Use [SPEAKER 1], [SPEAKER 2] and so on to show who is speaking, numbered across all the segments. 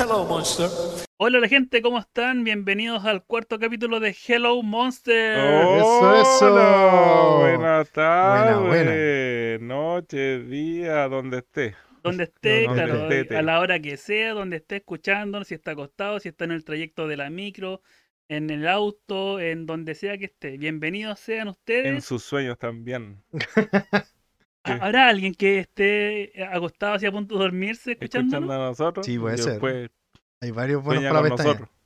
[SPEAKER 1] Hello, Monster.
[SPEAKER 2] Hola la gente, ¿cómo están? Bienvenidos al cuarto capítulo de Hello Monster.
[SPEAKER 3] Eso, eso.
[SPEAKER 4] Hola, Buenas tardes.
[SPEAKER 3] buena.
[SPEAKER 4] Noche, día, donde esté.
[SPEAKER 2] donde esté,
[SPEAKER 3] no,
[SPEAKER 4] donde
[SPEAKER 2] claro,
[SPEAKER 4] esté, te.
[SPEAKER 2] a la hora que sea, donde esté escuchando, si está acostado, si está en el trayecto de la micro, en el auto, en donde sea que esté. Bienvenidos sean
[SPEAKER 4] En
[SPEAKER 2] ustedes.
[SPEAKER 4] sus sueños también.
[SPEAKER 2] Ah, ¿Habrá alguien que esté eh, acostado así a punto de dormirse
[SPEAKER 4] Escuchando
[SPEAKER 2] escuchándonos?
[SPEAKER 4] a nosotros.
[SPEAKER 3] Sí, puede
[SPEAKER 4] y
[SPEAKER 3] ser.
[SPEAKER 4] Después
[SPEAKER 3] Hay varios buenos
[SPEAKER 4] sueña
[SPEAKER 3] para la
[SPEAKER 4] con
[SPEAKER 3] pestaña.
[SPEAKER 4] nosotros.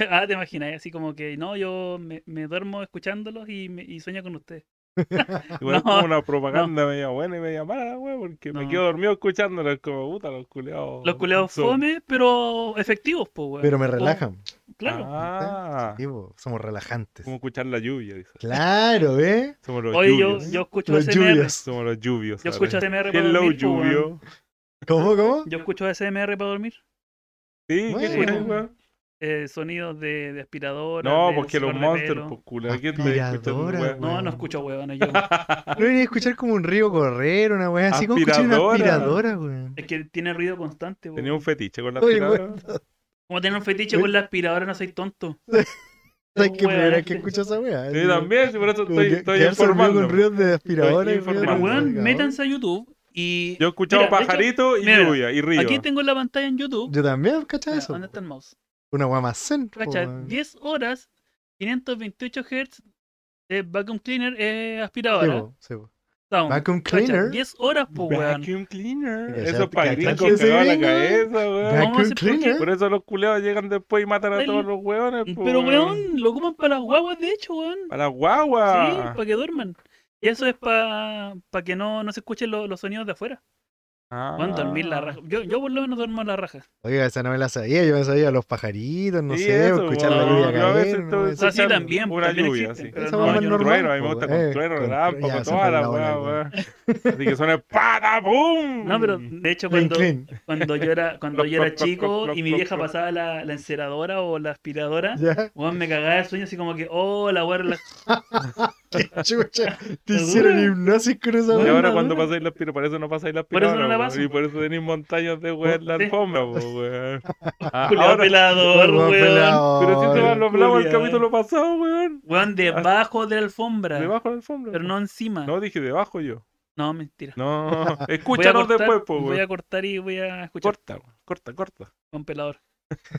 [SPEAKER 2] Ah, te imaginas, así como que no, yo me, me duermo escuchándolos y, me- y sueño con ustedes.
[SPEAKER 4] Igual
[SPEAKER 2] No,
[SPEAKER 4] es como una propaganda media buena y media mala, güey, porque me
[SPEAKER 2] No.
[SPEAKER 4] quedo dormido escuchándolo. es como, puta, los culeados.
[SPEAKER 3] Oh,
[SPEAKER 2] Los culeados
[SPEAKER 4] son-
[SPEAKER 2] fome, pero efectivos, pues, weón.
[SPEAKER 3] Pero me
[SPEAKER 2] Como-
[SPEAKER 3] relajan.
[SPEAKER 2] Claro.
[SPEAKER 4] Ah,
[SPEAKER 3] Sí, po, somos relajantes.
[SPEAKER 4] como escuchar la lluvia, dice.
[SPEAKER 3] Claro, ¿eh?
[SPEAKER 4] Somos los
[SPEAKER 2] Oye, yo,
[SPEAKER 4] lluvios.
[SPEAKER 2] yo escucho
[SPEAKER 3] Los
[SPEAKER 2] ASMR.
[SPEAKER 3] lluvios.
[SPEAKER 4] Somos los lluvios.
[SPEAKER 2] Yo escucho
[SPEAKER 4] ahora.
[SPEAKER 2] ASMR para
[SPEAKER 4] Hello,
[SPEAKER 2] dormir. po, weón.
[SPEAKER 4] lluvio.
[SPEAKER 3] ¿Cómo, cómo?
[SPEAKER 2] Yo escucho ASMR para dormir.
[SPEAKER 4] Sí,
[SPEAKER 3] Bueno.
[SPEAKER 4] qué escuchas, güey?
[SPEAKER 2] Eh, sonidos de, de aspiradora.
[SPEAKER 4] No,
[SPEAKER 2] de
[SPEAKER 4] porque los
[SPEAKER 2] secador de
[SPEAKER 4] monsters,
[SPEAKER 2] pelo.
[SPEAKER 4] pues, culeados. ¿Quién te escucha?
[SPEAKER 3] Aspiradora,
[SPEAKER 4] güey?
[SPEAKER 2] No,
[SPEAKER 3] weón.
[SPEAKER 2] no escucho huevones yo.
[SPEAKER 4] Ah.
[SPEAKER 3] No iría a escuchar como un río correr, una weá así. ¿Cómo escuchar una
[SPEAKER 4] Aspiradora.
[SPEAKER 3] aspiradora, weón?
[SPEAKER 2] Es que tiene ruido constante. po.
[SPEAKER 4] Tenía un fetiche con la
[SPEAKER 3] Oye,
[SPEAKER 4] aspiradora.
[SPEAKER 2] Como tener un fetiche con la aspiradora, no soy tonto.
[SPEAKER 3] Es que
[SPEAKER 2] Weón,
[SPEAKER 3] primera vez que
[SPEAKER 2] este-
[SPEAKER 3] escucho esa weá.
[SPEAKER 4] Sí, también, sí, por eso
[SPEAKER 3] Como
[SPEAKER 4] estoy,
[SPEAKER 3] que-
[SPEAKER 4] estoy
[SPEAKER 3] quedarse dormido
[SPEAKER 4] informando.
[SPEAKER 3] con ríos de aspiradora y
[SPEAKER 4] Estoy
[SPEAKER 3] ríos de
[SPEAKER 2] Pero
[SPEAKER 4] informando.
[SPEAKER 2] weón,
[SPEAKER 3] recargador.
[SPEAKER 2] métanse a YouTube y.
[SPEAKER 4] Yo he escuchado
[SPEAKER 2] Mira, de hecho,
[SPEAKER 4] pajarito y
[SPEAKER 2] mira,
[SPEAKER 4] lluvia y río.
[SPEAKER 2] Aquí tengo en la pantalla en YouTube.
[SPEAKER 3] Yo también, ¿cachai
[SPEAKER 2] Mira,
[SPEAKER 3] eso?
[SPEAKER 2] ¿Dónde está el mouse?
[SPEAKER 3] Una weá más zen, po,
[SPEAKER 2] Cacha,
[SPEAKER 3] weón.
[SPEAKER 2] 10 horas, 528 Hz, eh, vacuum cleaner, eh,
[SPEAKER 3] Sí,
[SPEAKER 2] aspiradora.
[SPEAKER 3] po, sí, po.
[SPEAKER 2] sound.
[SPEAKER 3] Vacuum
[SPEAKER 2] Cacha,
[SPEAKER 3] cleaner.
[SPEAKER 2] 10 horas, po, weón.
[SPEAKER 4] Vacuum cleaner.
[SPEAKER 3] Cachaste,
[SPEAKER 4] Eso es para gringos
[SPEAKER 3] cachaste ese
[SPEAKER 4] cagados en la
[SPEAKER 3] gringo, eh.
[SPEAKER 4] cabeza, weón.
[SPEAKER 2] Vac- vamos a
[SPEAKER 3] Vacuum
[SPEAKER 2] hacer por qué.
[SPEAKER 3] cleaner.
[SPEAKER 4] Por eso los culeados llegan después y matan a
[SPEAKER 2] Dale.
[SPEAKER 4] todos los hueones. po,
[SPEAKER 2] Pero, weón, lo ocupan para las guaguas, de hecho, weón.
[SPEAKER 4] Para la
[SPEAKER 2] Sí, pues,
[SPEAKER 4] guagua.
[SPEAKER 2] para que duerman. Y eso es para que no, no se escuchen lo- los sonidos de afuera.
[SPEAKER 4] Ah.
[SPEAKER 2] Weón, dormir la raja. Yo, yo por lo menos duermo en la raja.
[SPEAKER 3] Oiga, esa no me la sabía, yo me sabía los pajaritos, no
[SPEAKER 4] Sí,
[SPEAKER 3] sé,
[SPEAKER 4] eso,
[SPEAKER 3] escuchar la
[SPEAKER 2] weón.
[SPEAKER 3] lluvia
[SPEAKER 2] Yo
[SPEAKER 4] a veces
[SPEAKER 3] caer.
[SPEAKER 4] estoy-
[SPEAKER 3] no,
[SPEAKER 2] O sea,
[SPEAKER 3] eso-
[SPEAKER 2] sí,
[SPEAKER 4] escuchar
[SPEAKER 2] también.
[SPEAKER 4] una
[SPEAKER 2] también
[SPEAKER 4] lluvia,
[SPEAKER 2] existen,
[SPEAKER 4] sí.
[SPEAKER 2] pero
[SPEAKER 3] Esa
[SPEAKER 2] no,
[SPEAKER 3] va
[SPEAKER 2] yo
[SPEAKER 3] más
[SPEAKER 4] Con
[SPEAKER 2] no-
[SPEAKER 3] normal,
[SPEAKER 4] trueno, a mí me gusta
[SPEAKER 3] po,
[SPEAKER 4] con
[SPEAKER 3] eh,
[SPEAKER 4] trueno,
[SPEAKER 3] con
[SPEAKER 4] relámpago,
[SPEAKER 3] tru- ya, esa
[SPEAKER 4] toda
[SPEAKER 3] fue
[SPEAKER 4] la
[SPEAKER 3] la
[SPEAKER 4] weá,
[SPEAKER 3] buena,
[SPEAKER 4] weá. Así que suena para pum.
[SPEAKER 2] No, pero de hecho
[SPEAKER 3] Clean,
[SPEAKER 2] cuando,
[SPEAKER 3] clean.
[SPEAKER 2] cuando yo era, cuando yo era chico y mi vieja
[SPEAKER 4] Cloc, cloc, cloc, cloc,
[SPEAKER 2] pasaba la, la enceradora o la aspiradora,
[SPEAKER 3] Ya,
[SPEAKER 2] weón, me cagaba de sueño así como que, oh, la weá, la...
[SPEAKER 3] chucha, te hicieron hipnosis con esa
[SPEAKER 4] Y
[SPEAKER 3] weá.
[SPEAKER 4] ahora
[SPEAKER 2] Buena,
[SPEAKER 4] cuando
[SPEAKER 2] buena.
[SPEAKER 4] pasáis la aspira, por eso no pasáis la
[SPEAKER 2] Por eso no
[SPEAKER 4] aspiradora,
[SPEAKER 2] la
[SPEAKER 4] po,
[SPEAKER 2] paso.
[SPEAKER 4] Y por eso tenéis montañas de weón en la
[SPEAKER 2] Sí.
[SPEAKER 4] alfombra, po, weón. Ah,
[SPEAKER 2] culiao
[SPEAKER 4] ahora-
[SPEAKER 2] pelador,
[SPEAKER 3] Weón,
[SPEAKER 2] weón.
[SPEAKER 3] pelado,
[SPEAKER 4] Pero si te
[SPEAKER 3] weón.
[SPEAKER 4] lo hablamos el
[SPEAKER 2] culiao.
[SPEAKER 4] capítulo pasado, weón.
[SPEAKER 2] Weón, debajo de la alfombra.
[SPEAKER 4] Debajo de la alfombra.
[SPEAKER 2] Pero no encima.
[SPEAKER 4] No, dije debajo yo.
[SPEAKER 2] No, mentira.
[SPEAKER 4] No,
[SPEAKER 2] Voy a
[SPEAKER 4] escúchanos
[SPEAKER 2] cortar-
[SPEAKER 4] después, po,
[SPEAKER 2] Voy a
[SPEAKER 4] weón.
[SPEAKER 2] cortar y voy a escuchar
[SPEAKER 4] Corta, weón. corta, corta.
[SPEAKER 2] con pelador.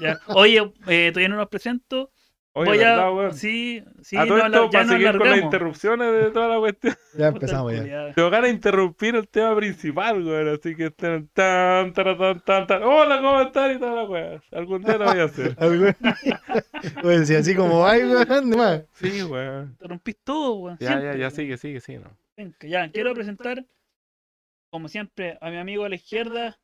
[SPEAKER 2] Ya. Oye, eh, todavía no los presento.
[SPEAKER 4] Oye,
[SPEAKER 2] voy
[SPEAKER 4] ¿verdad,
[SPEAKER 2] a...
[SPEAKER 4] weón?
[SPEAKER 2] Sí, sí,
[SPEAKER 4] a todo
[SPEAKER 2] no, habla-
[SPEAKER 4] esto,
[SPEAKER 2] ya
[SPEAKER 4] para
[SPEAKER 2] no
[SPEAKER 4] seguir con las
[SPEAKER 2] alargamos.
[SPEAKER 4] interrupciones de toda la cuestión.
[SPEAKER 3] Ya
[SPEAKER 2] Puta
[SPEAKER 3] empezamos ya.
[SPEAKER 2] culiada.
[SPEAKER 4] Te van a interrumpir el tema principal, weón. Así que están tan, tan, tan, tan, tan. Hola, ¿cómo están? Y toda la weón. Algún día lo voy a hacer.
[SPEAKER 3] Algo- Oye, si así como hay, weón, no más.
[SPEAKER 4] Sí, weón.
[SPEAKER 2] Interrumpís todo, weón.
[SPEAKER 4] Ya,
[SPEAKER 2] siempre,
[SPEAKER 4] ya, ya,
[SPEAKER 2] weón.
[SPEAKER 4] sigue, sigue, sigue. No.
[SPEAKER 2] Venga, Ya, quiero presentar, como siempre, a mi amigo a la izquierda.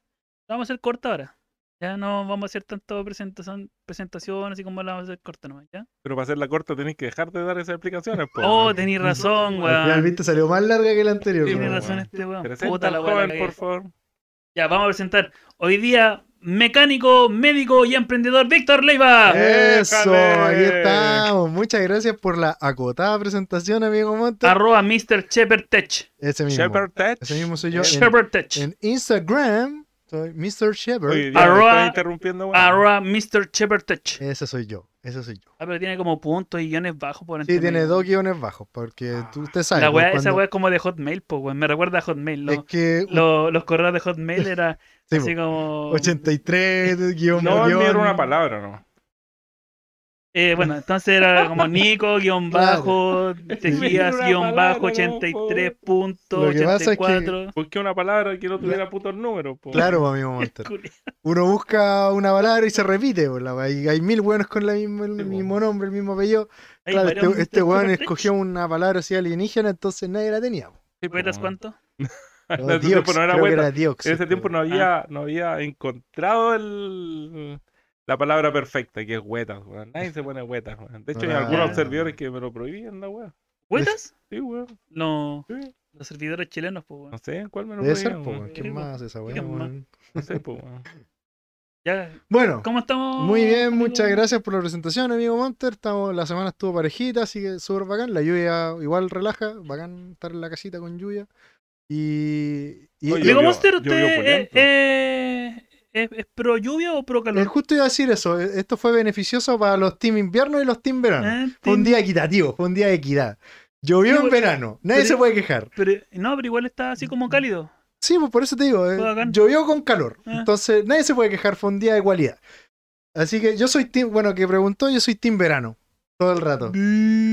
[SPEAKER 2] La Vamos a hacer corta ahora. Ya no vamos a hacer tanto presentación, presentación así como la vamos a hacer corta nomás, ¿ya?
[SPEAKER 4] Pero para hacerla corta tenés que dejar de dar esas explicaciones, po.
[SPEAKER 2] Oh, tenéis razón,
[SPEAKER 3] Al final,
[SPEAKER 2] weón.
[SPEAKER 3] viste, salió más larga que la anterior.
[SPEAKER 4] Sí,
[SPEAKER 2] Tiene
[SPEAKER 3] weón.
[SPEAKER 4] weón.
[SPEAKER 2] razón este weón.
[SPEAKER 4] Presenta
[SPEAKER 2] Puta
[SPEAKER 4] al
[SPEAKER 2] la weá, la
[SPEAKER 4] joven,
[SPEAKER 2] cagué.
[SPEAKER 4] por favor.
[SPEAKER 2] Ya, vamos a presentar. Hoy día, mecánico, médico y emprendedor Víctor
[SPEAKER 3] Eh,
[SPEAKER 2] Leiva.
[SPEAKER 3] Eso,
[SPEAKER 4] Déjale.
[SPEAKER 3] ahí estamos. Muchas gracias por la acotada presentación, amigo Monte.
[SPEAKER 2] Arroba Mr. Shepard Tech.
[SPEAKER 3] Ese mismo.
[SPEAKER 4] Ah, Shepard Eh, Tech.
[SPEAKER 3] Ese mismo soy yo. eh, En,
[SPEAKER 2] Shepard Tech.
[SPEAKER 3] en Instagram, soy Mr. Shepard.
[SPEAKER 4] Oye, ya me
[SPEAKER 2] Arroba-
[SPEAKER 4] están interrumpiendo, weón.
[SPEAKER 2] Arroba Mr. Shepard Tech.
[SPEAKER 3] Ese soy yo. Ese soy yo.
[SPEAKER 2] Ah, pero tiene como puntos y guiones bajos por
[SPEAKER 3] Sí,
[SPEAKER 2] entre
[SPEAKER 3] tiene
[SPEAKER 2] medio.
[SPEAKER 3] dos guiones bajos,
[SPEAKER 4] Ah.
[SPEAKER 3] porque tú, usted sabe.
[SPEAKER 2] La
[SPEAKER 3] pues,
[SPEAKER 2] weá- Esa
[SPEAKER 3] cuando-
[SPEAKER 2] weá es como de Hotmail, pues, weón. Me recuerda a Hotmail. ¿no?
[SPEAKER 3] Es que
[SPEAKER 2] Lo- los correos de Hotmail era
[SPEAKER 3] sí, pues.
[SPEAKER 2] así
[SPEAKER 3] po,
[SPEAKER 2] como.
[SPEAKER 3] 83, guión
[SPEAKER 4] No,
[SPEAKER 3] por
[SPEAKER 4] ni
[SPEAKER 3] guión.
[SPEAKER 4] era una palabra, no.
[SPEAKER 2] Eh, bueno, entonces era como Nico, guión bajo, Tejías,
[SPEAKER 4] Una
[SPEAKER 2] guión bajo,
[SPEAKER 4] palabra, no,
[SPEAKER 2] 83
[SPEAKER 3] Lo que pasa es que-
[SPEAKER 2] 84.
[SPEAKER 4] Busqué una palabra que no tuviera putos números, po.
[SPEAKER 3] Claro, amigo Monster. Uno busca una palabra y se repite, po, la weá, y hay mil weones con la misma- el
[SPEAKER 4] Sí, po.
[SPEAKER 3] mismo nombre, el mismo apellido.
[SPEAKER 2] Hay
[SPEAKER 3] claro,
[SPEAKER 2] varios
[SPEAKER 3] este, este
[SPEAKER 2] Mr.
[SPEAKER 3] weón
[SPEAKER 2] Shepard Tech.
[SPEAKER 3] escogió una palabra así alienígena, entonces nadie la tenía. po.
[SPEAKER 4] Sí, po,
[SPEAKER 2] ¿Recuerdas
[SPEAKER 4] weón.
[SPEAKER 2] cuánto?
[SPEAKER 3] O
[SPEAKER 4] ese
[SPEAKER 3] Diox,
[SPEAKER 4] tiempo no era
[SPEAKER 3] creo que
[SPEAKER 4] buena.
[SPEAKER 3] era Diox,
[SPEAKER 4] En ese
[SPEAKER 3] este
[SPEAKER 4] tiempo
[SPEAKER 3] weón.
[SPEAKER 4] no había, no había encontrado el, la palabra perfecta, que es huetas, weón. Nadie se pone huetas, weón. De hecho, hay
[SPEAKER 3] Ah.
[SPEAKER 4] algunos servidores que me lo prohibían, la weón.
[SPEAKER 2] ¿Huetas?
[SPEAKER 4] Sí, weón.
[SPEAKER 2] No,
[SPEAKER 4] Sí.
[SPEAKER 2] los servidores chilenos, pues,
[SPEAKER 4] No sé, ¿cuál me lo
[SPEAKER 3] Debe ser,
[SPEAKER 4] prohibían?
[SPEAKER 3] po,
[SPEAKER 4] weón?
[SPEAKER 3] weón. ¿Quién
[SPEAKER 2] Sí, po.
[SPEAKER 3] más hace esa weá,
[SPEAKER 2] ¿Quién más?
[SPEAKER 3] weón?
[SPEAKER 4] No sé, po, weón.
[SPEAKER 2] Ya,
[SPEAKER 3] Bueno,
[SPEAKER 2] ¿cómo estamos?
[SPEAKER 3] Muy bien,
[SPEAKER 2] amigo?
[SPEAKER 3] muchas gracias por la presentación, amigo Monter. Estamos, la semana estuvo parejita, así que súper bacán. La lluvia igual relaja, bacán estar en la casita con lluvia. Y. y-
[SPEAKER 4] Oye,
[SPEAKER 2] Amigo
[SPEAKER 4] Llovió-
[SPEAKER 2] Monster,
[SPEAKER 4] llovió
[SPEAKER 2] usted eh,
[SPEAKER 4] opulento.
[SPEAKER 2] eh, ¿Es, es pro lluvia o pro
[SPEAKER 3] Eh,
[SPEAKER 2] calor?
[SPEAKER 3] justo iba a decir eso. eh, Esto fue beneficioso para los team invierno y los team verano.
[SPEAKER 2] Ah,
[SPEAKER 3] Fue un
[SPEAKER 2] tin-
[SPEAKER 3] día equitativo, fue un día de equidad. Llovió
[SPEAKER 2] Sí,
[SPEAKER 3] en
[SPEAKER 2] porque-
[SPEAKER 3] verano, nadie
[SPEAKER 2] pero-
[SPEAKER 3] se puede quejar.
[SPEAKER 2] Pero, no, pero igual está así como cálido.
[SPEAKER 3] Sí, pues por eso te digo, eh,
[SPEAKER 2] Fue bacán.
[SPEAKER 3] llovió con calor.
[SPEAKER 2] Ah.
[SPEAKER 3] Entonces nadie se puede quejar, fue un día de cualidad. Así que yo soy team, bueno, que preguntó, yo soy team verano. Todo el rato.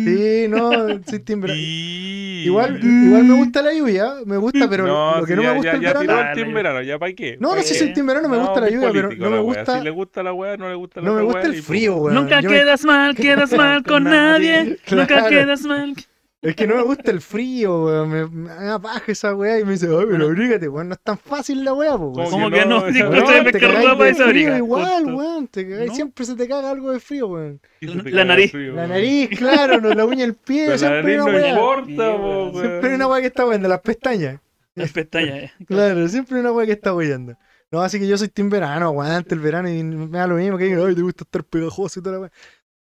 [SPEAKER 3] Sí, no, soy team verano.
[SPEAKER 4] Y-
[SPEAKER 3] Igual, igual me gusta la lluvia, me gusta, pero
[SPEAKER 4] no,
[SPEAKER 3] lo que
[SPEAKER 4] sí,
[SPEAKER 3] no
[SPEAKER 4] ya,
[SPEAKER 3] me gusta
[SPEAKER 4] ya,
[SPEAKER 3] el
[SPEAKER 4] ya
[SPEAKER 3] verano.
[SPEAKER 4] tiró
[SPEAKER 2] Ah,
[SPEAKER 4] el
[SPEAKER 2] la
[SPEAKER 4] team
[SPEAKER 2] lluvia.
[SPEAKER 4] verano, ya para qué.
[SPEAKER 3] No, no, sí
[SPEAKER 2] Eh,
[SPEAKER 3] soy team verano, me gusta la
[SPEAKER 4] muy
[SPEAKER 3] lluvia, pero
[SPEAKER 4] político
[SPEAKER 3] no me
[SPEAKER 4] la wea.
[SPEAKER 3] gusta,
[SPEAKER 4] Si le gusta la weá, no le gusta la
[SPEAKER 3] no me
[SPEAKER 4] otra
[SPEAKER 3] gusta
[SPEAKER 4] wea,
[SPEAKER 3] el
[SPEAKER 4] y
[SPEAKER 3] frío, weón.
[SPEAKER 2] Nunca
[SPEAKER 3] Yo me-
[SPEAKER 2] quedas mal, quedas mal con nadie. Nunca
[SPEAKER 3] Claro.
[SPEAKER 2] quedas mal.
[SPEAKER 3] Es que no me gusta el frío, weón. Me, me da paja esa weá y me dice, ay, pero
[SPEAKER 2] Bueno.
[SPEAKER 3] abrígate, weón. No es tan fácil la weá, po,
[SPEAKER 4] ¿Cómo
[SPEAKER 3] weón.
[SPEAKER 2] Como
[SPEAKER 4] que
[SPEAKER 2] que
[SPEAKER 4] no,
[SPEAKER 2] no,
[SPEAKER 4] esa
[SPEAKER 2] si
[SPEAKER 4] weá.
[SPEAKER 3] Weón,
[SPEAKER 2] encuentras
[SPEAKER 4] te
[SPEAKER 2] de pescar
[SPEAKER 3] cagáis
[SPEAKER 2] ropa
[SPEAKER 3] de
[SPEAKER 2] y se
[SPEAKER 3] frío
[SPEAKER 2] abriga.
[SPEAKER 3] Igual,
[SPEAKER 2] Justo.
[SPEAKER 3] weón. Te cagáis,
[SPEAKER 2] No.
[SPEAKER 3] Siempre se te caga algo de frío, weón.
[SPEAKER 4] y se
[SPEAKER 2] La
[SPEAKER 4] te cae el
[SPEAKER 2] nariz.
[SPEAKER 4] frío,
[SPEAKER 3] La
[SPEAKER 4] weón.
[SPEAKER 3] nariz, claro, no, la uña el pie,
[SPEAKER 4] Pero la
[SPEAKER 3] siempre
[SPEAKER 4] nariz
[SPEAKER 3] hay
[SPEAKER 4] no
[SPEAKER 3] una weá.
[SPEAKER 4] importa,
[SPEAKER 2] Sí,
[SPEAKER 4] po,
[SPEAKER 2] weón.
[SPEAKER 4] weón.
[SPEAKER 3] Siempre hay una weá que está buena, las pestañas.
[SPEAKER 2] Las pestañas, eh.
[SPEAKER 3] Claro, siempre hay una weá que está weyando. No, así que yo soy team verano, aguante el verano y me da lo mismo que digan, ay, te gusta estar pegajoso y toda la weá.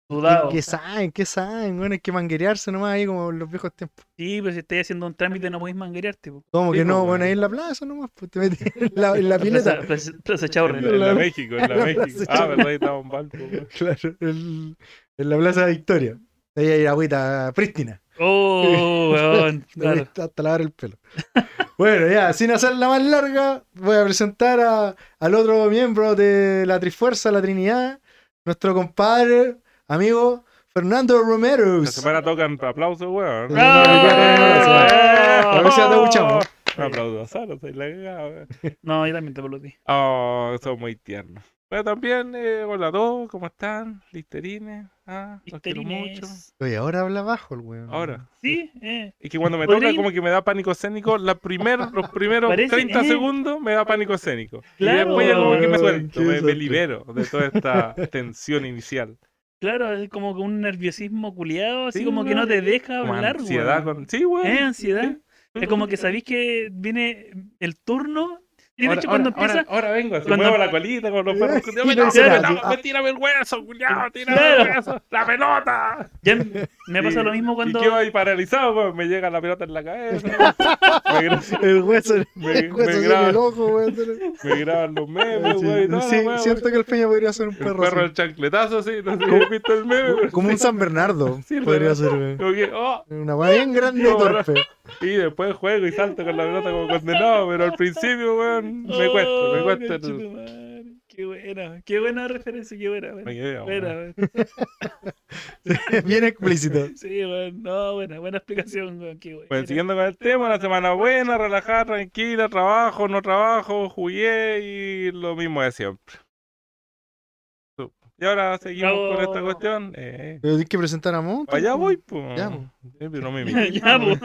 [SPEAKER 2] Sudado.
[SPEAKER 3] ¿Qué saben? ¿Qué saben? Bueno, hay que manguerearse nomás ahí como en los viejos tiempos.
[SPEAKER 2] Sí, pero si estás haciendo un trámite no podéis manguerearte. po.
[SPEAKER 3] Como
[SPEAKER 4] Sí,
[SPEAKER 3] que
[SPEAKER 4] pues,
[SPEAKER 3] no,
[SPEAKER 4] weón.
[SPEAKER 3] bueno, ahí en la plaza nomás, pues te metes en la, en la
[SPEAKER 2] Plaza,
[SPEAKER 3] pileta.
[SPEAKER 2] plaza, plaza
[SPEAKER 4] En
[SPEAKER 2] Chaurre.
[SPEAKER 4] la- en la
[SPEAKER 3] La-
[SPEAKER 4] México, en la
[SPEAKER 3] la
[SPEAKER 4] México.
[SPEAKER 3] plaza
[SPEAKER 4] Ah,
[SPEAKER 3] Chile.
[SPEAKER 4] verdad, ahí estaba en Valpo, weón.
[SPEAKER 3] pues. Claro, el- en la plaza de Victoria. Ahí hay agüita prístina.
[SPEAKER 2] Oh, weón.
[SPEAKER 3] Ahí
[SPEAKER 2] Claro.
[SPEAKER 3] está Hasta lavar el pelo. Bueno, ya, sin hacerla más larga, voy a presentar a- al otro miembro de la Trifuerza, la Trinidad, nuestro compadre, amigo Fernando Romero.
[SPEAKER 4] Esta semana tocan aplausos, weón.
[SPEAKER 3] Ah,
[SPEAKER 2] Ah,
[SPEAKER 3] A ver si ya te escuchamos.
[SPEAKER 4] Un aplauso a Sara, soy la cagada, weón.
[SPEAKER 2] No, yo también te aplaudí.
[SPEAKER 4] Oh, son muy tiernos. Bueno, también, eh, hola a todos, ¿cómo están? Listerines, ah, los quiero mucho.
[SPEAKER 2] Listerines.
[SPEAKER 3] Oye, ahora habla bajo el weón.
[SPEAKER 4] Ahora,
[SPEAKER 2] Sí, eh.
[SPEAKER 4] es que cuando me
[SPEAKER 2] Podría
[SPEAKER 4] toca
[SPEAKER 2] ir-
[SPEAKER 4] como que me da pánico escénico, la primer, los primeros
[SPEAKER 2] Parece-
[SPEAKER 4] 30
[SPEAKER 2] eh.
[SPEAKER 4] segundos me da pánico escénico. y
[SPEAKER 2] Claro.
[SPEAKER 4] después ya como que me
[SPEAKER 3] Ay,
[SPEAKER 4] suelto,
[SPEAKER 3] qué
[SPEAKER 4] me, me
[SPEAKER 3] suerte.
[SPEAKER 4] libero de toda esta tensión inicial.
[SPEAKER 2] Claro, es como que un nerviosismo culiado, así
[SPEAKER 4] Sí,
[SPEAKER 2] como que no
[SPEAKER 4] weón.
[SPEAKER 2] te deja
[SPEAKER 4] Como
[SPEAKER 2] hablar,
[SPEAKER 4] ansiedad
[SPEAKER 2] weón.
[SPEAKER 4] con... Sí, weón.
[SPEAKER 2] ¿Eh? Ansiedad.
[SPEAKER 4] Sí.
[SPEAKER 2] Es como que sabéis que viene el turno. Y de
[SPEAKER 4] Ahora,
[SPEAKER 2] hecho, cuando
[SPEAKER 4] ahora,
[SPEAKER 2] empieza.
[SPEAKER 4] ahora- ahora vengo, se
[SPEAKER 2] cuando-
[SPEAKER 4] muevo la colita con los perros.
[SPEAKER 3] Sí,
[SPEAKER 4] Me, tírame,
[SPEAKER 3] no, sí,
[SPEAKER 4] no,
[SPEAKER 3] ah.
[SPEAKER 4] me tírame el hueso, culiao, tírame el
[SPEAKER 2] Claro.
[SPEAKER 4] hueso, la pelota.
[SPEAKER 2] Ya m- me pasa
[SPEAKER 4] Sí.
[SPEAKER 2] lo mismo cuando.
[SPEAKER 4] Y quedo ahí paralizado, weón, me llega la pelota en la cabeza. me, gra-
[SPEAKER 3] El hueso, el
[SPEAKER 4] me-
[SPEAKER 3] hueso
[SPEAKER 4] me
[SPEAKER 3] tiene
[SPEAKER 4] graba-
[SPEAKER 3] el ojo, weón.
[SPEAKER 4] me graban los memes,
[SPEAKER 3] Sí,
[SPEAKER 4] weón, y todo,
[SPEAKER 3] sí,
[SPEAKER 4] weón.
[SPEAKER 3] siento que el Peña podría ser un
[SPEAKER 4] El
[SPEAKER 3] perro.
[SPEAKER 4] perro
[SPEAKER 3] así.
[SPEAKER 4] del chancletazo, sí, no sé cómo has visto el meme, pero
[SPEAKER 3] Como un San Bernardo
[SPEAKER 4] Sí,
[SPEAKER 3] podría
[SPEAKER 4] weón.
[SPEAKER 3] ser, weón.
[SPEAKER 4] como que, oh,
[SPEAKER 3] Una weá bien grande y
[SPEAKER 4] No, no.
[SPEAKER 3] torpe.
[SPEAKER 4] y después juego y salto con la pelota como condenado, pero al principio, weón, me cuesta, me
[SPEAKER 2] Oh,
[SPEAKER 4] cuesta. el-
[SPEAKER 2] conchetumare, Qué buena, qué buena referencia, qué buena.
[SPEAKER 4] Me
[SPEAKER 2] buena.
[SPEAKER 4] quedé, weón.
[SPEAKER 2] Buena, weón.
[SPEAKER 3] Bien explícito.
[SPEAKER 2] Sí, weón. No, buena, buena explicación, weón. Qué buena.
[SPEAKER 4] Bueno, Pues siguiendo con el tema, una semana buena, relajada, tranquila, trabajo, no trabajo, jugué y lo mismo de siempre. Su- Y ahora seguimos con esta
[SPEAKER 2] Bravo.
[SPEAKER 4] cuestión. Eh,
[SPEAKER 3] Pero tienes que presentar a Monty.
[SPEAKER 4] allá
[SPEAKER 3] po.
[SPEAKER 4] voy, po.
[SPEAKER 3] Ya, po.
[SPEAKER 4] Sí, pero no me imites.
[SPEAKER 2] ya, po.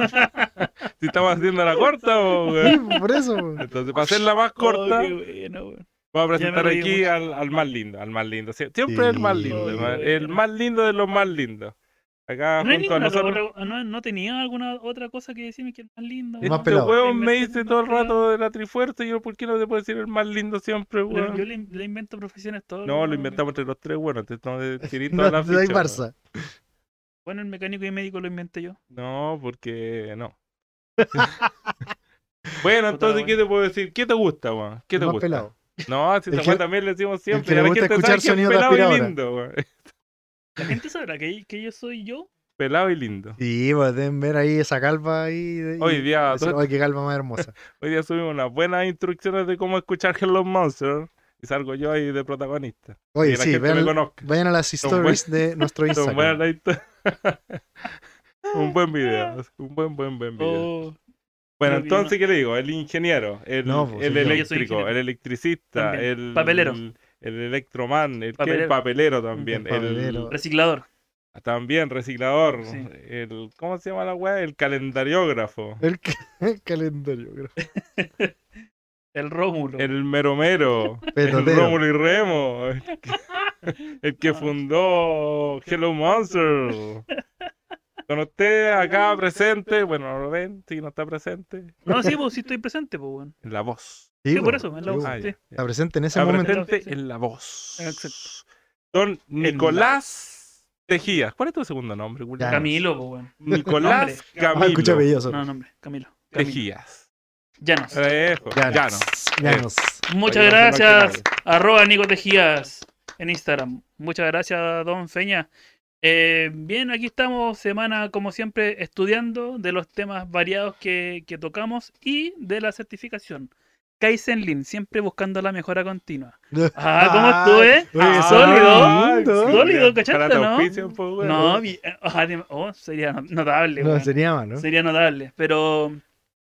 [SPEAKER 4] Si estamos haciendo la corta, po,
[SPEAKER 3] Sí,
[SPEAKER 4] weón.
[SPEAKER 3] por eso. po.
[SPEAKER 4] Entonces, para hacerla más
[SPEAKER 2] Oh,
[SPEAKER 4] corta,
[SPEAKER 2] qué buena, weón.
[SPEAKER 4] voy a
[SPEAKER 2] Ya me
[SPEAKER 4] presentar
[SPEAKER 2] reí
[SPEAKER 4] aquí
[SPEAKER 2] mucho.
[SPEAKER 4] al, al más lindo, al más lindo. Sie- Siempre el más
[SPEAKER 3] Sí.
[SPEAKER 4] lindo,
[SPEAKER 2] Ay,
[SPEAKER 4] man,
[SPEAKER 2] bueno.
[SPEAKER 4] el más lindo de los más lindos. Acá
[SPEAKER 2] No, hay
[SPEAKER 4] junto a
[SPEAKER 2] ninguna otra-
[SPEAKER 4] nosotros.
[SPEAKER 2] otra- no, no tenía alguna otra cosa que decirme que es más lindo.
[SPEAKER 3] Más
[SPEAKER 2] weón.
[SPEAKER 4] Este
[SPEAKER 3] pelado.
[SPEAKER 4] weón me
[SPEAKER 2] Inventé
[SPEAKER 4] dice
[SPEAKER 2] el
[SPEAKER 4] todo el
[SPEAKER 2] más pelado.
[SPEAKER 4] rato de la trifuerza y yo, ¿por qué no te puedo decir el más lindo siempre,
[SPEAKER 2] Pero
[SPEAKER 4] weón?
[SPEAKER 2] Yo le, le invento profesiones todo.
[SPEAKER 4] No, lo
[SPEAKER 2] weón.
[SPEAKER 4] inventamos entre los tres, bueno, te estamos de tirar
[SPEAKER 3] No,
[SPEAKER 4] toda la
[SPEAKER 3] soy
[SPEAKER 4] ficha,
[SPEAKER 3] Barça.
[SPEAKER 2] Bueno, el mecánico y médico lo inventé yo.
[SPEAKER 4] No, No, porque no. bueno,
[SPEAKER 2] Puta,
[SPEAKER 4] entonces,
[SPEAKER 2] weón.
[SPEAKER 4] ¿qué te puedo decir? ¿Qué te gusta, weón? ¿Qué
[SPEAKER 3] El
[SPEAKER 4] te
[SPEAKER 3] más
[SPEAKER 4] gusta?
[SPEAKER 3] pelado.
[SPEAKER 4] No, si
[SPEAKER 3] El
[SPEAKER 4] esa
[SPEAKER 3] que-
[SPEAKER 4] weá también le decimos
[SPEAKER 3] que
[SPEAKER 4] siempre.
[SPEAKER 3] le
[SPEAKER 4] la
[SPEAKER 3] gusta
[SPEAKER 4] gente
[SPEAKER 3] escuchar
[SPEAKER 4] sabe que es
[SPEAKER 3] sonidos de
[SPEAKER 4] pelado y
[SPEAKER 3] aspiradora.
[SPEAKER 4] lindo, weón.
[SPEAKER 2] La gente sabrá que, que yo soy yo.
[SPEAKER 4] Pelado y lindo.
[SPEAKER 3] Sí, pues deben ver ahí esa calva ahí. de- y
[SPEAKER 4] Hoy día,
[SPEAKER 3] decir, Ay, qué calva más hermosa.
[SPEAKER 4] hoy día subimos unas buenas instrucciones de cómo escuchar Hello Monster y salgo yo ahí de protagonista.
[SPEAKER 3] Oye,
[SPEAKER 4] que la
[SPEAKER 3] sí,
[SPEAKER 4] gente me
[SPEAKER 3] vean,
[SPEAKER 4] conozca.
[SPEAKER 3] vayan a las stories de nuestro
[SPEAKER 4] Son buenas
[SPEAKER 3] Instagram.
[SPEAKER 4] las histo- Un buen video, un buen, buen, buen video.
[SPEAKER 2] Oh,
[SPEAKER 4] Bueno,
[SPEAKER 2] Pero bien,
[SPEAKER 4] entonces, ¿qué le digo? El ingeniero, el,
[SPEAKER 3] No, pues,
[SPEAKER 4] el
[SPEAKER 3] sí, yo.
[SPEAKER 2] Yo soy
[SPEAKER 4] eléctrico,
[SPEAKER 2] ingeniero.
[SPEAKER 4] el electricista,
[SPEAKER 2] También.
[SPEAKER 4] el
[SPEAKER 2] Papelero.
[SPEAKER 4] El, electroman, el, ¿qué? El
[SPEAKER 2] Papelero.
[SPEAKER 4] papelero también,
[SPEAKER 3] El papelero.
[SPEAKER 4] el
[SPEAKER 2] reciclador.
[SPEAKER 4] también reciclador,
[SPEAKER 2] Sí.
[SPEAKER 4] el ¿cómo se llama la weá? El calendariógrafo,
[SPEAKER 3] El, ca- el calendario. creo.
[SPEAKER 2] El Rómulo.
[SPEAKER 4] el meromero, el
[SPEAKER 3] Pelotero.
[SPEAKER 4] Rómulo y Remo, el que, el que fundó Hello Monster. Con usted acá presente, bueno, no lo ven, si no está presente,
[SPEAKER 2] No, sí, pues sí estoy presente, pues, weón.
[SPEAKER 4] en la voz.
[SPEAKER 2] Sí,
[SPEAKER 3] po,
[SPEAKER 2] por eso, es la
[SPEAKER 3] sí,
[SPEAKER 2] voz.
[SPEAKER 3] po.
[SPEAKER 4] Ah, ya,
[SPEAKER 2] sí.
[SPEAKER 4] ya.
[SPEAKER 3] Está presente en ese
[SPEAKER 4] Está
[SPEAKER 3] momento.
[SPEAKER 4] presente
[SPEAKER 2] Sí.
[SPEAKER 4] en la voz.
[SPEAKER 2] Exacto.
[SPEAKER 4] Don Nicolás Tejías. ¿Cuál es tu segundo nombre, Julián?
[SPEAKER 3] Ya.
[SPEAKER 2] Camilo, pues, weón.
[SPEAKER 4] Nicolás
[SPEAKER 2] Nombre.
[SPEAKER 3] Ah, escucha
[SPEAKER 4] Camilo
[SPEAKER 3] belloso.
[SPEAKER 2] No, nombre, Camilo. Camilo.
[SPEAKER 4] Tejías.
[SPEAKER 2] Llanos.
[SPEAKER 4] Rejo, ya no. Eh.
[SPEAKER 3] Llanos.
[SPEAKER 2] Muchas
[SPEAKER 4] Oye, no se
[SPEAKER 2] gracias,
[SPEAKER 4] marque
[SPEAKER 2] arroba Nico Tejías en Instagram. Muchas gracias, Don Feña. Eh, bien, aquí estamos semana, como siempre, estudiando de los temas variados que, que tocamos y de la certificación. Kaizen Lin, siempre buscando la mejora continua. Ah, ¿cómo estuve?
[SPEAKER 3] oye,
[SPEAKER 2] sólido.
[SPEAKER 3] Ah, lindo.
[SPEAKER 4] sí,
[SPEAKER 2] Sólido,
[SPEAKER 4] ya.
[SPEAKER 2] ¿cachaste,
[SPEAKER 4] Ojalá te
[SPEAKER 2] no?
[SPEAKER 4] auspicien, pues, weón.
[SPEAKER 2] No, vi- eh, ojalá te- oh, sería no- notable.
[SPEAKER 3] No,
[SPEAKER 2] weón.
[SPEAKER 3] sería malo.
[SPEAKER 2] Sería notable, pero,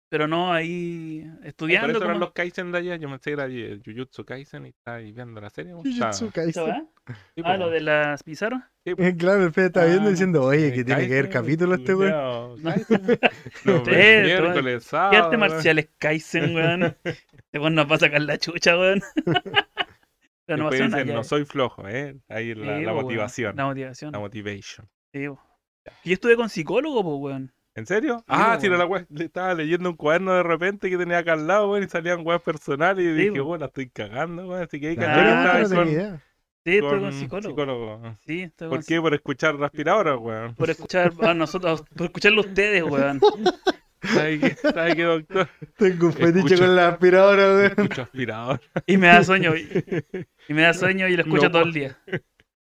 [SPEAKER 2] pero no, ahí
[SPEAKER 4] Por
[SPEAKER 2] estudiando.
[SPEAKER 4] eso eran
[SPEAKER 2] como-
[SPEAKER 4] los Kaisen de allá. Yo me seguí de Jujutsu Kaisen y estaba ahí viendo la serie. weón. Estaba-
[SPEAKER 3] Jujutsu Kaisen.
[SPEAKER 2] ¿Eso, eh?
[SPEAKER 4] sí,
[SPEAKER 2] Ah,
[SPEAKER 4] pues,
[SPEAKER 2] lo de las pizarras.
[SPEAKER 3] Eh, Claro, el Fede está viendo
[SPEAKER 2] Ah.
[SPEAKER 3] diciendo, oye, que tiene que ver
[SPEAKER 4] Kaisen,
[SPEAKER 3] capítulo este weón.
[SPEAKER 4] culiao,
[SPEAKER 2] No.
[SPEAKER 4] Kaisen.
[SPEAKER 2] Te-
[SPEAKER 4] Los
[SPEAKER 2] te-
[SPEAKER 4] miércoles,
[SPEAKER 2] ¿Qué
[SPEAKER 4] sábado,
[SPEAKER 2] arte
[SPEAKER 4] weón.
[SPEAKER 2] marciales Kaizen, weón? Después nos va a sacar la chucha, weón. Pero no
[SPEAKER 4] Después
[SPEAKER 2] va a
[SPEAKER 4] pues dicen, no soy flojo, ¿eh? Ahí la, la motivación.
[SPEAKER 2] La motivación.
[SPEAKER 4] La motivation.
[SPEAKER 2] sí, po. Y yo estuve con psicólogo, pues, weón.
[SPEAKER 4] ¿En serio? ah, si no
[SPEAKER 2] weón.
[SPEAKER 4] la weá, le estaba leyendo un cuaderno de repente que tenía acá al lado, weón, y salían weas personales y
[SPEAKER 2] Sí,
[SPEAKER 4] dije,
[SPEAKER 2] weón.
[SPEAKER 4] weón, la estoy cagando, weón. Así que ahí
[SPEAKER 3] La
[SPEAKER 2] Ah,
[SPEAKER 4] caché que
[SPEAKER 3] verdad,
[SPEAKER 4] estaba
[SPEAKER 3] no tenía
[SPEAKER 4] con-
[SPEAKER 3] idea.
[SPEAKER 2] Sí, estuve
[SPEAKER 4] con
[SPEAKER 2] con psicólogo.
[SPEAKER 4] psicólogo.
[SPEAKER 2] Sí, estuve con
[SPEAKER 4] ¿Por qué? Por escuchar aspiradora, weón.
[SPEAKER 2] Por escuchar a nosotros, por escucharlo a ustedes, weón.
[SPEAKER 4] ¿Sabes qué, sabe qué, doctor?
[SPEAKER 3] Tengo un fetiche
[SPEAKER 4] Escucho.
[SPEAKER 3] con la aspiradora, weón.
[SPEAKER 4] Escucho aspiradora.
[SPEAKER 2] Y me da sueño. Y, y me da sueño y lo escucho
[SPEAKER 4] No.
[SPEAKER 2] todo el día.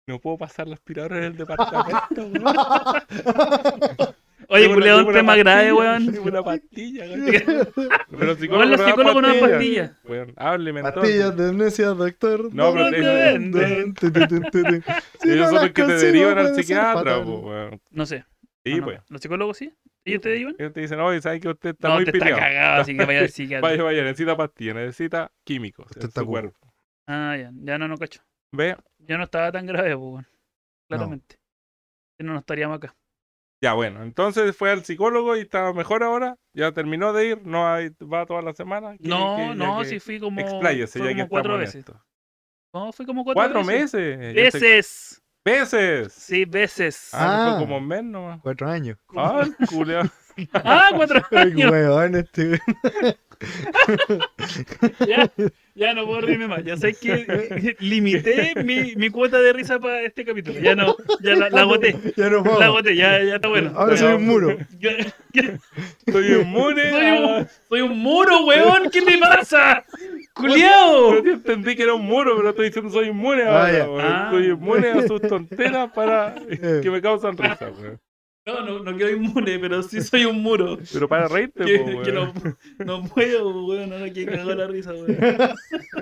[SPEAKER 4] No puedo pasar la aspiradora en el departamento, weón.
[SPEAKER 2] Oye,
[SPEAKER 4] Tengo una-
[SPEAKER 2] culiao,
[SPEAKER 4] tengo
[SPEAKER 2] un
[SPEAKER 4] una
[SPEAKER 2] tema grave,
[SPEAKER 4] pastilla,
[SPEAKER 2] weón.
[SPEAKER 4] Tengo una pastilla, weón. Pero el
[SPEAKER 2] Weón, los
[SPEAKER 4] no da
[SPEAKER 2] psicólogos no dan
[SPEAKER 4] pastillas.
[SPEAKER 2] pastillas.
[SPEAKER 4] Weón, hábleme
[SPEAKER 3] Pastillas
[SPEAKER 4] entonces.
[SPEAKER 3] de amnesia, doctor.
[SPEAKER 4] No, pero
[SPEAKER 2] No
[SPEAKER 4] ellos-
[SPEAKER 2] te venden.
[SPEAKER 3] Tu, tu, tu, tu, tu. Si
[SPEAKER 4] ellos
[SPEAKER 3] no
[SPEAKER 4] son
[SPEAKER 3] las
[SPEAKER 4] los que te
[SPEAKER 3] consigo,
[SPEAKER 4] derivan al
[SPEAKER 3] puede ser
[SPEAKER 4] psiquiatra,
[SPEAKER 3] fatal.
[SPEAKER 4] po, weón.
[SPEAKER 2] No sé.
[SPEAKER 4] Sí,
[SPEAKER 2] no, Ah, no.
[SPEAKER 4] pues.
[SPEAKER 2] ¿Los psicólogos sí? ¿Ellos te llevan?
[SPEAKER 4] Ellos te dicen, oye, ¿sabes que usted está
[SPEAKER 2] No,
[SPEAKER 4] muy
[SPEAKER 2] te está
[SPEAKER 4] piteado?
[SPEAKER 2] cagado, así que vaya al
[SPEAKER 4] Vaya,
[SPEAKER 2] psiquiatra.
[SPEAKER 4] vaya, necesita pastillas, necesita químicos
[SPEAKER 3] Usted
[SPEAKER 4] en
[SPEAKER 3] está
[SPEAKER 4] su
[SPEAKER 3] cuco.
[SPEAKER 4] cuerpo.
[SPEAKER 2] Ah, ya, ya no, no cacho.
[SPEAKER 4] ¿Ve?
[SPEAKER 2] Yo no estaba tan grave, pues, weón. Claramente. Si no, no estaríamos acá.
[SPEAKER 4] Ya, bueno, entonces fue al psicólogo y está mejor ahora. Ya terminó de ir, no hay- va toda la semana. ¿Qué-
[SPEAKER 2] No,
[SPEAKER 4] qué- ya
[SPEAKER 2] no,
[SPEAKER 4] que-
[SPEAKER 2] sí fui como,
[SPEAKER 4] Expláyese,
[SPEAKER 2] fue
[SPEAKER 4] ya que
[SPEAKER 2] como cuatro
[SPEAKER 4] estamos en
[SPEAKER 2] veces.
[SPEAKER 4] esto.
[SPEAKER 2] No, fui como cuatro,
[SPEAKER 4] ¿Cuatro
[SPEAKER 2] veces.
[SPEAKER 4] meses? ya sé-
[SPEAKER 2] Veces.
[SPEAKER 4] ¡Veces!
[SPEAKER 2] Sí, veces. Ah,
[SPEAKER 4] Ah,
[SPEAKER 3] Ah.
[SPEAKER 4] fue como un mes nomás.
[SPEAKER 3] Cuatro años.
[SPEAKER 4] Ah, culiao.
[SPEAKER 2] Ah, cuatro
[SPEAKER 3] Ay,
[SPEAKER 2] años.
[SPEAKER 3] weón, este.
[SPEAKER 2] ya, ya no puedo reírme más. Ya sé que eh, limité mi, mi cuota de risa para este capítulo. Ya no, ya la, la boté.
[SPEAKER 3] Ya nos
[SPEAKER 2] La
[SPEAKER 3] vamos.
[SPEAKER 2] boté, ya, ya está bueno.
[SPEAKER 3] Ahora
[SPEAKER 2] Ya,
[SPEAKER 3] soy un muro.
[SPEAKER 2] ya- ya-
[SPEAKER 4] Soy inmune.
[SPEAKER 2] soy,
[SPEAKER 4] a-
[SPEAKER 2] un, soy un muro, weón. ¿Qué le pasa?
[SPEAKER 4] Pero
[SPEAKER 2] ¡Culeado!
[SPEAKER 4] yo entendí que era un muro, pero estoy diciendo soy inmune ahora.
[SPEAKER 3] Ah, ya.
[SPEAKER 4] weón.
[SPEAKER 2] Ah.
[SPEAKER 4] Soy inmune a sus tonteras para que me causan risa, weón.
[SPEAKER 2] No, no, no quedo inmune, pero sí soy un muro.
[SPEAKER 4] Pero para reírte,
[SPEAKER 2] Que,
[SPEAKER 4] po,
[SPEAKER 2] que
[SPEAKER 4] weón.
[SPEAKER 2] no, no puedo, weón. Ahora que cagó la risa, weón.
[SPEAKER 4] Esta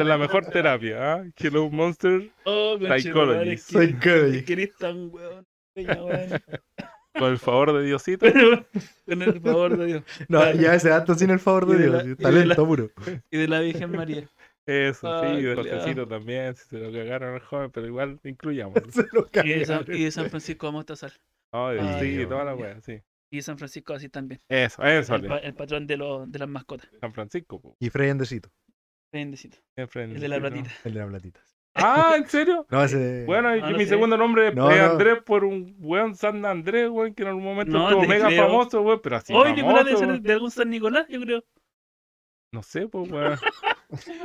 [SPEAKER 4] es la mejor terapia, ¿ah? Hello Monster
[SPEAKER 2] Oh,
[SPEAKER 4] Psychology.
[SPEAKER 3] Soy Cody.
[SPEAKER 2] Que eres tan weón. Peña, weón.
[SPEAKER 4] con el favor de Diosito.
[SPEAKER 2] Pero, Con el favor de Dios.
[SPEAKER 3] No, ya ese dato sin el favor
[SPEAKER 2] Y
[SPEAKER 3] de
[SPEAKER 2] de
[SPEAKER 3] Dios.
[SPEAKER 2] la- y de
[SPEAKER 3] Talento puro.
[SPEAKER 2] Y de la Virgen María.
[SPEAKER 4] Eso,
[SPEAKER 2] Ah,
[SPEAKER 4] sí, del
[SPEAKER 2] culiao.
[SPEAKER 4] Diosito también, si se lo cagaron al joven, pero igual incluyamos.
[SPEAKER 3] Se lo
[SPEAKER 2] Y de San,
[SPEAKER 3] cagaron.
[SPEAKER 2] y de San Francisco vamos a sal.
[SPEAKER 4] Ay,
[SPEAKER 2] Ay,
[SPEAKER 4] sí,
[SPEAKER 3] Dios
[SPEAKER 4] toda la
[SPEAKER 3] mío.
[SPEAKER 4] wea, sí.
[SPEAKER 2] Y de San Francisco así también.
[SPEAKER 4] Eso, eso,
[SPEAKER 2] El,
[SPEAKER 4] le-
[SPEAKER 2] pa- el patrón de, los de las mascotas.
[SPEAKER 4] San Francisco, po.
[SPEAKER 3] Y Freddy Andesito,
[SPEAKER 2] Bendecito.
[SPEAKER 4] El
[SPEAKER 2] El de la platita.
[SPEAKER 3] el de la platita.
[SPEAKER 4] Ah, ¿en serio?
[SPEAKER 3] No, ese.
[SPEAKER 4] Bueno,
[SPEAKER 2] Ah, no
[SPEAKER 4] y
[SPEAKER 2] lo
[SPEAKER 4] mi
[SPEAKER 2] sé.
[SPEAKER 4] segundo nombre es
[SPEAKER 3] No, no.
[SPEAKER 4] Andrés por un weón San Andrés, weón, que en algún momento
[SPEAKER 2] No,
[SPEAKER 4] estuvo
[SPEAKER 2] te
[SPEAKER 4] mega
[SPEAKER 2] creo.
[SPEAKER 4] famoso, weón, pero así.
[SPEAKER 2] Hoy Nicolás
[SPEAKER 4] famoso,
[SPEAKER 2] debe ser
[SPEAKER 4] weón.
[SPEAKER 2] de algún San Nicolás, yo creo.
[SPEAKER 4] No sé, pues, weón.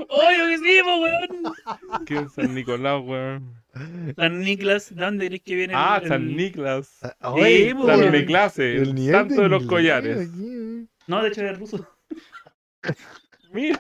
[SPEAKER 2] ¡Oye, lo que sí, po, weón!
[SPEAKER 4] ¿Qué es San Nicolás, weón?
[SPEAKER 2] San Nicolás, ¿de dónde crees que viene? el-
[SPEAKER 4] Ah,
[SPEAKER 2] el-
[SPEAKER 4] San Nicolás.
[SPEAKER 3] Oye,
[SPEAKER 2] pues,
[SPEAKER 4] San
[SPEAKER 2] weón.
[SPEAKER 4] Mi clase,
[SPEAKER 3] el
[SPEAKER 4] el
[SPEAKER 3] nivel
[SPEAKER 4] santo de los
[SPEAKER 3] inglés,
[SPEAKER 4] collares.
[SPEAKER 3] oye.
[SPEAKER 2] No, de hecho es ruso.
[SPEAKER 4] Mira,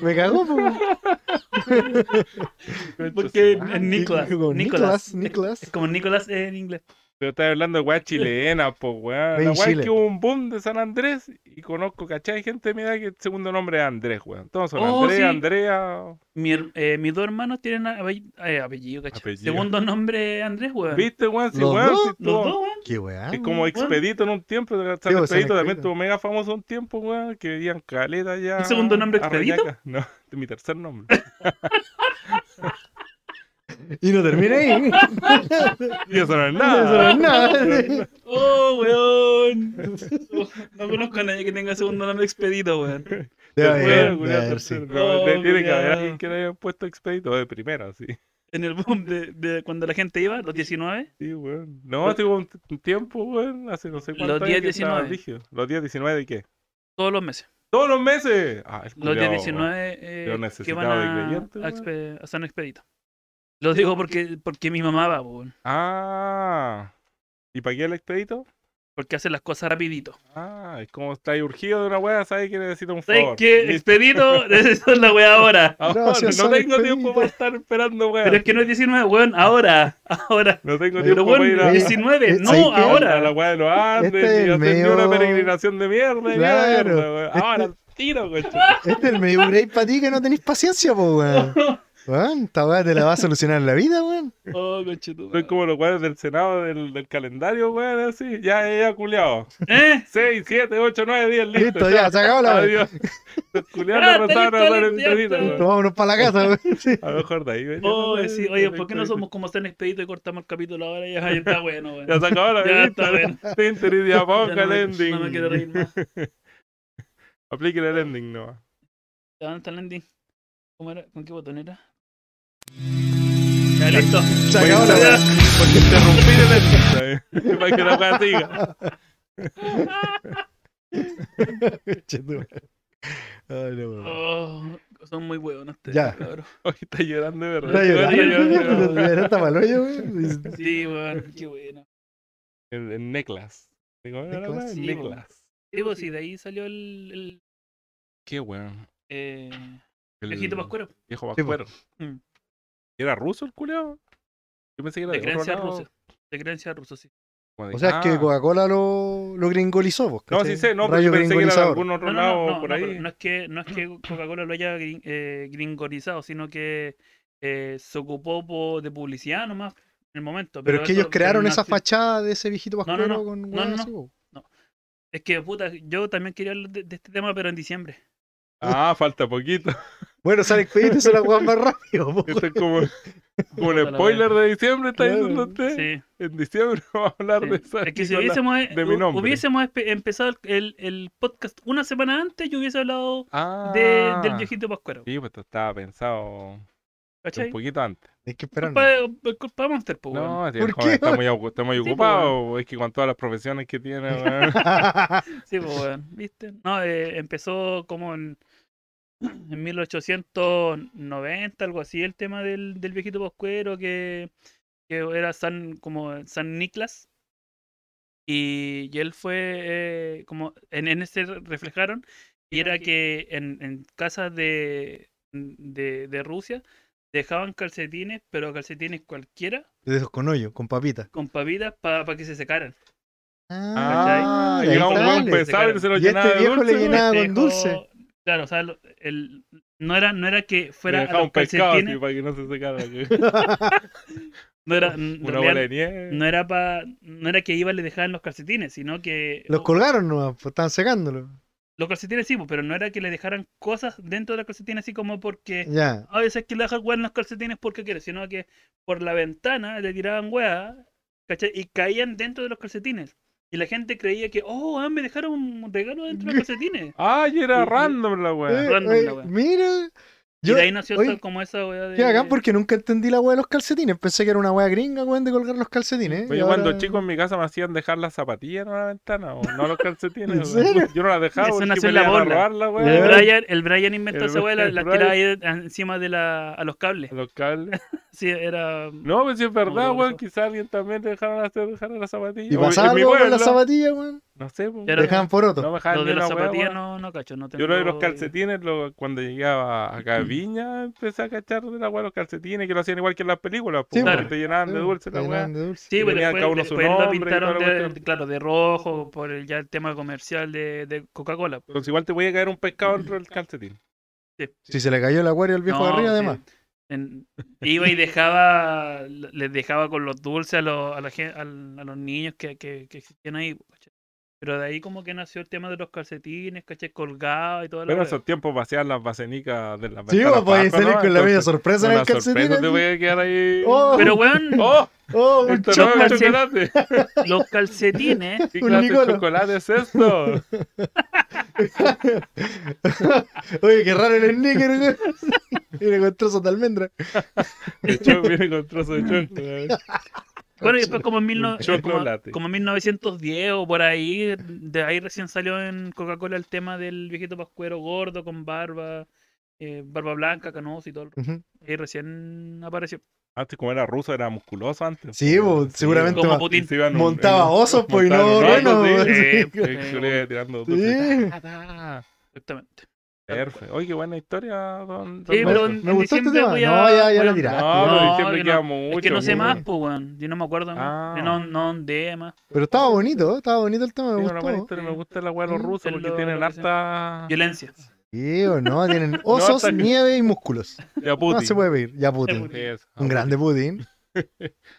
[SPEAKER 3] Me cagó, pues.
[SPEAKER 2] Porque
[SPEAKER 4] Ah,
[SPEAKER 2] es Nicolás.
[SPEAKER 3] Digo,
[SPEAKER 2] Nicolás.
[SPEAKER 3] Nicolás, Nicolás.
[SPEAKER 2] Es como Nicolás en inglés.
[SPEAKER 4] Pero estás hablando de weá chilena, po, weón.
[SPEAKER 3] Ven,
[SPEAKER 4] La weá es
[SPEAKER 3] Chile.
[SPEAKER 4] que hubo un boom de San Andrés y conozco, ¿cachai? Gente, mira que el segundo nombre es Andrés, weón. Todos son
[SPEAKER 2] Oh,
[SPEAKER 4] Andrés,
[SPEAKER 2] sí.
[SPEAKER 4] Andrea.
[SPEAKER 2] Mi her- eh, mis dos hermanos tienen abe- eh, apellido, ¿cachai?
[SPEAKER 4] Apellido.
[SPEAKER 2] Segundo nombre Andrés, weón.
[SPEAKER 4] ¿Viste, weón? Sí,
[SPEAKER 3] Los
[SPEAKER 4] weón.
[SPEAKER 3] dos,
[SPEAKER 4] sí
[SPEAKER 2] Los
[SPEAKER 4] estuvo-
[SPEAKER 2] dos, weón.
[SPEAKER 3] Qué weá.
[SPEAKER 4] Es como
[SPEAKER 2] weón.
[SPEAKER 4] expedito en un tiempo. San
[SPEAKER 3] Sí, pues, San
[SPEAKER 4] expedito también
[SPEAKER 3] Expedito.
[SPEAKER 4] estuvo mega famoso un tiempo, weón. Que vivían caleta ya.
[SPEAKER 2] ¿El segundo nombre
[SPEAKER 4] Arrayaca.
[SPEAKER 2] Expedito?
[SPEAKER 4] No, este es mi tercer nombre.
[SPEAKER 3] Y no termina ahí.
[SPEAKER 4] Y eso no es
[SPEAKER 3] Eso no
[SPEAKER 4] nada.
[SPEAKER 3] es nada.
[SPEAKER 2] ¡Oh, weón! No conozco a nadie que tenga segundo nombre expedito, weón.
[SPEAKER 3] Debe haber,
[SPEAKER 4] Weón,
[SPEAKER 3] debe
[SPEAKER 4] culiao,
[SPEAKER 3] haber, sí.
[SPEAKER 4] tercer nombre.
[SPEAKER 2] Oh,
[SPEAKER 4] Tiene que haber
[SPEAKER 2] culiao.
[SPEAKER 4] alguien que le hayan puesto expedito de primera, sí.
[SPEAKER 2] En el boom de, de cuando la gente iba, los 19.
[SPEAKER 4] Sí, weón. No, tuvo un t- un tiempo, weón, hace no sé
[SPEAKER 2] Los
[SPEAKER 4] cuánto
[SPEAKER 2] días
[SPEAKER 4] que estaba
[SPEAKER 2] 19.
[SPEAKER 4] rígido. ¿Los días 19 de qué?
[SPEAKER 2] Todos los meses.
[SPEAKER 4] ¡Todos los meses! Ah, el
[SPEAKER 2] Los
[SPEAKER 4] culiao,
[SPEAKER 2] días
[SPEAKER 4] weón.
[SPEAKER 2] 19
[SPEAKER 4] Yo
[SPEAKER 2] eh, que
[SPEAKER 4] necesitaba
[SPEAKER 2] van
[SPEAKER 4] de
[SPEAKER 2] a,
[SPEAKER 4] creyente,
[SPEAKER 2] a,
[SPEAKER 4] weón.
[SPEAKER 2] expe- a San Expedito. Lo digo porque, porque mi mamá va, weón.
[SPEAKER 4] Ah. ¿Y para qué el expedito?
[SPEAKER 2] Porque hace las cosas rapidito.
[SPEAKER 4] Ah, es como está ahí urgido de una wea, sabe que necesita un
[SPEAKER 2] ¿Sabes
[SPEAKER 4] favor.
[SPEAKER 2] qué?
[SPEAKER 4] Oh, Listo.
[SPEAKER 2] Expedito, necesito la weá ahora.
[SPEAKER 4] Ahora,
[SPEAKER 3] Gracias,
[SPEAKER 4] Ah, no
[SPEAKER 3] Sara
[SPEAKER 4] tengo tiempo
[SPEAKER 3] Expedito.
[SPEAKER 4] para estar esperando
[SPEAKER 2] Pero es
[SPEAKER 4] wea.
[SPEAKER 2] que no es 19, weón, ahora, ahora.
[SPEAKER 4] No tengo
[SPEAKER 3] Pero
[SPEAKER 2] Pero
[SPEAKER 4] tiempo
[SPEAKER 2] weón,
[SPEAKER 4] para ir a,
[SPEAKER 3] oye,
[SPEAKER 2] 19,
[SPEAKER 3] eh,
[SPEAKER 2] no,
[SPEAKER 3] ¿sabes qué?
[SPEAKER 4] a
[SPEAKER 2] ahora.
[SPEAKER 4] la wea de los Andes y
[SPEAKER 3] Este
[SPEAKER 4] hacer ni
[SPEAKER 3] medio-
[SPEAKER 4] una peregrinación de mierda. y
[SPEAKER 3] Claro,
[SPEAKER 4] mierda, wea.
[SPEAKER 3] este-
[SPEAKER 4] Ahora tiro, coche.
[SPEAKER 3] Este es el medio break para ti que no tenéis paciencia, po, weón. Weón, esta weá te la va a solucionar la vida, weón.
[SPEAKER 2] Oh, conchetumare.
[SPEAKER 4] Soy como los weones del Senado del, del calendario, weón, así. Ya, ya, ya, culiao.
[SPEAKER 2] ¿Eh?
[SPEAKER 4] 6, 7, 8, 9, 10, listo.
[SPEAKER 3] Listo, ya, se acabó la weá.
[SPEAKER 4] Adiós. Los culiados no
[SPEAKER 2] Ah, tenés
[SPEAKER 4] pasaban a dar
[SPEAKER 2] calentamiento.
[SPEAKER 4] entrevistas, weón.
[SPEAKER 3] Nos vámonos para la casa, weón. Sí.
[SPEAKER 4] A lo mejor de ahí, weón.
[SPEAKER 2] Oh, sí, oye, ¿por qué no somos como San Expedito y cortamos el capítulo ahora? Ya, ya está bueno, weón.
[SPEAKER 4] Ya se acabó la
[SPEAKER 2] Ya está
[SPEAKER 4] entrevista.
[SPEAKER 2] bueno.
[SPEAKER 4] Tinter y
[SPEAKER 2] Ya
[SPEAKER 4] diaponga
[SPEAKER 2] no
[SPEAKER 4] el
[SPEAKER 2] me-
[SPEAKER 4] ending.
[SPEAKER 2] No me quiero reír más.
[SPEAKER 4] Apliquen el ending, no.
[SPEAKER 2] ¿Dónde está el ending? ¿Cómo era? ¿Con qué botón era? Ya, listo.
[SPEAKER 3] Se acabó la weá.
[SPEAKER 4] Porque interrumpir el ending, ¿sabes? Para que la weá siga.
[SPEAKER 3] Chetumare. Ay, no, weón.
[SPEAKER 2] Oh, son muy huevos ustedes.
[SPEAKER 3] Ya.
[SPEAKER 2] cabrón.
[SPEAKER 4] Hoy está llorando de verdad.
[SPEAKER 3] Está
[SPEAKER 2] Está
[SPEAKER 3] llorando,
[SPEAKER 2] llorando.
[SPEAKER 3] pero de verdad está mal hoyo, weón.
[SPEAKER 2] Sí, weón, qué bueno.
[SPEAKER 4] El, el Neclas. ¿Cómo era la weá?
[SPEAKER 3] Neclas,
[SPEAKER 4] El
[SPEAKER 2] sí, weón.
[SPEAKER 4] Neclas.
[SPEAKER 2] Sí, pues, sí, de ahí salió el, el
[SPEAKER 4] Qué weón.
[SPEAKER 2] eh,
[SPEAKER 4] El
[SPEAKER 2] viejito Pascuero.
[SPEAKER 4] Viejo
[SPEAKER 3] Sí, po.
[SPEAKER 4] Pascuero.
[SPEAKER 2] Mm.
[SPEAKER 4] ¿Era ruso el culeo? Yo pensé que era
[SPEAKER 2] De
[SPEAKER 4] de otro
[SPEAKER 2] creencia
[SPEAKER 4] lado.
[SPEAKER 2] rusa. De creencia rusa, sí.
[SPEAKER 4] Como de-
[SPEAKER 3] O sea, es que
[SPEAKER 4] Ah.
[SPEAKER 3] Coca-Cola lo, lo gringolizó, vos.
[SPEAKER 4] No,
[SPEAKER 3] ¿cachai?
[SPEAKER 4] sí sé, no, pero
[SPEAKER 3] Rayo
[SPEAKER 4] yo pensé que era de
[SPEAKER 3] gringolizador.
[SPEAKER 4] algún otro
[SPEAKER 2] No, no,
[SPEAKER 4] lado
[SPEAKER 2] no, no,
[SPEAKER 4] por
[SPEAKER 2] no,
[SPEAKER 4] ahí.
[SPEAKER 2] pero no es que, no es que Coca-Cola lo haya grin- eh, gringolizado, sino que eh, se ocupó po- de publicidad nomás en el momento.
[SPEAKER 3] Pero es que
[SPEAKER 2] eso-
[SPEAKER 3] ellos crearon
[SPEAKER 2] no
[SPEAKER 3] esa
[SPEAKER 2] exi-
[SPEAKER 3] fachada de ese viejito
[SPEAKER 2] no,
[SPEAKER 3] pascuero
[SPEAKER 2] no.
[SPEAKER 3] con
[SPEAKER 2] No,
[SPEAKER 3] weas
[SPEAKER 2] no, no.
[SPEAKER 3] así, pues. po.
[SPEAKER 2] Es que, puta, yo también quería hablar de, de este tema, pero en diciembre.
[SPEAKER 4] Ah, falta poquito.
[SPEAKER 3] Bueno, sale expedito se la juegan más rápido, pues. po.
[SPEAKER 4] Esto es como,
[SPEAKER 2] Puta
[SPEAKER 4] como un
[SPEAKER 2] la
[SPEAKER 4] spoiler de diciembre, está
[SPEAKER 3] Claro,
[SPEAKER 4] diciendo usted.
[SPEAKER 2] Sí.
[SPEAKER 4] En diciembre vamos a hablar de
[SPEAKER 2] sí.
[SPEAKER 4] esa.
[SPEAKER 2] Es que si
[SPEAKER 4] Nicola-
[SPEAKER 2] hubiésemos, eh,
[SPEAKER 4] de mi
[SPEAKER 2] hu-
[SPEAKER 4] nombre.
[SPEAKER 2] hubiésemos espe- empezado el- el, el podcast una semana antes, yo hubiese hablado
[SPEAKER 4] Ah,
[SPEAKER 2] de- del viejito Pascuero.
[SPEAKER 4] Sí, pues esto estaba pensado
[SPEAKER 2] ¿Cachai?
[SPEAKER 4] un poquito antes.
[SPEAKER 3] Hay que esperar.
[SPEAKER 2] Culpa, de- culpa de Monster, po, weón.
[SPEAKER 4] No, sí,
[SPEAKER 3] ¿Por
[SPEAKER 4] el joven
[SPEAKER 3] qué?
[SPEAKER 4] está muy, ocu- está muy
[SPEAKER 2] Sí, pues,
[SPEAKER 4] ocupado. Es que con todas las profesiones que tiene, weón.
[SPEAKER 2] Sí, pues, weón, ¿viste? No, eh, empezó como en, en 1890, algo así, el tema del, del viejito Pascuero, que, que era San, como San Nicolás. Y, y él fue, eh, como, en, en ese re- reflejaron, y era que en, en casas de, de, de Rusia dejaban calcetines, pero calcetines cualquiera,
[SPEAKER 3] De esos con hoyo, con papita.
[SPEAKER 2] con pavitas para que se secaran.
[SPEAKER 4] Ah,
[SPEAKER 3] y
[SPEAKER 2] ¿cachai?
[SPEAKER 4] llegaba un
[SPEAKER 2] Ahí
[SPEAKER 4] buen
[SPEAKER 2] está.
[SPEAKER 4] pesado y se lo
[SPEAKER 3] Y este
[SPEAKER 4] llenaba de
[SPEAKER 3] viejo le
[SPEAKER 4] dulce, weón.
[SPEAKER 3] llenaba- con
[SPEAKER 2] festejo-
[SPEAKER 3] dulce.
[SPEAKER 2] Claro, o sea, lo- el, no, era, no era que
[SPEAKER 4] Le
[SPEAKER 2] fuera a
[SPEAKER 4] dejaba
[SPEAKER 2] los
[SPEAKER 4] un pescado así
[SPEAKER 2] calcetines,
[SPEAKER 4] para que no se secara. que-
[SPEAKER 2] no era, en
[SPEAKER 4] Una
[SPEAKER 2] realidad,
[SPEAKER 4] bola de nieve.
[SPEAKER 2] no era pa- no era que iba y le dejaban los calcetines, sino que
[SPEAKER 3] Los colgaron nomás, pues, estaban secándolo.
[SPEAKER 2] los calcetines sí, pues, pero no era que le dejaran cosas dentro de los calcetines así como porque
[SPEAKER 3] Ya.
[SPEAKER 2] a veces que le dejan weas en los calcetines porque quiere, sino que por la ventana le tiraban weas, ¿cachai? Y caían dentro de los calcetines. Y la gente creía que, oh, ah, me dejaron un regalo dentro de los calcetines.
[SPEAKER 4] Ay, era
[SPEAKER 2] Y-
[SPEAKER 4] random la
[SPEAKER 3] Eh,
[SPEAKER 4] weá.
[SPEAKER 2] random
[SPEAKER 3] eh,
[SPEAKER 2] la wea.
[SPEAKER 3] mira. Yo,
[SPEAKER 2] y de ahí nació esa-
[SPEAKER 3] oye,
[SPEAKER 2] como esa wea de...
[SPEAKER 3] qué bacán, porque nunca entendí la wea de los calcetines. Pensé que era una wea gringa, weón, de colgar los calcetines. ¿eh?
[SPEAKER 4] Oye,
[SPEAKER 3] y
[SPEAKER 4] cuando
[SPEAKER 3] ahora-
[SPEAKER 4] chico en mi casa me hacían dejar las zapatillas en la ventana, o no los calcetines.
[SPEAKER 3] ¿En
[SPEAKER 4] weón.
[SPEAKER 3] serio?
[SPEAKER 4] Yo no las dejaba,
[SPEAKER 2] Eso
[SPEAKER 4] porque
[SPEAKER 2] nació en
[SPEAKER 4] me
[SPEAKER 2] la
[SPEAKER 4] iban a
[SPEAKER 2] bola.
[SPEAKER 4] robar la
[SPEAKER 2] El
[SPEAKER 3] Weón.
[SPEAKER 4] weá.
[SPEAKER 2] Brian, el Brian inventó
[SPEAKER 4] El
[SPEAKER 2] esa weá, la,
[SPEAKER 4] Brian-
[SPEAKER 2] la
[SPEAKER 4] Brian.
[SPEAKER 2] tiraba ahí encima de la, a los cables.
[SPEAKER 4] Los cables.
[SPEAKER 2] Sí, era.
[SPEAKER 4] No, pues si es
[SPEAKER 2] No,
[SPEAKER 4] verdad,
[SPEAKER 2] no,
[SPEAKER 4] weón.
[SPEAKER 2] no.
[SPEAKER 4] Quizá alguien también te dejaron hacer dejar las zapatillas.
[SPEAKER 3] Y
[SPEAKER 4] O- en
[SPEAKER 3] pasaba
[SPEAKER 4] mi
[SPEAKER 3] algo con
[SPEAKER 4] pueblo,
[SPEAKER 3] las zapatillas, weón.
[SPEAKER 4] No sé, weón.
[SPEAKER 2] Era-
[SPEAKER 3] Dejaban por
[SPEAKER 4] No
[SPEAKER 3] otro.
[SPEAKER 4] me dejaban
[SPEAKER 2] Lo de
[SPEAKER 4] ni
[SPEAKER 2] las
[SPEAKER 4] una weá,
[SPEAKER 2] zapatillas
[SPEAKER 4] weón.
[SPEAKER 2] no, no cacho, no tengo.
[SPEAKER 4] Yo lo de los calcetines, lo- cuando llegaba acá a
[SPEAKER 3] Mm.
[SPEAKER 4] Viña, empecé a cachar de la weá los calcetines, que lo hacían igual que en las películas,
[SPEAKER 3] Sí,
[SPEAKER 4] pues,
[SPEAKER 2] claro.
[SPEAKER 4] porque te llenaban de dulce la
[SPEAKER 3] Te
[SPEAKER 4] weá.
[SPEAKER 3] llenaban de dulce.
[SPEAKER 2] Sí,
[SPEAKER 4] que
[SPEAKER 2] pero
[SPEAKER 4] tenía
[SPEAKER 2] después,
[SPEAKER 4] cada uno su
[SPEAKER 2] después lo
[SPEAKER 4] nombre y toda
[SPEAKER 2] pintaron
[SPEAKER 4] la
[SPEAKER 2] de,
[SPEAKER 4] cuestión.
[SPEAKER 2] claro, de rojo por el, ya el tema comercial de, de Coca-Cola. pues,
[SPEAKER 4] Entonces igual te voy a caer un pescado dentro del calcetín.
[SPEAKER 3] Si se le cayó el acuario al viejo de
[SPEAKER 2] No,
[SPEAKER 3] arriba,
[SPEAKER 2] sí.
[SPEAKER 3] además.
[SPEAKER 2] En- iba y dejaba, les dejaba con los dulces a los, a la gen- al- a los niños que, que, que existían ahí. ¿cachai? Pero de ahí como que nació el tema de los calcetines, ¿cachai? Colgados y todo
[SPEAKER 4] Pero en esos tiempos vaciaban las vasenicas de las
[SPEAKER 3] Sí,
[SPEAKER 4] ventanas
[SPEAKER 3] vos podías
[SPEAKER 4] para abajo,
[SPEAKER 3] salir
[SPEAKER 4] ¿no?
[SPEAKER 3] con la media
[SPEAKER 4] Entonces,
[SPEAKER 3] sorpresa en
[SPEAKER 4] una
[SPEAKER 3] el calcetín.
[SPEAKER 4] sorpresa te voy
[SPEAKER 3] así.
[SPEAKER 4] a quedar ahí.
[SPEAKER 3] Oh,
[SPEAKER 2] Pero weón,
[SPEAKER 4] ¡Oh!
[SPEAKER 3] Oh, un
[SPEAKER 4] ¡Esto
[SPEAKER 2] Yo
[SPEAKER 4] no es
[SPEAKER 2] calcetín.
[SPEAKER 4] chocolate!
[SPEAKER 2] los calcetines
[SPEAKER 4] ¿Qué
[SPEAKER 3] Un
[SPEAKER 4] clase de
[SPEAKER 3] Nicola.
[SPEAKER 4] chocolate es esto?
[SPEAKER 3] Oye, qué raro el sneaker, güey. Viene con trozos de almendra.
[SPEAKER 4] El choc viene con trozo de chocolate.
[SPEAKER 2] Bueno, y después como en, mil no-
[SPEAKER 4] Un
[SPEAKER 2] eh, como-
[SPEAKER 4] chocolate.
[SPEAKER 2] como en 1910 o por ahí, de ahí recién salió en Coca-Cola el tema del viejito pascuero gordo con barba, eh, barba blanca, canoso y todo. el rollo.
[SPEAKER 3] Ujú.
[SPEAKER 2] Ahí recién apareció.
[SPEAKER 4] Antes, como era ruso, era musculoso antes.
[SPEAKER 3] Sí, bo, seguramente
[SPEAKER 4] como
[SPEAKER 3] va-
[SPEAKER 2] Putin.
[SPEAKER 4] se iban en-
[SPEAKER 3] Montaba
[SPEAKER 4] en-
[SPEAKER 3] osos, pues, y no
[SPEAKER 4] montaban
[SPEAKER 3] renos.
[SPEAKER 4] osos, sí.
[SPEAKER 3] sí.
[SPEAKER 2] Eh,
[SPEAKER 4] Sí, que le iba tirando
[SPEAKER 3] Sí.
[SPEAKER 4] dulces. Ta, ta.
[SPEAKER 2] Exactamente.
[SPEAKER 4] Perfecto. Oye, qué buena historia, don. don
[SPEAKER 2] Sí, Eh,
[SPEAKER 4] Nelson.
[SPEAKER 2] pero
[SPEAKER 3] me
[SPEAKER 2] en,
[SPEAKER 3] gustó
[SPEAKER 2] en
[SPEAKER 3] este
[SPEAKER 2] diciembre
[SPEAKER 3] tema.
[SPEAKER 2] voy a...
[SPEAKER 3] No, ya- ya
[SPEAKER 2] voy
[SPEAKER 3] lo
[SPEAKER 2] a-
[SPEAKER 3] tiraste.
[SPEAKER 4] No,
[SPEAKER 2] No,
[SPEAKER 4] pero diciembre
[SPEAKER 2] que
[SPEAKER 4] queda
[SPEAKER 2] no.
[SPEAKER 4] mucho.
[SPEAKER 2] Es que no sé
[SPEAKER 4] po.
[SPEAKER 2] más, pues, weón. Yo no me acuerdo más.
[SPEAKER 4] Ah.
[SPEAKER 2] No, no, de más.
[SPEAKER 3] Pero estaba bonito, estaba bonito el tema,
[SPEAKER 4] Sí,
[SPEAKER 3] me
[SPEAKER 4] una buena
[SPEAKER 3] gustó.
[SPEAKER 4] historia. Me gusta la weá de los
[SPEAKER 3] Mm,
[SPEAKER 4] rusos
[SPEAKER 2] pero
[SPEAKER 4] porque
[SPEAKER 2] lo-
[SPEAKER 4] tienen
[SPEAKER 2] lo que sea.
[SPEAKER 4] harta.
[SPEAKER 2] Violencia.
[SPEAKER 3] Sí, o no, tienen osos,
[SPEAKER 4] hasta que-
[SPEAKER 3] nieve y músculos.
[SPEAKER 4] Ya
[SPEAKER 3] No
[SPEAKER 4] Putin.
[SPEAKER 3] se puede pedir, ya Putin.
[SPEAKER 2] Putin.
[SPEAKER 4] Sí, eso.
[SPEAKER 3] Un grande Putin.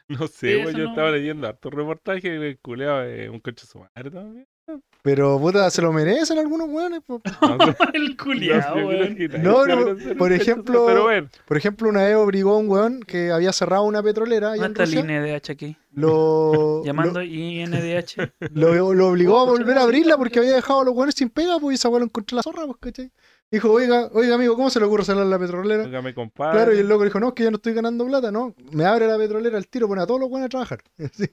[SPEAKER 4] No
[SPEAKER 2] Sí,
[SPEAKER 4] sé, güey,
[SPEAKER 2] eso
[SPEAKER 4] yo
[SPEAKER 2] no-
[SPEAKER 4] estaba leyendo harto reportaje y el culeado es un coche su madre también.
[SPEAKER 3] Pero puta, se lo merecen algunos weones. po.
[SPEAKER 4] No sé,
[SPEAKER 2] El
[SPEAKER 4] no
[SPEAKER 2] culiao,
[SPEAKER 4] sé,
[SPEAKER 2] weón.
[SPEAKER 4] qué tal,
[SPEAKER 3] No,
[SPEAKER 4] pero
[SPEAKER 3] no,
[SPEAKER 4] sé,
[SPEAKER 3] por
[SPEAKER 4] un concha su
[SPEAKER 3] ejemplo-
[SPEAKER 4] madre, Pero bueno,
[SPEAKER 3] Por ejemplo, una vez obligó a un weón que había cerrado una petrolera allá
[SPEAKER 2] ¿Dónde
[SPEAKER 3] en
[SPEAKER 2] está el
[SPEAKER 3] Rusia,
[SPEAKER 2] INDH aquí?
[SPEAKER 3] lo,
[SPEAKER 2] Llamando Oh, INDH.
[SPEAKER 3] lo, lo- lo obligó a volver a abrirla porque había dejado a los weones sin pega, pues y esa weón lo encontró la zorra, pues, ¿cachai? Dijo, oiga, oiga amigo, ¿cómo se le ocurre cerrar la petrolera?
[SPEAKER 4] nunca me compadre.
[SPEAKER 2] Ah,
[SPEAKER 3] Claro, y el loco dijo, no, es que ya no estoy ganando plata, no. Me abre la petrolera al tiro, pone a todos los weones a trabajar. Así,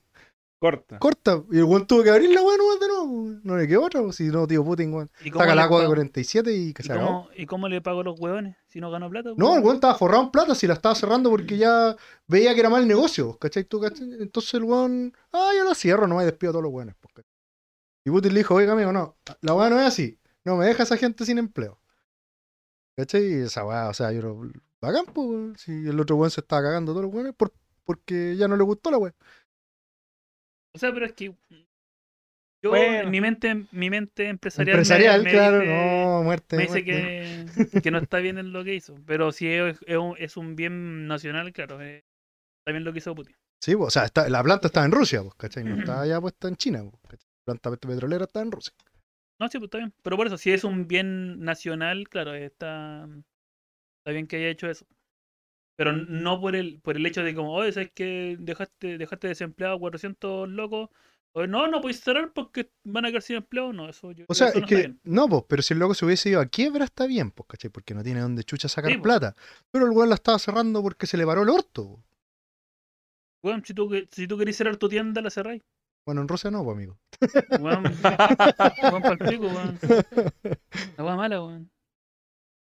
[SPEAKER 4] Corta.
[SPEAKER 3] corta. Y el weón tuvo que abrir la weón nomás de nuevo. No le quedó otra, pues, si no, tío Putin, weón.
[SPEAKER 2] ¿Y cómo
[SPEAKER 3] Saca el
[SPEAKER 2] le
[SPEAKER 3] agua de
[SPEAKER 2] pago?
[SPEAKER 3] 47 y que
[SPEAKER 2] ¿Y
[SPEAKER 3] se acabó.
[SPEAKER 2] cómo, ¿Y cómo le pago a los huevones si no gano plata?
[SPEAKER 3] No, el
[SPEAKER 2] weón?
[SPEAKER 3] weón estaba forrado en plata si la estaba cerrando porque ya veía que era mal negocio, ¿cachai? Tú, ¿cachai? Entonces el weón, ah, yo la cierro, nomás y despido a todos los weones. pues, ¿cachai? Y Putin le dijo, oiga, amigo, no, la weá no es así. No, me deja esa gente sin empleo. ¿Cachai? Y esa weá, o sea, yo no. Bacán, pues, weón. Si el otro weón se estaba cagando a todos los weones por- porque ya no le gustó la weá.
[SPEAKER 2] O sea, pero es que. Yo,
[SPEAKER 4] Bueno.
[SPEAKER 2] en mi mente, mi mente empresarial. me-
[SPEAKER 3] Empresarial,
[SPEAKER 2] me
[SPEAKER 3] claro,
[SPEAKER 2] dice-
[SPEAKER 3] no, muerte.
[SPEAKER 2] Me dice
[SPEAKER 3] muerte.
[SPEAKER 2] que, que no está bien en lo que hizo. Pero si es, es un, es un bien nacional, claro. eh, está bien lo que hizo Putin.
[SPEAKER 3] Sí, pues, o sea, está- la planta estaba en Rusia, pues, ¿cachai? No estaba ya puesta en China, pues, ¿cachai? La planta petrolera estaba en Rusia.
[SPEAKER 2] No, sí, pues está bien. Pero por eso, si es un bien nacional, claro, está, mm, está bien que haya hecho eso. Pero
[SPEAKER 3] Mm.
[SPEAKER 2] no por el, por el hecho de como, oye, ¿sabes que dejaste, dejaste desempleado a 400 locos? O, no, no podéis cerrar porque van a quedar sin empleo. No, eso yo
[SPEAKER 3] O sea,
[SPEAKER 2] eso
[SPEAKER 3] es
[SPEAKER 2] no está
[SPEAKER 3] que,
[SPEAKER 2] bien.
[SPEAKER 3] no, pues, pero si el loco se hubiese ido a quiebra está bien, pues, ¿cachai? Porque no tiene dónde chucha sacar
[SPEAKER 2] Sí, pues.
[SPEAKER 3] plata. Pero el weón la estaba cerrando porque se le paró el orto. pues. po.
[SPEAKER 2] Weón, si tú, que- si tú querés cerrar tu tienda, la cerráis.
[SPEAKER 3] Bueno, en Rusia no, pues, amigo.
[SPEAKER 2] Weón, weón pa'l pico, weón. La weá mala, weón.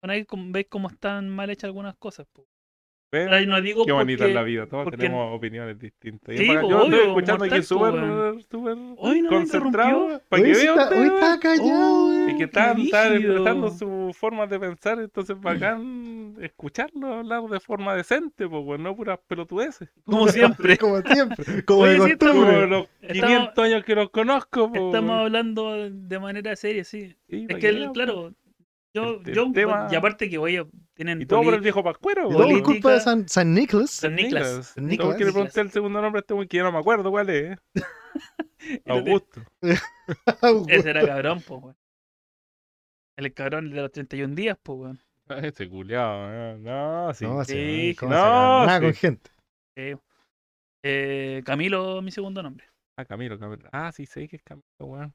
[SPEAKER 2] Bueno, ahí com- veis cómo están mal hechas algunas cosas. po.
[SPEAKER 4] ¿Ves?
[SPEAKER 2] Ahora, yo no digo
[SPEAKER 4] Qué bonita es la
[SPEAKER 2] porque...
[SPEAKER 4] vida, todos
[SPEAKER 2] porque-
[SPEAKER 4] tenemos opiniones distintas.
[SPEAKER 2] Sí,
[SPEAKER 4] para-
[SPEAKER 2] pues,
[SPEAKER 4] yo
[SPEAKER 2] obvio,
[SPEAKER 4] estoy escuchando
[SPEAKER 2] mortal,
[SPEAKER 4] aquí
[SPEAKER 2] pues,
[SPEAKER 4] súper
[SPEAKER 2] weón.
[SPEAKER 4] súper
[SPEAKER 2] Hoy no me
[SPEAKER 4] concentrado.
[SPEAKER 2] interrumpió.
[SPEAKER 4] Para que
[SPEAKER 3] Hoy
[SPEAKER 4] vea
[SPEAKER 3] está,
[SPEAKER 4] usted,
[SPEAKER 3] hoy
[SPEAKER 4] weón.
[SPEAKER 3] está callado, weón.
[SPEAKER 4] Y que
[SPEAKER 2] qué
[SPEAKER 4] están, están
[SPEAKER 2] brígido.
[SPEAKER 4] expresando sus formas de pensar, entonces bacán escucharlo hablar de forma decente, pues, weón, no puras pelotudeces.
[SPEAKER 2] Como siempre.
[SPEAKER 3] Como siempre, como
[SPEAKER 2] Oye,
[SPEAKER 3] de
[SPEAKER 2] sí, está
[SPEAKER 4] Como
[SPEAKER 3] costumbre.
[SPEAKER 4] los
[SPEAKER 2] Estamos-
[SPEAKER 4] 500 años que los conozco, pues,
[SPEAKER 2] Estamos hablando de manera seria, sí.
[SPEAKER 4] Sí,
[SPEAKER 2] Es
[SPEAKER 4] para
[SPEAKER 2] que,
[SPEAKER 4] vea,
[SPEAKER 2] el- claro, yo,
[SPEAKER 4] El- el
[SPEAKER 2] yo
[SPEAKER 4] tema-
[SPEAKER 2] y aparte que voy a... Tienen
[SPEAKER 4] Y todo por el
[SPEAKER 2] poli-
[SPEAKER 4] viejo Pascuero,
[SPEAKER 3] Y
[SPEAKER 2] Todo
[SPEAKER 3] todo
[SPEAKER 4] weón.
[SPEAKER 3] por
[SPEAKER 2] política-
[SPEAKER 3] culpa de San, San Nicolás.
[SPEAKER 2] San Nicolás.
[SPEAKER 4] Nicolás.
[SPEAKER 3] San
[SPEAKER 4] Todo
[SPEAKER 3] Nicolás.
[SPEAKER 4] que le pregunté el segundo nombre a este weón que ya no me acuerdo cuál es. ¿eh? Augusto.
[SPEAKER 2] Ese era cabrón, po, weón. El cabrón de los 31 días, po, weón.
[SPEAKER 4] Ah, Este culiado, no, sí.
[SPEAKER 3] No, sí,
[SPEAKER 2] Sí,
[SPEAKER 3] ¿cómo
[SPEAKER 4] no,
[SPEAKER 3] se gana nada
[SPEAKER 4] sí.
[SPEAKER 3] con gente.
[SPEAKER 2] Sí. Eh, Camilo, mi segundo nombre.
[SPEAKER 4] Ah, Camilo, Camilo. Ah, sí, sé que es Camilo, weón.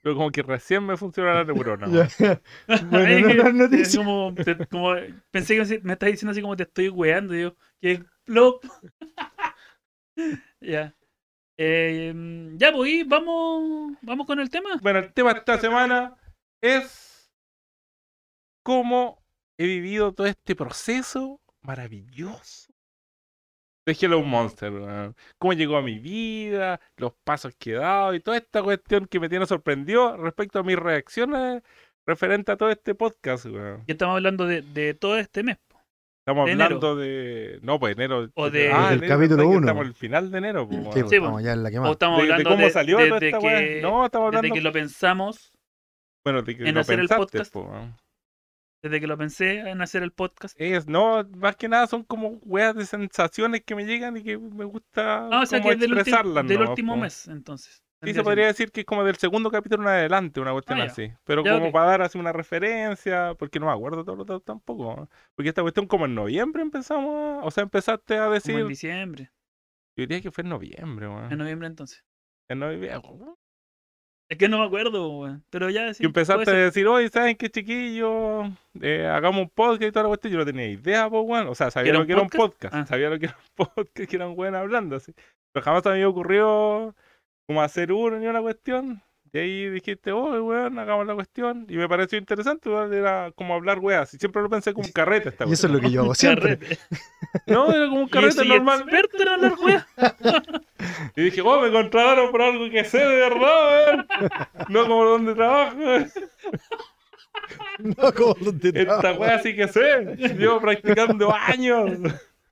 [SPEAKER 4] Pero como que recién me funcionó la neurona. weón.
[SPEAKER 3] Ya. Bueno, no, no, no te
[SPEAKER 2] Es como, te- como- pensé que me- me estás diciendo así como te estoy weando. y Yo, que plop. ya. Eh, ya, pues, y vamos, vamos con el tema.
[SPEAKER 4] Bueno, el tema de esta semana es cómo he vivido todo este proceso maravilloso de Hello Monster. weón. Cómo llegó a mi vida, los pasos que he dado y toda esta cuestión que me tiene sorprendido respecto a mis reacciones referente a todo este podcast. weón.
[SPEAKER 2] Ya estamos hablando de, de todo este mes. po.
[SPEAKER 4] Estamos
[SPEAKER 2] De enero.
[SPEAKER 4] hablando de. No, pues enero.
[SPEAKER 2] O de-
[SPEAKER 4] Ah,
[SPEAKER 3] Del
[SPEAKER 4] enero,
[SPEAKER 3] capítulo
[SPEAKER 4] ¿verdad? Que
[SPEAKER 3] uno.
[SPEAKER 4] Estamos al final de enero. pues,
[SPEAKER 3] Sí,
[SPEAKER 4] weón.
[SPEAKER 3] pues,
[SPEAKER 2] Sí,
[SPEAKER 3] estamos
[SPEAKER 2] pues.
[SPEAKER 3] ya en la
[SPEAKER 2] O
[SPEAKER 3] quemada.
[SPEAKER 2] estamos
[SPEAKER 4] de, de
[SPEAKER 2] hablando
[SPEAKER 4] cómo
[SPEAKER 2] de-
[SPEAKER 4] salió toda
[SPEAKER 2] desde
[SPEAKER 4] esta
[SPEAKER 2] que,
[SPEAKER 4] weá. No, estamos
[SPEAKER 2] desde
[SPEAKER 4] hablando.
[SPEAKER 2] que lo pensamos,
[SPEAKER 4] Bueno, de que
[SPEAKER 2] en
[SPEAKER 4] lo
[SPEAKER 2] hacer el
[SPEAKER 4] pensaste,
[SPEAKER 2] podcast.
[SPEAKER 4] po, weón.
[SPEAKER 2] desde que lo pensé en hacer el podcast.
[SPEAKER 4] Es, no, más que nada son como weas de sensaciones que me llegan y que me gusta
[SPEAKER 2] Ah, o sea
[SPEAKER 4] como
[SPEAKER 2] que es del, ulti-
[SPEAKER 4] expresarlas.
[SPEAKER 2] del
[SPEAKER 4] nomás,
[SPEAKER 2] último
[SPEAKER 4] po.
[SPEAKER 2] mes, entonces.
[SPEAKER 4] Sí, se podría decir que es como del segundo capítulo en adelante, una cuestión
[SPEAKER 2] Ah, ya.
[SPEAKER 4] así. Pero
[SPEAKER 2] Ya,
[SPEAKER 4] como
[SPEAKER 2] ok.
[SPEAKER 4] para dar así una referencia, porque no me acuerdo todos los datos tampoco. ¿no? Porque esta cuestión como en noviembre empezamos, a- o sea, empezaste a decir,
[SPEAKER 2] Como
[SPEAKER 4] Ah.
[SPEAKER 2] en
[SPEAKER 4] yo
[SPEAKER 2] diciembre,
[SPEAKER 4] diría que fue en noviembre, weón.
[SPEAKER 2] en noviembre entonces.
[SPEAKER 4] En noviembre, weón.
[SPEAKER 2] Es que no me acuerdo, weón. Pero ya sí,
[SPEAKER 4] Y empezaste a
[SPEAKER 2] puede ser.
[SPEAKER 4] decir, oye, ¿saben qué, chiquillo? Eh, hagamos un podcast y toda la cuestión. Yo no tenía idea, pues, weón. O sea, sabía
[SPEAKER 2] ¿Era
[SPEAKER 4] lo
[SPEAKER 2] un
[SPEAKER 4] que era un
[SPEAKER 2] podcast?
[SPEAKER 4] podcast.
[SPEAKER 2] Ah.
[SPEAKER 4] Sabía lo que era un podcast, que eran weón hablando así. Pero jamás se me había ocurrido como hacer uno ni una cuestión. Y ahí dijiste, oh, weón, hagamos la cuestión. Y me pareció interesante, weón, era como hablar weas. Y siempre lo pensé como un carrete esta
[SPEAKER 3] Y eso es lo que yo hago siempre.
[SPEAKER 2] Carrete.
[SPEAKER 4] weá. No, era como un carrete
[SPEAKER 2] soy
[SPEAKER 4] normal.
[SPEAKER 2] experto en hablar weas.
[SPEAKER 4] Y dije, oh, me contrataron por algo que sé de verdad, weón. No como donde trabajo, weón.
[SPEAKER 3] No, como donde
[SPEAKER 4] Esta
[SPEAKER 3] trabajo.
[SPEAKER 4] wea sí que sé. Llevo practicando años.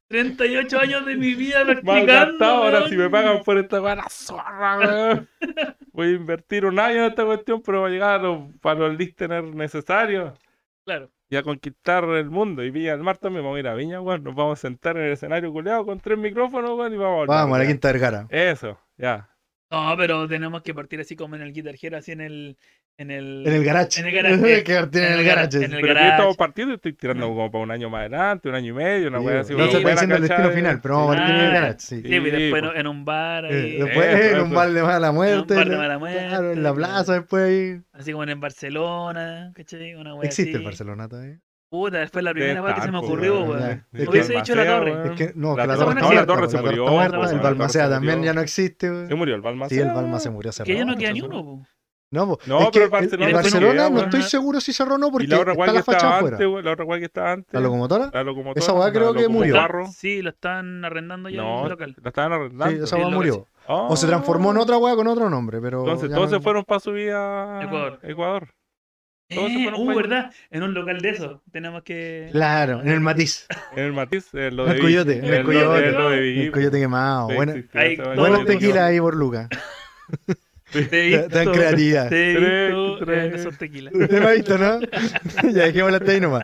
[SPEAKER 2] 38 años de mi vida
[SPEAKER 4] Mal
[SPEAKER 2] practicando.
[SPEAKER 4] gastado, ahora
[SPEAKER 2] weón.
[SPEAKER 4] si me pagan por esta weá, la zorra, weón. Voy a invertir un año en esta cuestión, pero va a llegar a los- para los listeners necesarios.
[SPEAKER 2] Claro.
[SPEAKER 4] y a conquistar el mundo. Y Viña del Mar también vamos a ir a Viña, weón. Nos vamos a sentar en el escenario culeado con tres micrófonos, weón, y vamos a hablar,
[SPEAKER 3] Vamos, a la
[SPEAKER 4] weón.
[SPEAKER 3] quinta vergara.
[SPEAKER 4] Eso, ya.
[SPEAKER 2] No, pero tenemos que partir así como en el Guitar Hero, así en el. En el.
[SPEAKER 3] En el garage.
[SPEAKER 2] En el garage.
[SPEAKER 3] Que tiene en el
[SPEAKER 2] gar-
[SPEAKER 3] garage.
[SPEAKER 2] en el
[SPEAKER 4] Pero aquí
[SPEAKER 2] garage.
[SPEAKER 4] estamos partiendo y estoy tirando
[SPEAKER 2] Mm.
[SPEAKER 4] como para un año más adelante, un año y medio, una
[SPEAKER 3] Sí,
[SPEAKER 4] weá así.
[SPEAKER 3] no
[SPEAKER 4] una
[SPEAKER 3] se está
[SPEAKER 4] buena
[SPEAKER 3] diciendo el
[SPEAKER 4] cachada
[SPEAKER 3] destino
[SPEAKER 4] de-
[SPEAKER 3] final, pero vamos a partir en el
[SPEAKER 2] Ah,
[SPEAKER 3] garage. Sí.
[SPEAKER 2] Sí, pero
[SPEAKER 4] Sí,
[SPEAKER 2] después
[SPEAKER 4] pues.
[SPEAKER 2] en un bar.
[SPEAKER 3] Eh,
[SPEAKER 2] ahí,
[SPEAKER 3] después
[SPEAKER 4] eso,
[SPEAKER 3] en
[SPEAKER 4] eso.
[SPEAKER 3] un bar de mala muerte.
[SPEAKER 2] bar de mala muerte,
[SPEAKER 3] Claro, en la
[SPEAKER 2] claro.
[SPEAKER 3] plaza después ahí.
[SPEAKER 2] Así como en Barcelona, ¿cachai? Una wea
[SPEAKER 3] Existe
[SPEAKER 2] así.
[SPEAKER 3] el Barcelona todavía.
[SPEAKER 2] Puta, después la primera
[SPEAKER 4] Debe
[SPEAKER 2] wea que se
[SPEAKER 4] estar,
[SPEAKER 2] me
[SPEAKER 4] po,
[SPEAKER 2] ocurrió,
[SPEAKER 3] weón,
[SPEAKER 2] weón.
[SPEAKER 3] ya. Es
[SPEAKER 2] Hubiese
[SPEAKER 4] que-
[SPEAKER 2] dicho la
[SPEAKER 4] Balmaceda,
[SPEAKER 2] torre.
[SPEAKER 4] weón.
[SPEAKER 3] Es que no,
[SPEAKER 4] La
[SPEAKER 3] que la
[SPEAKER 4] torre-
[SPEAKER 3] torre,
[SPEAKER 2] no, la
[SPEAKER 3] está
[SPEAKER 4] torre
[SPEAKER 3] muerta,
[SPEAKER 4] se
[SPEAKER 3] la torre
[SPEAKER 4] murió,
[SPEAKER 3] está muerta,
[SPEAKER 4] pues,
[SPEAKER 3] el
[SPEAKER 2] la
[SPEAKER 3] Balmaceda
[SPEAKER 4] torre se
[SPEAKER 3] también
[SPEAKER 4] murió.
[SPEAKER 3] ya no existe. weón.
[SPEAKER 4] Se murió el Balmaceda.
[SPEAKER 3] Sí, el Balma se murió hace
[SPEAKER 2] Que ya no
[SPEAKER 3] rato,
[SPEAKER 2] queda ni
[SPEAKER 3] seguro.
[SPEAKER 2] uno, po.
[SPEAKER 3] No, po.
[SPEAKER 4] No,
[SPEAKER 3] Es
[SPEAKER 4] pero
[SPEAKER 3] que
[SPEAKER 4] el
[SPEAKER 3] el-
[SPEAKER 4] Barcelona
[SPEAKER 3] el
[SPEAKER 2] no
[SPEAKER 3] Barcelona
[SPEAKER 2] llega,
[SPEAKER 3] no
[SPEAKER 2] weón.
[SPEAKER 3] estoy seguro si cerró o no porque
[SPEAKER 4] y la otra
[SPEAKER 3] está
[SPEAKER 4] weá que
[SPEAKER 3] la
[SPEAKER 4] estaba
[SPEAKER 3] facha afuera.
[SPEAKER 4] antes, weón, la otra weá que estaba antes.
[SPEAKER 3] ¿La locomotora?
[SPEAKER 4] la locomotora,
[SPEAKER 3] Esa weá
[SPEAKER 4] la
[SPEAKER 3] creo que murió.
[SPEAKER 4] locomotora.
[SPEAKER 2] pues. Sí, lo están arrendando ya
[SPEAKER 4] No,
[SPEAKER 2] el local.
[SPEAKER 4] la estaban
[SPEAKER 3] Sí,
[SPEAKER 4] arrendando. Oh.
[SPEAKER 3] esa
[SPEAKER 2] Sí, lo
[SPEAKER 3] weá murió. O se transformó en otra weá con otro nombre, pero.
[SPEAKER 4] Entonces,
[SPEAKER 3] ya
[SPEAKER 4] todos
[SPEAKER 3] no-
[SPEAKER 4] se fueron para subir a
[SPEAKER 2] Ecuador.
[SPEAKER 4] Ecuador. Todos se
[SPEAKER 2] Eh,
[SPEAKER 4] fueron
[SPEAKER 2] uh,
[SPEAKER 4] pa' allá.
[SPEAKER 2] ¿verdad? En un local de eso. Tenemos que.
[SPEAKER 3] Claro, en el matiz.
[SPEAKER 4] En el matiz, en lo
[SPEAKER 3] En
[SPEAKER 4] de
[SPEAKER 3] el
[SPEAKER 4] Viña.
[SPEAKER 3] coyote, en el
[SPEAKER 4] lo-
[SPEAKER 3] coyote.
[SPEAKER 4] en lo de Viña.
[SPEAKER 3] El coyote quemado.
[SPEAKER 4] Sí,
[SPEAKER 3] Buena,
[SPEAKER 4] sí, sí,
[SPEAKER 2] Ahí,
[SPEAKER 4] esa vaina
[SPEAKER 3] buena
[SPEAKER 4] es
[SPEAKER 3] tequila eh,
[SPEAKER 4] buena.
[SPEAKER 3] ahí por Lucas.
[SPEAKER 2] Te he
[SPEAKER 3] Tan tan
[SPEAKER 2] visto.
[SPEAKER 3] creativa.
[SPEAKER 2] Te he
[SPEAKER 4] Tres,
[SPEAKER 2] visto eh,
[SPEAKER 4] tres.
[SPEAKER 2] en esos tequilas.
[SPEAKER 3] Usted me ha visto, ¿no? ya dejémosla hasta ahí nomás.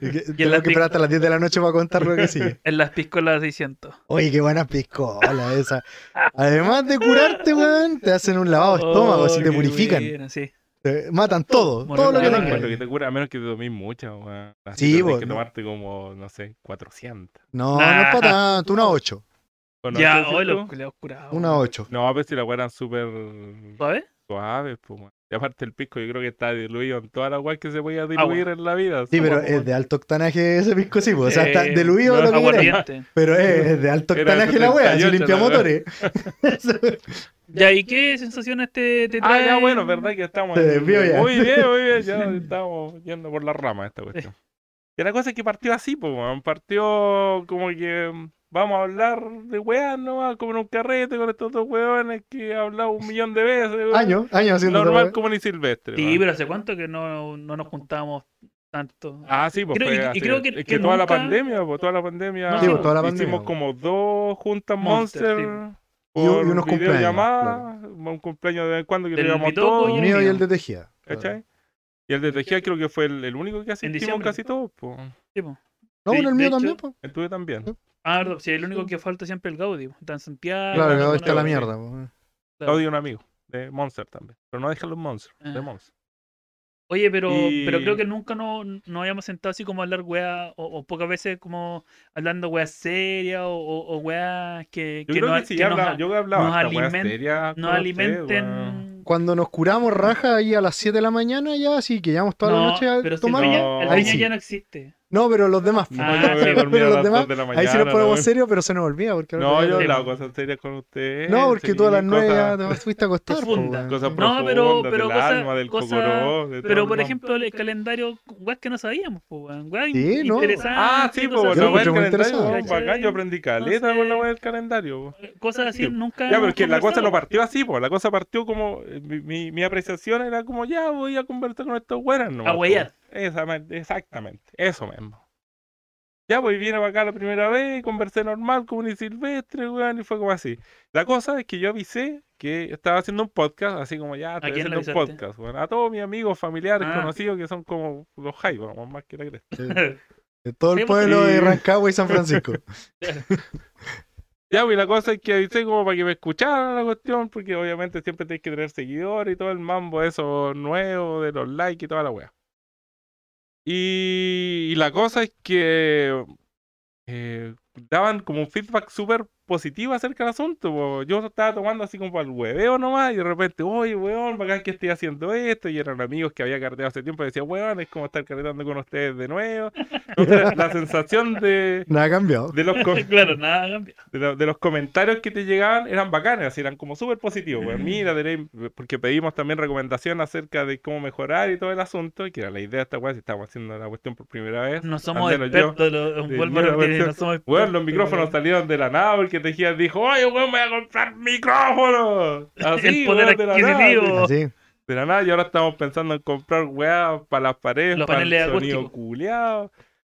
[SPEAKER 3] Y que-
[SPEAKER 2] en
[SPEAKER 3] Tengo
[SPEAKER 2] la
[SPEAKER 3] que esperar hasta las 10 de la noche para contar lo que sigue.
[SPEAKER 2] En las piscolas 600.
[SPEAKER 3] Oye, qué buena piscola esa. Además de curarte, weón, te hacen un lavado de estómago, así
[SPEAKER 2] Oh,
[SPEAKER 3] te
[SPEAKER 2] qué
[SPEAKER 3] purifican.
[SPEAKER 2] bueno, sí.
[SPEAKER 3] Te matan todo,
[SPEAKER 2] Morir
[SPEAKER 3] todo
[SPEAKER 2] la
[SPEAKER 3] lo que
[SPEAKER 4] Yo no
[SPEAKER 2] verga.
[SPEAKER 4] encuentro que
[SPEAKER 3] tengas.
[SPEAKER 4] te cura, a menos que te tomes mucha, weón.
[SPEAKER 3] Sí,
[SPEAKER 4] Así que tenés
[SPEAKER 3] vos,
[SPEAKER 4] que
[SPEAKER 3] no.
[SPEAKER 4] tomarte como, no sé, 400.
[SPEAKER 3] No, no es
[SPEAKER 2] Nah.
[SPEAKER 3] para tanto, una 8.
[SPEAKER 4] Bueno,
[SPEAKER 2] Ya,
[SPEAKER 4] ¿eso decís
[SPEAKER 2] hoy los
[SPEAKER 4] tú?
[SPEAKER 2] culeados curados.
[SPEAKER 3] Una 8.
[SPEAKER 4] No, pero si la weá eran súper
[SPEAKER 2] ¿Sabes?
[SPEAKER 4] suaves, pues, weón. Y aparte el pisco, yo creo que está diluido en todas las weas que se
[SPEAKER 2] Ah,
[SPEAKER 4] podía diluir en la vida.
[SPEAKER 3] Sí,
[SPEAKER 4] Esa
[SPEAKER 3] pero
[SPEAKER 4] weá,
[SPEAKER 3] es
[SPEAKER 4] weón.
[SPEAKER 3] de alto octanaje ese pisco, sí, pues, o sea, está
[SPEAKER 2] Eh,
[SPEAKER 3] diluido
[SPEAKER 4] no,
[SPEAKER 3] lo que quieras,
[SPEAKER 2] Aguardiente.
[SPEAKER 3] pero es es de alto
[SPEAKER 4] Era
[SPEAKER 3] octanaje la wea, si
[SPEAKER 4] 78,
[SPEAKER 3] limpia
[SPEAKER 4] la
[SPEAKER 3] motores.
[SPEAKER 2] Ya, ¿y qué sensaciones te, te
[SPEAKER 4] Ah,
[SPEAKER 2] trae?
[SPEAKER 4] ya, bueno, verdad que estamos.
[SPEAKER 3] Se
[SPEAKER 4] en-
[SPEAKER 3] desvió ya.
[SPEAKER 4] Muy bien, muy bien, ya estamos yendo por la rama esta cuestión. Y la cosa es que partió así, pues, weón. Partió como que mm, vamos a hablar de weas, ¿no? A comer un carrete con estos dos weones que he hablado un millón de veces, weón.
[SPEAKER 3] Años, años haciendo esa
[SPEAKER 4] Normal
[SPEAKER 3] wea.
[SPEAKER 4] como ni silvestre.
[SPEAKER 2] Sí,
[SPEAKER 4] weón.
[SPEAKER 2] pero hace cuánto que no, no nos juntábamos tanto.
[SPEAKER 4] Ah, sí, pues
[SPEAKER 2] Creo-
[SPEAKER 4] fue
[SPEAKER 2] y- y
[SPEAKER 4] hace-
[SPEAKER 2] creo que-
[SPEAKER 4] es que,
[SPEAKER 2] que
[SPEAKER 4] toda la
[SPEAKER 2] nunca-
[SPEAKER 4] pandemia, pues, toda la pandemia,
[SPEAKER 2] No, Sí, pues,
[SPEAKER 3] toda la
[SPEAKER 4] hicimos
[SPEAKER 3] pandemia.
[SPEAKER 4] como dos juntas
[SPEAKER 2] Monster,
[SPEAKER 4] Monster,
[SPEAKER 3] Y un- y
[SPEAKER 4] por
[SPEAKER 3] unos cumpleaños,
[SPEAKER 4] videollamada, un cumpleaños de vez en cuando que
[SPEAKER 2] Del
[SPEAKER 4] lo íbamos
[SPEAKER 2] Pitoco
[SPEAKER 4] todos,
[SPEAKER 2] y
[SPEAKER 3] El mío y el de Tejía.
[SPEAKER 4] ¿cachai? Y el de Tejía creo que fue el, el único que asistimos
[SPEAKER 2] diciembre.
[SPEAKER 4] casi todos, pues.
[SPEAKER 2] Sí, po.
[SPEAKER 3] No, bueno, el
[SPEAKER 2] De-
[SPEAKER 3] mío
[SPEAKER 2] de
[SPEAKER 3] también,
[SPEAKER 2] hecho-
[SPEAKER 3] pues.
[SPEAKER 4] El tuyo también.
[SPEAKER 2] Ah, verdad, sí, el único que falta siempre es el Gaudi. po. Está en Santiago.
[SPEAKER 3] Claro,
[SPEAKER 2] no,
[SPEAKER 3] ahí
[SPEAKER 2] no,
[SPEAKER 3] está la
[SPEAKER 2] no,
[SPEAKER 3] mierda. po.
[SPEAKER 2] claro.
[SPEAKER 4] Audio un amigo de Monster también, pero no dejan los Monster, de
[SPEAKER 2] Ah.
[SPEAKER 4] Monster.
[SPEAKER 2] Oye, pero,
[SPEAKER 4] Y-
[SPEAKER 2] pero creo que nunca no, no habíamos sentado así como a hablar weá, o, o pocas veces como hablando weá serias o, o, o weá que,
[SPEAKER 4] Yo
[SPEAKER 2] que
[SPEAKER 4] creo
[SPEAKER 2] no-
[SPEAKER 4] que sí,
[SPEAKER 2] que nos,
[SPEAKER 4] habla-
[SPEAKER 2] a-
[SPEAKER 4] yo he hablado
[SPEAKER 2] nos
[SPEAKER 4] hasta weas
[SPEAKER 2] alimen-
[SPEAKER 4] serias
[SPEAKER 2] nos
[SPEAKER 4] con usted, weón.
[SPEAKER 2] alimenten.
[SPEAKER 3] Cuando nos curamos raja ahí a las 7 de la mañana, ya así que llevamos toda la
[SPEAKER 2] No,
[SPEAKER 3] noche a
[SPEAKER 2] pero si
[SPEAKER 3] tomar.
[SPEAKER 2] el
[SPEAKER 4] Viña-
[SPEAKER 2] Peña- el
[SPEAKER 3] Ahí
[SPEAKER 2] Peña
[SPEAKER 3] sí.
[SPEAKER 2] ya no existe.
[SPEAKER 3] No, pero los demás. po.
[SPEAKER 4] No,
[SPEAKER 2] Ah,
[SPEAKER 4] yo me voy a
[SPEAKER 2] sí,
[SPEAKER 4] dormir
[SPEAKER 3] pero
[SPEAKER 4] a
[SPEAKER 3] los
[SPEAKER 4] las
[SPEAKER 3] demás,
[SPEAKER 4] dos de la mañana.
[SPEAKER 3] Ahí sí nos
[SPEAKER 4] weón.
[SPEAKER 3] ponemos serios, pero se nos olvida. Porque ahora
[SPEAKER 4] No, yo
[SPEAKER 3] te-
[SPEAKER 4] he
[SPEAKER 2] Sí,
[SPEAKER 4] hablado
[SPEAKER 2] bueno.
[SPEAKER 4] cosas serias con usted.
[SPEAKER 3] No, porque tú a las 9 ya
[SPEAKER 4] cosas,
[SPEAKER 3] te fuiste a acostar. po,
[SPEAKER 2] Profunda.
[SPEAKER 3] weón.
[SPEAKER 4] Cosas
[SPEAKER 2] No,
[SPEAKER 4] profundas
[SPEAKER 2] pero- pero
[SPEAKER 4] del
[SPEAKER 2] cosa-
[SPEAKER 4] alma, del
[SPEAKER 2] cosa-
[SPEAKER 4] cocoró, de todo
[SPEAKER 2] Pero por
[SPEAKER 4] el mambo.
[SPEAKER 2] ejemplo, el calendario, weá que no sabíamos, po, weón. Weá
[SPEAKER 3] Sí, no.
[SPEAKER 2] interesante,
[SPEAKER 4] Ah, sí, pues
[SPEAKER 2] cosas
[SPEAKER 4] la
[SPEAKER 3] Yo
[SPEAKER 4] wea
[SPEAKER 2] así.
[SPEAKER 4] del
[SPEAKER 3] encuentro muy
[SPEAKER 4] calendario,
[SPEAKER 3] interesante.
[SPEAKER 4] weón, bacán, yo aprendí caleta
[SPEAKER 2] No sé.
[SPEAKER 4] con la wea del calendario. weón.
[SPEAKER 2] cosas así
[SPEAKER 4] Sí.
[SPEAKER 2] nunca.
[SPEAKER 4] Ya, pero es
[SPEAKER 2] hemos
[SPEAKER 4] que la cosa no
[SPEAKER 2] conversado.
[SPEAKER 4] partió así, pues la cosa partió como, eh, mi, mi, mi apreciación era como, ya voy a conversar con estos weones, ¿no?
[SPEAKER 2] A huellar.
[SPEAKER 4] Exactamente, exactamente, eso mismo. Ya, pues vine para acá la primera vez, conversé normal como un silvestre, weón, y fue como así. La cosa es que yo avisé que estaba haciendo un podcast, así como ya, estoy
[SPEAKER 2] quién le
[SPEAKER 4] haciendo un
[SPEAKER 2] avisaste?
[SPEAKER 4] podcast, weón. A todos mis amigos, familiares,
[SPEAKER 2] Ah.
[SPEAKER 4] conocidos, que son como los hype, vamos, más que la cresta.
[SPEAKER 3] De todo
[SPEAKER 2] Sí,
[SPEAKER 3] el
[SPEAKER 2] pues,
[SPEAKER 3] pueblo
[SPEAKER 4] sí.
[SPEAKER 3] de Rancagua y San Francisco.
[SPEAKER 4] Ya, pues la cosa es que avisé como para que me escucharan la cuestión, porque obviamente siempre tienes que tener seguidores y todo el mambo eso nuevo de los likes y toda la wea. Y, y la cosa es que eh, daban como un feedback súper positiva acerca del asunto. po. Yo estaba tomando así como para el hueveo nomás y de repente, oye, weón, bacán que estoy haciendo esto. Y eran amigos que había carteado hace tiempo y decía, weón, es como estar carteando con ustedes de nuevo. Entonces, la sensación de,
[SPEAKER 3] Nada ha cambiado.
[SPEAKER 4] de los, co-
[SPEAKER 2] Claro, nada cambia.
[SPEAKER 4] de, lo- de los comentarios que te llegaban eran bacanes, así, eran como súper positivos.
[SPEAKER 2] Mm.
[SPEAKER 4] weón. mira, tenéis- porque pedimos también recomendación acerca de cómo mejorar y todo el asunto, que era la idea de esta weá, si estábamos haciendo la cuestión por primera vez.
[SPEAKER 2] No
[SPEAKER 4] al
[SPEAKER 2] somos
[SPEAKER 4] menos yo.
[SPEAKER 2] expertos, lo-
[SPEAKER 4] Sí,
[SPEAKER 2] vuelvo a
[SPEAKER 4] yo la
[SPEAKER 2] repetir,
[SPEAKER 4] cuestión-
[SPEAKER 2] no somos expertos.
[SPEAKER 4] Weón, los micrófonos salieron de la nada porque Tejía dijo, oye, weón, me voy a comprar micrófonos. Así,
[SPEAKER 2] El poder
[SPEAKER 4] weón, de la nada.
[SPEAKER 2] adquisitivo.
[SPEAKER 3] Así.
[SPEAKER 4] De la nada, y ahora estamos pensando en comprar weá para las paredes,
[SPEAKER 2] Los
[SPEAKER 4] para
[SPEAKER 2] paneles
[SPEAKER 4] el sonido
[SPEAKER 2] acústicos.
[SPEAKER 4] culeado.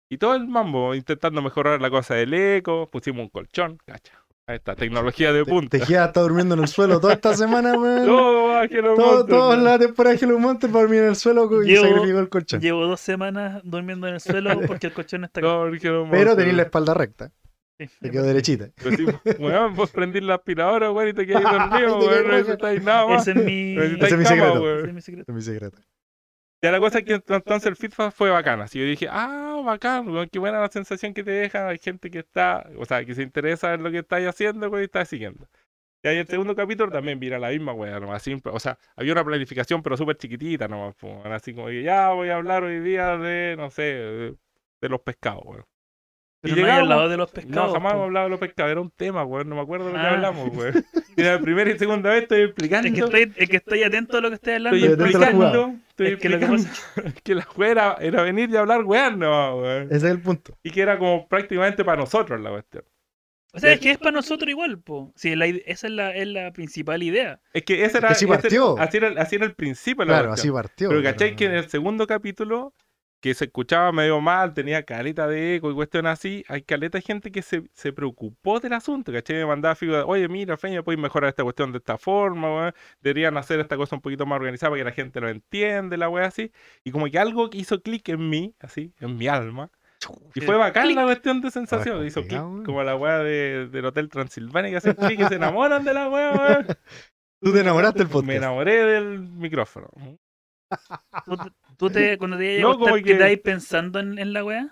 [SPEAKER 4] Y todo el mambo, intentando mejorar la cosa del eco. Pusimos un colchón, cacha. Ahí está, tecnología de
[SPEAKER 3] Te-
[SPEAKER 4] punta.
[SPEAKER 3] Tejía está durmiendo en el suelo toda esta semana, weón.
[SPEAKER 4] Todo va a Hello
[SPEAKER 3] Todo,
[SPEAKER 4] Mountain,
[SPEAKER 3] toda
[SPEAKER 4] weón.
[SPEAKER 3] la temporada de Hello Monster para dormir en el suelo y
[SPEAKER 2] Llevo-
[SPEAKER 3] sacrificó el colchón.
[SPEAKER 2] Llevo dos semanas durmiendo en el suelo porque el colchón está...
[SPEAKER 4] Todo el Hello
[SPEAKER 3] Pero
[SPEAKER 4] Mountain.
[SPEAKER 3] tenés la espalda recta.
[SPEAKER 2] Sí.
[SPEAKER 3] Te quedó derechita.
[SPEAKER 4] Decimos, Weón, vos prendís la aspiradora, weón, y te quedas
[SPEAKER 3] Y te
[SPEAKER 4] dormido,
[SPEAKER 3] quedas
[SPEAKER 4] weón. No
[SPEAKER 3] dormido.
[SPEAKER 4] necesitáis nada más.
[SPEAKER 2] Ese es mi...
[SPEAKER 4] Necesitáis
[SPEAKER 3] Ese es mi
[SPEAKER 4] cama,
[SPEAKER 3] secreto.
[SPEAKER 4] weón.
[SPEAKER 2] ese es mi secreto.
[SPEAKER 3] Es mi secreto.
[SPEAKER 4] Ya la cosa es que ent- entonces el feedback fue bacán. Así yo dije, ah, bacán, weón, qué buena la sensación que te deja. Hay gente que está, o sea, que se interesa en lo que estáis haciendo, weón, y está siguiendo. Y ahí el segundo capítulo también mira la misma, weón, nomás simple. O sea, había una planificación, pero súper chiquitita, nomás, po, weón. Así como que ya voy a hablar hoy día de, no sé, de, de los pescados, weón.
[SPEAKER 2] Pero
[SPEAKER 4] Y
[SPEAKER 2] no hay al
[SPEAKER 4] llegamos-
[SPEAKER 2] lado de los pescados.
[SPEAKER 4] no, jamás
[SPEAKER 2] po.
[SPEAKER 4] hemos hablado de los pescados, era un tema, weón, no me acuerdo de lo que
[SPEAKER 2] Ah.
[SPEAKER 4] hablamos, weón. Y la primera y segunda vez estoy explicando.
[SPEAKER 2] Es que, estoy, es que estoy atento a lo que estoy hablando.
[SPEAKER 4] Estoy
[SPEAKER 3] Estoy atento a la jugada.
[SPEAKER 4] explicando, estoy
[SPEAKER 2] Es que lo que
[SPEAKER 4] explicando que la juega era, era venir y hablar weá no, weón.
[SPEAKER 3] Ese es el punto.
[SPEAKER 4] Y que era como prácticamente para nosotros la cuestión.
[SPEAKER 2] O sea, es que es para nosotros igual, po. Sí, la ide- esa es la, es la principal idea.
[SPEAKER 4] Es que ese era,
[SPEAKER 3] que sí
[SPEAKER 4] ese-
[SPEAKER 3] partió.
[SPEAKER 4] así, era, así era el principio de la
[SPEAKER 3] Claro, así
[SPEAKER 4] cuestión.
[SPEAKER 3] partió.
[SPEAKER 4] Pero cachai que en el segundo capítulo, que se escuchaba medio mal, tenía caleta de eco y cuestiones así, hay caleta de gente que se, se preocupó del asunto, ¿cachai? Me mandaba figuras, oye, mira, Feña, podéis mejorar esta cuestión de esta forma, weón. Deberían hacer esta cosa un poquito más organizada para que la gente lo entiende, la weá así. Y como que algo que hizo clic en mí, así, en mi alma. Y fue bacán la cuestión de sensación.
[SPEAKER 3] Ahora es
[SPEAKER 4] Hizo clic,
[SPEAKER 3] complicado, weón.
[SPEAKER 4] como la weá de, del Hotel Transilvania que hacen clic y se enamoran de la weá, weón.
[SPEAKER 3] Tú te enamoraste del
[SPEAKER 4] Me
[SPEAKER 3] podcast.
[SPEAKER 4] enamoré del micrófono.
[SPEAKER 2] Tú, tú te, cuando te ibas
[SPEAKER 4] No,
[SPEAKER 2] a acostar,
[SPEAKER 4] como que-
[SPEAKER 2] ¿estáis pensando en, en la weá?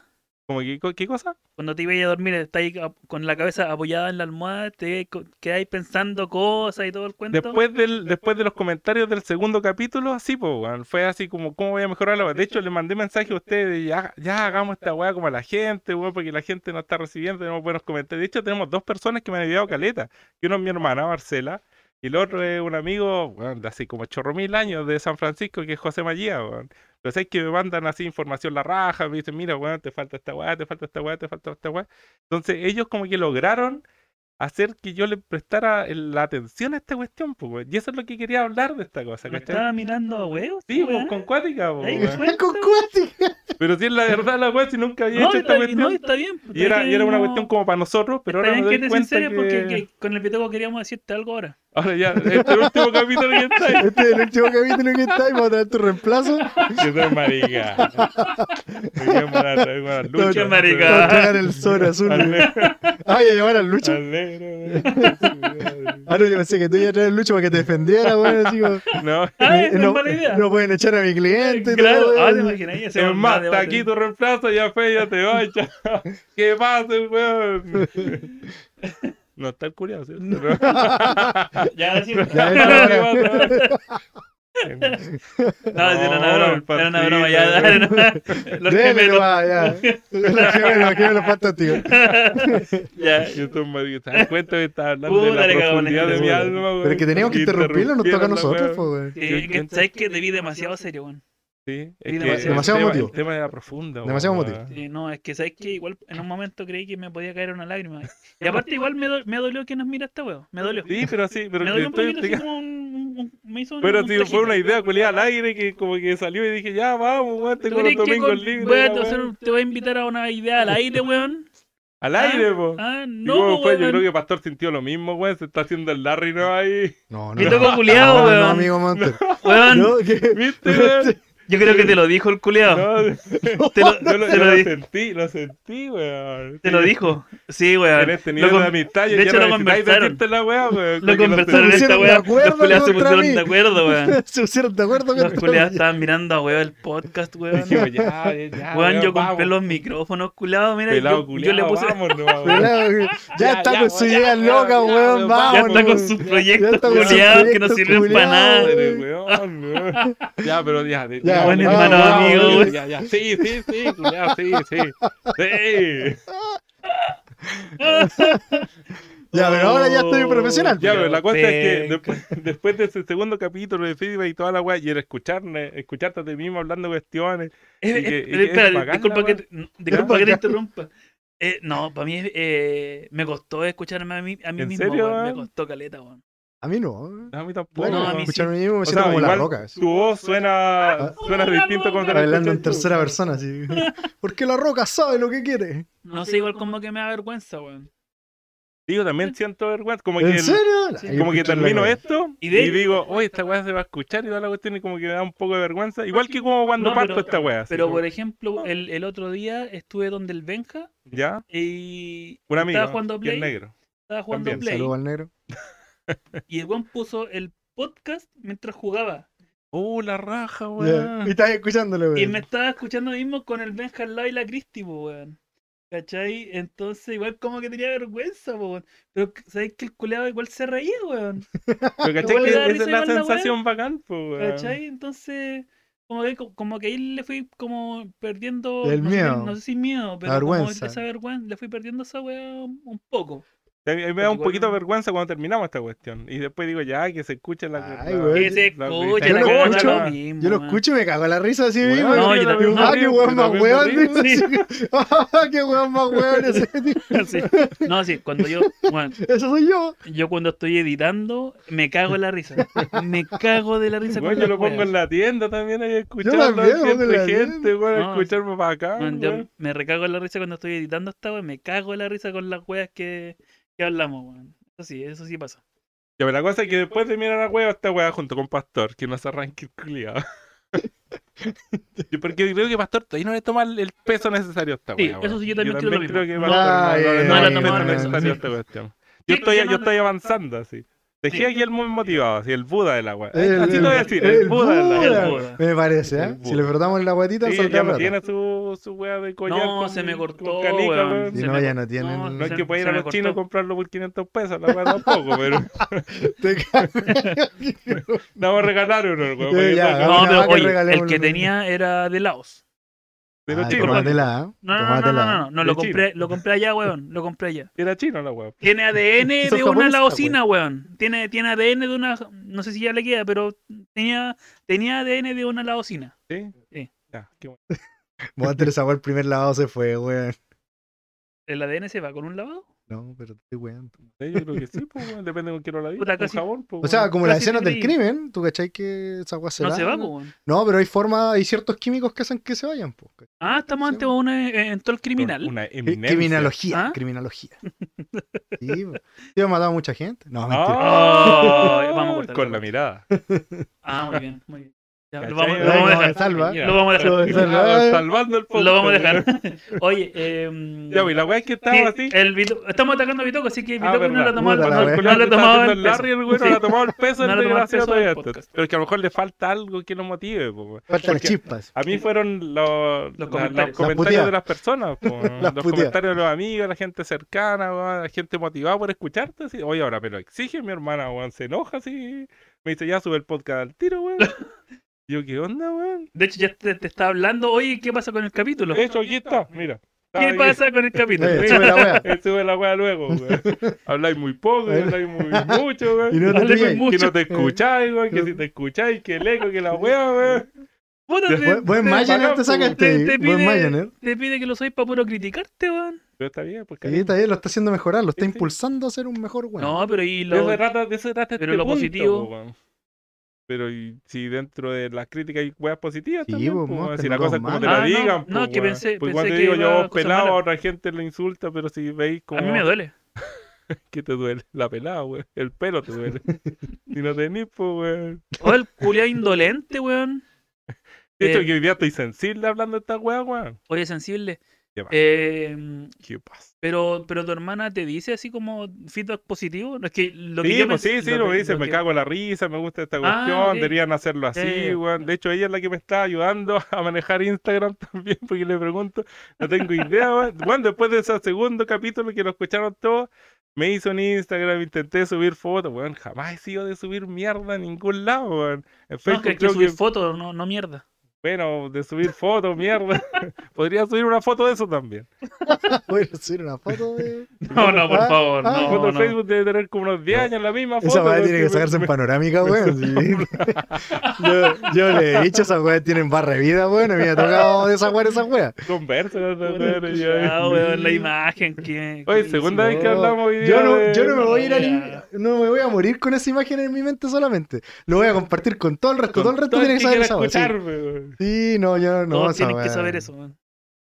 [SPEAKER 4] Como que, co- ¿qué cosa?
[SPEAKER 2] Cuando te ibas a dormir, estáis ap- con la cabeza apoyada en la almohada, te co- quedáis pensando cosas y todo el cuento.
[SPEAKER 4] Después del, después de los comentarios del segundo capítulo, así, pues, weón. Fue así como, ¿cómo voy a mejorar la weá? De hecho, le mandé mensaje a ustedes de ya, ya hagamos esta weá como a la gente, weón, porque la gente no está recibiendo, tenemos buenos comentarios. De hecho, tenemos dos personas que me han enviado caleta. Que uno es mi hermana, Marcela, y el otro es un amigo, weón, de así como chorro mil años de San Francisco, que es José María, weón. Pero sabes que me mandan así información la raja, me dicen, mira, weón, te falta esta weá, te falta esta weá, te falta esta weá. Entonces, ellos como que lograron hacer que yo le prestara el- la atención a esta cuestión, pues, weón. Y eso es lo que quería hablar de esta cosa,
[SPEAKER 2] ¿Me
[SPEAKER 4] ¿cachai?
[SPEAKER 2] estaba mirando a huevos?
[SPEAKER 4] Sí,
[SPEAKER 2] weá?
[SPEAKER 4] pues, con cuática, pues,
[SPEAKER 2] Ahí
[SPEAKER 4] weón.
[SPEAKER 2] fue.
[SPEAKER 3] ¡Con cuática!
[SPEAKER 4] Pero si es la verdad la weá, si nunca había
[SPEAKER 2] No,
[SPEAKER 4] hecho esta
[SPEAKER 2] está, bien, no,
[SPEAKER 4] cuestión.
[SPEAKER 2] está bien. pues,
[SPEAKER 4] Y era,
[SPEAKER 2] está
[SPEAKER 4] y era una
[SPEAKER 2] bien,
[SPEAKER 4] cuestión
[SPEAKER 2] no-
[SPEAKER 4] como para nosotros, pero
[SPEAKER 2] Está
[SPEAKER 4] ahora
[SPEAKER 2] bien
[SPEAKER 4] me
[SPEAKER 2] que
[SPEAKER 4] doy
[SPEAKER 2] te
[SPEAKER 4] cuenta
[SPEAKER 2] sinceres
[SPEAKER 4] que...
[SPEAKER 2] porque que con el pitoco queríamos decirte algo ahora.
[SPEAKER 4] Ahora ya, este último capítulo que está ahí.
[SPEAKER 3] Este es el último capítulo que está y vamos a traer tu reemplazo.
[SPEAKER 4] Que soy marica. Qué mala- qué mala lucha.
[SPEAKER 3] Qué
[SPEAKER 2] marica.
[SPEAKER 3] Vamos a traer el zorro azul.
[SPEAKER 4] Ale-
[SPEAKER 3] Ay, a llamar al Lucho.
[SPEAKER 4] alegre.
[SPEAKER 3] Ahora yo pensé que tú ibas a traer al Lucho para que te defendiera, weón. Así como, eh,
[SPEAKER 4] No,
[SPEAKER 2] Ah, esa
[SPEAKER 3] no,
[SPEAKER 2] es mala idea.
[SPEAKER 3] no pueden echar a mi cliente. y
[SPEAKER 2] claro,
[SPEAKER 3] todo,
[SPEAKER 2] ah, te
[SPEAKER 3] weón.
[SPEAKER 2] imagináis. hacemos
[SPEAKER 4] es más,
[SPEAKER 2] más
[SPEAKER 4] está aquí
[SPEAKER 2] debate.
[SPEAKER 4] tu reemplazo, ya fe, ya te vas, chao. ¿Qué pasa, weón? No está el curioso, ¿cierto? No.
[SPEAKER 2] Ya, sí.
[SPEAKER 3] Ya
[SPEAKER 4] ¿Qué
[SPEAKER 3] era hora.
[SPEAKER 4] pasa?
[SPEAKER 2] No, sí, era una broma, era
[SPEAKER 4] No, el
[SPEAKER 2] una
[SPEAKER 4] partido.
[SPEAKER 2] broma, ya, era una- los
[SPEAKER 3] Démelo,
[SPEAKER 2] gemelos.
[SPEAKER 3] va, ya. Los gemelos, los gemelos fantásticos.
[SPEAKER 2] Ya.
[SPEAKER 4] Yo estoy marica. ¿Te das cuenta que estaba hablando
[SPEAKER 2] Puta,
[SPEAKER 4] de
[SPEAKER 2] le cagó
[SPEAKER 4] la
[SPEAKER 2] la
[SPEAKER 4] profundidad de
[SPEAKER 2] gente,
[SPEAKER 4] mi
[SPEAKER 2] weón.
[SPEAKER 4] alma, weón?
[SPEAKER 3] Pero es que teníamos que interrumpirlo, nos toca a nosotros, po, weón.
[SPEAKER 2] Eh,
[SPEAKER 4] Yo
[SPEAKER 2] que-
[SPEAKER 4] encuentro-
[SPEAKER 2] ¿Sabes que te vi demasiado serio, weón?
[SPEAKER 4] Sí, es
[SPEAKER 2] Sí,
[SPEAKER 4] que
[SPEAKER 2] demasiado.
[SPEAKER 4] el
[SPEAKER 3] Demasiado
[SPEAKER 4] tema-
[SPEAKER 3] motivo.
[SPEAKER 4] El tema era profundo. weón,
[SPEAKER 3] Demasiado
[SPEAKER 4] weón.
[SPEAKER 3] motivo.
[SPEAKER 2] Eh, no, es que sabes que igual en un momento creí que me podía caer una lágrima. Y aparte igual me, do- me dolió que nos mira este weón. Me dolió.
[SPEAKER 4] Sí, pero sí, pero
[SPEAKER 2] me
[SPEAKER 4] te
[SPEAKER 2] dolió un
[SPEAKER 4] estoy
[SPEAKER 2] poquito así
[SPEAKER 4] explicando-
[SPEAKER 2] como un, un- Me hizo un...
[SPEAKER 4] Pero
[SPEAKER 2] un
[SPEAKER 4] sí, fue
[SPEAKER 2] trajito.
[SPEAKER 4] una idea culiada al aire que como que salió y dije, ya vamos, weón,
[SPEAKER 2] ¿Tú
[SPEAKER 4] tengo los
[SPEAKER 2] crees que
[SPEAKER 4] domingos
[SPEAKER 2] con-
[SPEAKER 4] libres.
[SPEAKER 2] voy a
[SPEAKER 4] ya, weón.
[SPEAKER 2] hacer un- te voy a invitar a una idea al aire, weón?
[SPEAKER 4] Al aire,
[SPEAKER 2] Ah,
[SPEAKER 4] po.
[SPEAKER 2] Ah,
[SPEAKER 4] Y
[SPEAKER 2] no,
[SPEAKER 4] como fue,
[SPEAKER 2] weón.
[SPEAKER 4] yo creo que Pastor sintió lo mismo, weón, se está haciendo el Larry, ¿no? Ahí.
[SPEAKER 3] No, no.
[SPEAKER 2] Me
[SPEAKER 3] no.
[SPEAKER 2] tocó culiado,
[SPEAKER 3] No, no,
[SPEAKER 2] weón.
[SPEAKER 3] amigo Monster.
[SPEAKER 2] Weón,
[SPEAKER 3] No, que-
[SPEAKER 4] ¿Viste, weón?
[SPEAKER 2] Yo creo que te lo dijo el culeado.
[SPEAKER 4] No,
[SPEAKER 2] te lo,
[SPEAKER 4] yo lo,
[SPEAKER 2] te
[SPEAKER 4] yo
[SPEAKER 2] lo
[SPEAKER 4] lo
[SPEAKER 2] di-
[SPEAKER 4] sentí, lo sentí, weón.
[SPEAKER 2] te lo dijo. Sí,
[SPEAKER 4] En
[SPEAKER 2] weón.
[SPEAKER 4] este
[SPEAKER 2] Lo
[SPEAKER 4] nivel
[SPEAKER 2] con-
[SPEAKER 4] de amistad, yo
[SPEAKER 2] de
[SPEAKER 4] ya
[SPEAKER 2] hecho,
[SPEAKER 4] no
[SPEAKER 2] lo
[SPEAKER 4] necesitáis
[SPEAKER 2] conversaron.
[SPEAKER 4] decirte la weá, weón.
[SPEAKER 2] Lo
[SPEAKER 4] Porque
[SPEAKER 2] conversaron en
[SPEAKER 4] entendí.
[SPEAKER 2] esta
[SPEAKER 3] pusieron de
[SPEAKER 2] weá.
[SPEAKER 3] acuerdo
[SPEAKER 2] Los culeados se
[SPEAKER 3] contra
[SPEAKER 2] pusieron
[SPEAKER 3] mí.
[SPEAKER 2] de acuerdo, weón.
[SPEAKER 3] Se pusieron de acuerdo
[SPEAKER 2] Los
[SPEAKER 3] con
[SPEAKER 2] culeados estaban mirando a weón el podcast, weón.
[SPEAKER 4] Dijimos, ya, ya, ya,
[SPEAKER 2] Ah, Weón, yo
[SPEAKER 4] vamos.
[SPEAKER 2] compré los micrófonos, culeado. Mira,
[SPEAKER 4] Pelado
[SPEAKER 2] yo,
[SPEAKER 4] culiao,
[SPEAKER 2] yo le puse.
[SPEAKER 4] vámonos, weón.
[SPEAKER 3] Pelado, Ya está
[SPEAKER 4] ya,
[SPEAKER 3] con
[SPEAKER 4] weón,
[SPEAKER 3] sus
[SPEAKER 4] ya,
[SPEAKER 3] ideas
[SPEAKER 4] weón,
[SPEAKER 3] locas,
[SPEAKER 4] ya,
[SPEAKER 3] weón.
[SPEAKER 4] weón, ya
[SPEAKER 2] Ya
[SPEAKER 3] Vamos.
[SPEAKER 2] está con sus
[SPEAKER 4] Ya
[SPEAKER 2] proyectos
[SPEAKER 3] está con sus
[SPEAKER 2] culeados que no
[SPEAKER 3] proyectos
[SPEAKER 2] sirven para nada.
[SPEAKER 3] culiados.
[SPEAKER 4] Madre, weón, weón. Ya, pero ya. de-
[SPEAKER 3] Ya,
[SPEAKER 2] buen
[SPEAKER 4] vamos,
[SPEAKER 2] hermano,
[SPEAKER 4] vamos,
[SPEAKER 2] amigo,
[SPEAKER 4] ya,
[SPEAKER 2] weón.
[SPEAKER 4] Ya, ya. Sí, sí, sí, culiao, sí, sí. Sí.
[SPEAKER 3] Ya, pero ahora ya estoy profesional.
[SPEAKER 4] Oh, Ya, pero la cosa es que
[SPEAKER 2] Peca.
[SPEAKER 4] después, después de ese segundo capítulo de feedback y toda la weá, y el escucharme, escucharte a ti mismo hablando cuestiones.
[SPEAKER 2] Es-
[SPEAKER 4] Y
[SPEAKER 2] es-
[SPEAKER 4] que- y
[SPEAKER 2] Eh, pero
[SPEAKER 4] que es
[SPEAKER 2] espera,
[SPEAKER 4] bacán la
[SPEAKER 2] disculpa, que,
[SPEAKER 4] weá.
[SPEAKER 2] te- no, disculpa que te
[SPEAKER 3] bacán.
[SPEAKER 2] interrumpa. Eh, no, para mí es- eh, me costó escucharme a mí, a mí
[SPEAKER 4] ¿En
[SPEAKER 2] mismo,
[SPEAKER 4] serio,
[SPEAKER 2] weón, me
[SPEAKER 4] weón?
[SPEAKER 2] costó caleta, weón.
[SPEAKER 3] A mí no.
[SPEAKER 4] No, a mí tampoco.
[SPEAKER 3] Bueno,
[SPEAKER 2] a mí sí.
[SPEAKER 3] escucharme a mí mismo me
[SPEAKER 4] O
[SPEAKER 3] siento
[SPEAKER 4] sea,
[SPEAKER 3] como la
[SPEAKER 4] igual
[SPEAKER 3] roca. así,
[SPEAKER 4] Tu voz suena,
[SPEAKER 3] Ah.
[SPEAKER 4] suena
[SPEAKER 2] Hola,
[SPEAKER 4] distinto
[SPEAKER 2] Roca.
[SPEAKER 4] cuando la
[SPEAKER 3] Bailando en
[SPEAKER 4] escuchas tú.
[SPEAKER 3] tercera persona, así. Porque la roca sabe lo que quiere.
[SPEAKER 2] No sé, igual como que me da vergüenza, weón.
[SPEAKER 4] Digo, también siento vergüenza. Como que,
[SPEAKER 3] ¿En
[SPEAKER 4] el-
[SPEAKER 3] serio?
[SPEAKER 2] sí,
[SPEAKER 3] Ahí
[SPEAKER 4] como que
[SPEAKER 3] escuchan la
[SPEAKER 4] termino
[SPEAKER 3] roca.
[SPEAKER 4] esto
[SPEAKER 2] Y
[SPEAKER 4] y,
[SPEAKER 2] de-
[SPEAKER 4] digo, oye, esta weá se va a escuchar y toda la cuestión y como que me da un poco de vergüenza. Igual que como cuando
[SPEAKER 2] No,
[SPEAKER 4] parto
[SPEAKER 2] pero-
[SPEAKER 4] esta weá. así
[SPEAKER 2] Pero,
[SPEAKER 4] como,
[SPEAKER 2] por ejemplo, el, el otro día estuve donde el Benja
[SPEAKER 4] ¿Ya?
[SPEAKER 2] y
[SPEAKER 4] Un amigo.
[SPEAKER 2] estaba jugando
[SPEAKER 4] que es
[SPEAKER 2] Play,
[SPEAKER 4] negro.
[SPEAKER 2] estaba jugando
[SPEAKER 4] también,
[SPEAKER 2] Play
[SPEAKER 3] Saludos al negro.
[SPEAKER 2] y el weón puso el podcast mientras jugaba.
[SPEAKER 4] Oh, la raja,
[SPEAKER 3] Ya,
[SPEAKER 4] weón.
[SPEAKER 3] Y estás escuchándolo,
[SPEAKER 2] Y me
[SPEAKER 3] weón.
[SPEAKER 2] estaba escuchando mismo con el Benja al lado y la Cristi, po, weón. ¿Cachai? Entonces, igual como que tenía vergüenza, po, weón. Pero sabéis que el culeado igual se reía, weón.
[SPEAKER 4] Pero
[SPEAKER 2] Igual
[SPEAKER 4] ¿cachai?
[SPEAKER 2] le
[SPEAKER 4] que
[SPEAKER 2] da risa
[SPEAKER 4] esa es la
[SPEAKER 2] igual la weá.
[SPEAKER 4] sensación bacán, po, weón.
[SPEAKER 2] ¿Cachai? Entonces, como que, como que ahí le fui como perdiendo.
[SPEAKER 3] El
[SPEAKER 2] no sé-
[SPEAKER 3] miedo.
[SPEAKER 2] no sé si miedo, pero
[SPEAKER 3] La
[SPEAKER 2] como
[SPEAKER 3] vergüenza.
[SPEAKER 2] esa vergüenza. Le fui perdiendo esa weá un un poco.
[SPEAKER 4] A mí- a mí me
[SPEAKER 2] Porque
[SPEAKER 4] da un
[SPEAKER 2] igual
[SPEAKER 4] poquito de
[SPEAKER 2] no-
[SPEAKER 4] vergüenza cuando terminamos esta cuestión. Y después digo, ya, que se escuche la.
[SPEAKER 3] Ay,
[SPEAKER 4] la-
[SPEAKER 3] weón.
[SPEAKER 2] Que se
[SPEAKER 4] la-
[SPEAKER 2] escucha,
[SPEAKER 3] yo
[SPEAKER 2] la
[SPEAKER 3] lo
[SPEAKER 2] cagada,
[SPEAKER 3] escucho,
[SPEAKER 2] da lo mismo,
[SPEAKER 3] Yo lo
[SPEAKER 2] weón.
[SPEAKER 3] escucho y me cago en la risa así
[SPEAKER 4] Bueno,
[SPEAKER 2] no,
[SPEAKER 3] mismo. y
[SPEAKER 2] yo
[SPEAKER 3] digo,
[SPEAKER 2] también
[SPEAKER 3] ah,
[SPEAKER 4] me
[SPEAKER 3] qué
[SPEAKER 4] río,
[SPEAKER 3] weón
[SPEAKER 4] yo
[SPEAKER 3] más
[SPEAKER 4] también me
[SPEAKER 3] weón.
[SPEAKER 4] río.
[SPEAKER 3] digo, así, Ah, qué weón más weón. ese tipo.
[SPEAKER 2] Sí. No, sí, cuando yo. Bueno,
[SPEAKER 3] Eso soy yo.
[SPEAKER 2] yo cuando estoy editando, me cago en la risa. Me cago de la risa.
[SPEAKER 4] Weón,
[SPEAKER 2] con
[SPEAKER 4] yo
[SPEAKER 2] las
[SPEAKER 4] lo pongo
[SPEAKER 2] weas.
[SPEAKER 4] en la tienda también ahí escuchando
[SPEAKER 3] también,
[SPEAKER 4] a
[SPEAKER 3] pongo en la
[SPEAKER 4] gente, gente, weón,
[SPEAKER 2] No,
[SPEAKER 4] escucharme para acá.
[SPEAKER 2] Weón, yo
[SPEAKER 4] weón.
[SPEAKER 2] me recago en la risa cuando estoy editando esta weón, me cago en la risa con las weas que, que hablamos, weón. Eso sí, eso sí pasa.
[SPEAKER 4] Ya, pero la cosa es que después de mirar a huevo esta weá junto con Pastor, que nos arranque el culiado. Porque creo que Pastor todavía no le toma el peso necesario a esta
[SPEAKER 2] Sí,
[SPEAKER 4] weá. weón.
[SPEAKER 2] eso sí, yo también creo lo mismo.
[SPEAKER 4] creo que
[SPEAKER 2] No,
[SPEAKER 3] Ah,
[SPEAKER 4] Pastor no, no le
[SPEAKER 2] no
[SPEAKER 4] toma
[SPEAKER 2] le
[SPEAKER 4] el
[SPEAKER 2] toma
[SPEAKER 4] peso
[SPEAKER 2] el peso,
[SPEAKER 4] necesario a
[SPEAKER 2] sí.
[SPEAKER 4] esta cuestión.
[SPEAKER 2] Sí,
[SPEAKER 4] Yo estoy,
[SPEAKER 2] yo no
[SPEAKER 4] yo
[SPEAKER 2] le-
[SPEAKER 4] estoy avanzando así. Dejé
[SPEAKER 2] Sí.
[SPEAKER 4] aquí el muy motivado, así, el Buda de la weá.
[SPEAKER 3] Eh, El-
[SPEAKER 4] Así te voy a decir, el,
[SPEAKER 3] el
[SPEAKER 4] Buda, de la
[SPEAKER 2] Buda.
[SPEAKER 4] weá.
[SPEAKER 2] Buda.
[SPEAKER 3] Me parece,
[SPEAKER 4] El
[SPEAKER 3] ¿eh?
[SPEAKER 4] Buda.
[SPEAKER 3] Si le frotamos la guatita,
[SPEAKER 4] Sí,
[SPEAKER 3] salta
[SPEAKER 4] ya no
[SPEAKER 3] plata.
[SPEAKER 4] tiene su, su weá de collar.
[SPEAKER 2] No,
[SPEAKER 4] con-
[SPEAKER 2] se me
[SPEAKER 4] con
[SPEAKER 2] cortó,
[SPEAKER 4] canica,
[SPEAKER 2] weón.
[SPEAKER 4] weón.
[SPEAKER 3] Y
[SPEAKER 2] Se
[SPEAKER 3] no,
[SPEAKER 2] me-
[SPEAKER 3] ya no tiene.
[SPEAKER 2] no,
[SPEAKER 4] No es
[SPEAKER 2] Se-
[SPEAKER 4] que pueda ir
[SPEAKER 2] se
[SPEAKER 4] a
[SPEAKER 2] me
[SPEAKER 4] los
[SPEAKER 2] cortó.
[SPEAKER 4] chinos a comprarlo por 500 pesos, la weá tampoco, pero
[SPEAKER 3] Te cago.
[SPEAKER 4] no vamos a regalar uno, weón.
[SPEAKER 3] Ya,
[SPEAKER 4] porque
[SPEAKER 3] ya,
[SPEAKER 4] está-
[SPEAKER 2] No,
[SPEAKER 3] Ah, ya,
[SPEAKER 2] pero
[SPEAKER 3] que
[SPEAKER 2] oye,
[SPEAKER 3] regalemos
[SPEAKER 2] el que
[SPEAKER 3] uno.
[SPEAKER 2] tenía era de Laos.
[SPEAKER 4] de los
[SPEAKER 3] Ah,
[SPEAKER 4] chinos.
[SPEAKER 3] Tómatela, ¿eh?
[SPEAKER 2] No, no, no, no, no,
[SPEAKER 3] Tómatela.
[SPEAKER 2] no, no, lo
[SPEAKER 4] De China.
[SPEAKER 2] compré, lo compré allá, weón, lo compré allá.
[SPEAKER 4] Era chino la weá.
[SPEAKER 2] Tiene ADN
[SPEAKER 3] Son
[SPEAKER 2] de una
[SPEAKER 3] japonesas,
[SPEAKER 2] laosina, weón. Tiene, tiene ADN de una, no sé si ya le queda, pero tenía, tenía ADN de una laosina.
[SPEAKER 4] ¿Sí?
[SPEAKER 2] Sí.
[SPEAKER 4] Ya, qué bueno.
[SPEAKER 3] Voy a hacer esa el primer lavado se fue, weón.
[SPEAKER 2] ¿El ADN se va con un lavado?
[SPEAKER 3] No, pero estoy weón.
[SPEAKER 4] Sí, Yo creo que sí, pues, weón, depende con quién lo la vi.
[SPEAKER 2] Puta,
[SPEAKER 4] Con
[SPEAKER 2] casi-
[SPEAKER 4] jabón, pues,
[SPEAKER 3] O sea,
[SPEAKER 4] weón.
[SPEAKER 3] como las
[SPEAKER 2] Casi
[SPEAKER 3] escenas
[SPEAKER 2] te
[SPEAKER 3] del
[SPEAKER 2] creí.
[SPEAKER 3] crimen, tú cachai que esa agua se
[SPEAKER 2] no
[SPEAKER 3] va.
[SPEAKER 2] se va, po, weón.
[SPEAKER 3] No, pero hay forma, hay ciertos químicos que hacen que se vayan, po.
[SPEAKER 2] Ah, estamos
[SPEAKER 3] Sí,
[SPEAKER 2] ante eh, una eventual criminal.
[SPEAKER 4] Una
[SPEAKER 3] Cri-
[SPEAKER 4] eminencia.
[SPEAKER 3] Criminología,
[SPEAKER 2] ¿Ah?
[SPEAKER 3] criminología. Sí, po. sí, ha matado a mucha gente. No, mentira.
[SPEAKER 4] Ah,
[SPEAKER 2] Ay, Oh, vamos a cortar
[SPEAKER 4] Con
[SPEAKER 2] eso.
[SPEAKER 4] la mirada.
[SPEAKER 2] Ah, muy bien, muy bien. Ya, lo,
[SPEAKER 4] ¿Cachai?
[SPEAKER 2] vamos, lo
[SPEAKER 3] Ay,
[SPEAKER 2] vamos a
[SPEAKER 3] no,
[SPEAKER 2] dejar.
[SPEAKER 3] salva.
[SPEAKER 4] Mira,
[SPEAKER 2] Lo vamos a dejar.
[SPEAKER 3] Lo-
[SPEAKER 4] salva- Salvando el
[SPEAKER 2] Lo vamos a
[SPEAKER 4] podcast,
[SPEAKER 2] dejar.
[SPEAKER 4] weón.
[SPEAKER 2] Oye, eh,
[SPEAKER 4] Pues, Ya, güey, la weá es que estaba así.
[SPEAKER 2] el Vito- estamos atacando a Bitoco, así que
[SPEAKER 4] Ah,
[SPEAKER 2] Bitoco no
[SPEAKER 4] verdad.
[SPEAKER 2] le ha tomado,
[SPEAKER 3] Puta la
[SPEAKER 2] no,
[SPEAKER 3] wea.
[SPEAKER 2] no le ha
[SPEAKER 4] Está
[SPEAKER 2] tomado
[SPEAKER 4] haciendo
[SPEAKER 2] el
[SPEAKER 4] el
[SPEAKER 2] peso.
[SPEAKER 4] Larry, el güey, no le ha tomado el
[SPEAKER 2] No
[SPEAKER 4] peso,
[SPEAKER 2] le
[SPEAKER 4] el
[SPEAKER 2] ha tomado el
[SPEAKER 4] desgraciado
[SPEAKER 2] peso del
[SPEAKER 4] todavía esto.
[SPEAKER 2] podcast.
[SPEAKER 4] Pero que a lo mejor le falta algo que nos motive, pues, weón.
[SPEAKER 3] Faltan las
[SPEAKER 4] Porque-
[SPEAKER 3] chispas.
[SPEAKER 4] A mí
[SPEAKER 2] Los
[SPEAKER 4] fueron los, la-
[SPEAKER 2] comentarios.
[SPEAKER 4] los
[SPEAKER 2] Las
[SPEAKER 4] comentarios
[SPEAKER 3] puteadas.
[SPEAKER 4] de las personas, po,
[SPEAKER 3] Las
[SPEAKER 4] los
[SPEAKER 3] puteadas.
[SPEAKER 4] comentarios de los amigos, la gente cercana, weón, la gente motivada por escucharte. Así. Oye, ahora me lo exige mi hermana, weón, se enoja así. Me dice, ya sube el podcast al tiro, weón. Yo, ¿qué onda, weón?
[SPEAKER 2] De hecho, ya te, te está hablando. Oye, ¿qué pasa con el capítulo?
[SPEAKER 4] Eso, aquí está, mira.
[SPEAKER 2] ¿Qué pasa con el capítulo?
[SPEAKER 3] Eh,
[SPEAKER 4] Sí.
[SPEAKER 3] sube la wea.
[SPEAKER 4] Él sube la weá luego, weón. Habláis muy poco,
[SPEAKER 3] Eh.
[SPEAKER 4] habláis muy mucho,
[SPEAKER 3] Y
[SPEAKER 4] weón.
[SPEAKER 3] no te
[SPEAKER 2] Hablemos
[SPEAKER 3] olvides.
[SPEAKER 2] mucho.
[SPEAKER 4] Que no te escucháis, weón, que
[SPEAKER 3] No.
[SPEAKER 4] si te escucháis, que el eco, que la weá, weón.
[SPEAKER 2] Puta, te-
[SPEAKER 3] Buen- Buen
[SPEAKER 2] te-
[SPEAKER 3] Mayaner te
[SPEAKER 2] Te- te
[SPEAKER 4] bacán, po.
[SPEAKER 3] sacaste.
[SPEAKER 2] pide-
[SPEAKER 3] Buen Mayaner.
[SPEAKER 2] Te pide que lo sois para puro criticarte, weón.
[SPEAKER 4] Pero está bien, pues, porque.
[SPEAKER 3] Sí, está bien, eh, lo está haciendo mejorar, lo está
[SPEAKER 4] Sí, sí.
[SPEAKER 3] impulsando a ser un mejor weón.
[SPEAKER 2] No, pero y
[SPEAKER 4] De eso
[SPEAKER 2] lo.
[SPEAKER 4] trata, de eso trata
[SPEAKER 2] pero
[SPEAKER 4] este
[SPEAKER 2] lo
[SPEAKER 4] punto,
[SPEAKER 2] positivo-
[SPEAKER 4] po, weón. Pero y si dentro de las críticas hay weas positivas
[SPEAKER 3] Sí,
[SPEAKER 4] también,
[SPEAKER 3] po,
[SPEAKER 4] po,
[SPEAKER 3] mo,
[SPEAKER 4] weón,
[SPEAKER 3] que
[SPEAKER 4] si
[SPEAKER 3] no
[SPEAKER 4] la cosa es
[SPEAKER 3] todo
[SPEAKER 4] como te
[SPEAKER 2] malo.
[SPEAKER 4] la
[SPEAKER 2] Ah, no,
[SPEAKER 4] digan,
[SPEAKER 2] no,
[SPEAKER 4] po,
[SPEAKER 2] es que
[SPEAKER 4] weón.
[SPEAKER 2] pensé-
[SPEAKER 4] Porque
[SPEAKER 2] pensé
[SPEAKER 4] cuando
[SPEAKER 2] que
[SPEAKER 4] digo
[SPEAKER 2] iba
[SPEAKER 4] yo
[SPEAKER 2] cosas
[SPEAKER 4] pelado,
[SPEAKER 2] malas.
[SPEAKER 4] a otra gente le insulta, pero si veis como
[SPEAKER 2] A mí me duele.
[SPEAKER 4] que te duele la pelada, weón. El pelo te
[SPEAKER 2] Oh,
[SPEAKER 4] duele. si no tenís, pues, weón.
[SPEAKER 2] O el culiao indolente, weón.
[SPEAKER 4] De hecho,
[SPEAKER 2] Eh,
[SPEAKER 4] que hoy día estoy sensible hablando de esta weá, weón.
[SPEAKER 2] Oye, sensible.
[SPEAKER 4] ¿Qué pasa?
[SPEAKER 2] Eh,
[SPEAKER 4] ¿Qué pasa?
[SPEAKER 2] pero, pero tu hermana te dice así como feedback positivo. No, Es que lo que
[SPEAKER 4] Sí,
[SPEAKER 2] yo
[SPEAKER 4] pues
[SPEAKER 2] pens-
[SPEAKER 4] sí, sí, lo que dice, me
[SPEAKER 2] que-
[SPEAKER 4] cago en la risa, me gusta esta
[SPEAKER 2] Ah,
[SPEAKER 4] cuestión,
[SPEAKER 2] ok.
[SPEAKER 4] deberían hacerlo así,
[SPEAKER 2] Ya, ya, ya.
[SPEAKER 4] weón. De hecho, ella es la que me está ayudando a manejar Instagram también, porque le pregunto, no tengo idea, weón. Bueno, después de ese segundo capítulo que lo escucharon todos, me hizo un Instagram, intenté subir fotos, weón, jamás he sido de subir mierda a ningún lado, weón. En
[SPEAKER 2] No,
[SPEAKER 4] Facebook
[SPEAKER 2] que hay que
[SPEAKER 4] creo
[SPEAKER 2] subir
[SPEAKER 4] que,
[SPEAKER 2] fotos, no, no mierda.
[SPEAKER 4] bueno, de subir fotos, mierda. Podría subir una foto de eso también.
[SPEAKER 3] Voy a subir una foto de.
[SPEAKER 2] No, no, por
[SPEAKER 3] Ah,
[SPEAKER 2] favor,
[SPEAKER 3] ah,
[SPEAKER 4] La foto
[SPEAKER 2] no,
[SPEAKER 4] de
[SPEAKER 2] no.
[SPEAKER 4] Facebook debe tener como unos 10
[SPEAKER 3] No.
[SPEAKER 4] años la misma foto.
[SPEAKER 3] Esa weá
[SPEAKER 4] weón,
[SPEAKER 3] tiene
[SPEAKER 4] que
[SPEAKER 3] que
[SPEAKER 4] me-
[SPEAKER 3] sacarse en
[SPEAKER 4] me-
[SPEAKER 3] panorámica, weón. sí. Yo, yo le he dicho, esas weas tienen barra de vida, weón. y Me ha tocado desaguar esas weas.
[SPEAKER 4] Conversa, no, no, no, no, yo-
[SPEAKER 2] Ah, weón, la imagen que.
[SPEAKER 4] Oye,
[SPEAKER 2] que
[SPEAKER 4] segunda vez
[SPEAKER 2] hicimos.
[SPEAKER 4] que hablamos hoy día
[SPEAKER 3] Yo no,
[SPEAKER 4] de-
[SPEAKER 3] yo no me voy a ir a
[SPEAKER 2] Ya.
[SPEAKER 3] ni- no me voy a morir con esa imagen en mi mente solamente. Lo voy a compartir con todo el resto. Todo el resto tiene que saber
[SPEAKER 4] quiera
[SPEAKER 3] esa wea. sí.
[SPEAKER 4] escucharme, weón.
[SPEAKER 3] Sí, no, yo no.
[SPEAKER 2] Todos
[SPEAKER 3] esa
[SPEAKER 2] tienen que
[SPEAKER 3] wea.
[SPEAKER 2] saber eso, weón.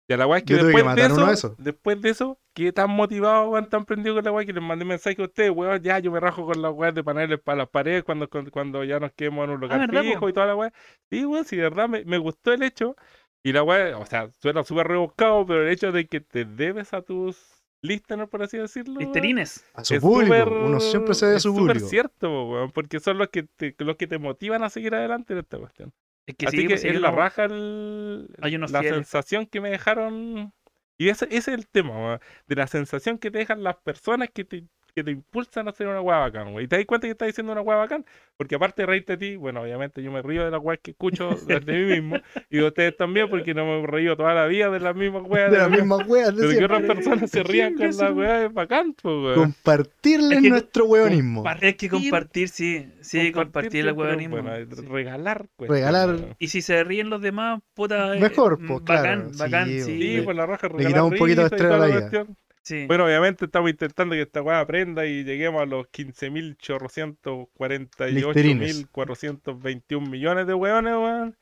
[SPEAKER 4] Ya la weá es que
[SPEAKER 3] Yo tuve que
[SPEAKER 4] después de
[SPEAKER 3] matar
[SPEAKER 4] eso,
[SPEAKER 3] uno de esos.
[SPEAKER 4] después de eso, quedé tan motivado, weón, tan prendido con la weá que les mandé mensaje a ustedes, weón, ya yo me rajo con las weas de paneles para las paredes cuando, cuando, cuando ya nos quedemos en un
[SPEAKER 2] Ah,
[SPEAKER 4] local
[SPEAKER 2] ¿verdad, po?
[SPEAKER 4] fijo y toda la weá. Sí, weón, sí, de verdad me, me gustó el hecho. Y la weá, o sea, suena súper rebuscado, pero el hecho de que te debes a tus listeners, por así decirlo. weón,
[SPEAKER 2] Listerines.
[SPEAKER 3] A su
[SPEAKER 4] es
[SPEAKER 3] público.
[SPEAKER 4] súper-
[SPEAKER 3] Uno siempre se debe a
[SPEAKER 4] es
[SPEAKER 3] su
[SPEAKER 4] súper
[SPEAKER 3] público.
[SPEAKER 4] cierto, weón, porque son los que, te, los que te motivan a seguir adelante en esta cuestión.
[SPEAKER 2] Es que
[SPEAKER 4] Así
[SPEAKER 2] sí,
[SPEAKER 4] que
[SPEAKER 2] pues, sí,
[SPEAKER 4] es
[SPEAKER 2] yo
[SPEAKER 4] la
[SPEAKER 2] no-
[SPEAKER 4] raja el-
[SPEAKER 2] Hay unos
[SPEAKER 4] la
[SPEAKER 2] fieles.
[SPEAKER 4] sensación que me dejaron. Y ese, ese es el tema, weón, de la sensación que te dejan las personas que te, que te impulsan a hacer una hueá bacán, weón. Y te das cuenta que estás diciendo una hueá bacán, porque aparte de reírte de ti, bueno, obviamente yo me río de las hueá que escucho desde mí mismo, y de ustedes también, porque no me he reído toda la vida de las mismas hueá.
[SPEAKER 3] De las mismas weas. de
[SPEAKER 4] Pero que
[SPEAKER 3] siempre.
[SPEAKER 4] otras personas se rían con
[SPEAKER 2] Imbécil.
[SPEAKER 4] la hueá es bacán, pues, weón.
[SPEAKER 3] Compartirles
[SPEAKER 2] Es que-
[SPEAKER 3] nuestro weonismo.
[SPEAKER 2] Es que compartir, sí. Sí, compartir pues, el
[SPEAKER 4] siempre es
[SPEAKER 2] huevonismo.
[SPEAKER 4] bueno, regalar, pues, cuestiones,
[SPEAKER 3] Regalar.
[SPEAKER 4] weón.
[SPEAKER 2] Y si se ríen los demás, puta. eh,
[SPEAKER 3] Mejor,
[SPEAKER 2] mm,
[SPEAKER 3] pues,
[SPEAKER 2] Bacán,
[SPEAKER 3] claro,
[SPEAKER 2] bacán,
[SPEAKER 3] sí, pues,
[SPEAKER 2] sí. pues,
[SPEAKER 4] Sí,
[SPEAKER 3] weón.
[SPEAKER 4] por la raja, regalar
[SPEAKER 3] quitamos un poquito de
[SPEAKER 4] risa y
[SPEAKER 3] estrés a
[SPEAKER 4] toda
[SPEAKER 3] la vida.
[SPEAKER 4] cuestión.
[SPEAKER 2] sí.
[SPEAKER 3] pues,
[SPEAKER 4] Bueno, obviamente estamos intentando que esta weá aprenda y lleguemos a los 15.448.421 millones de weones, weón.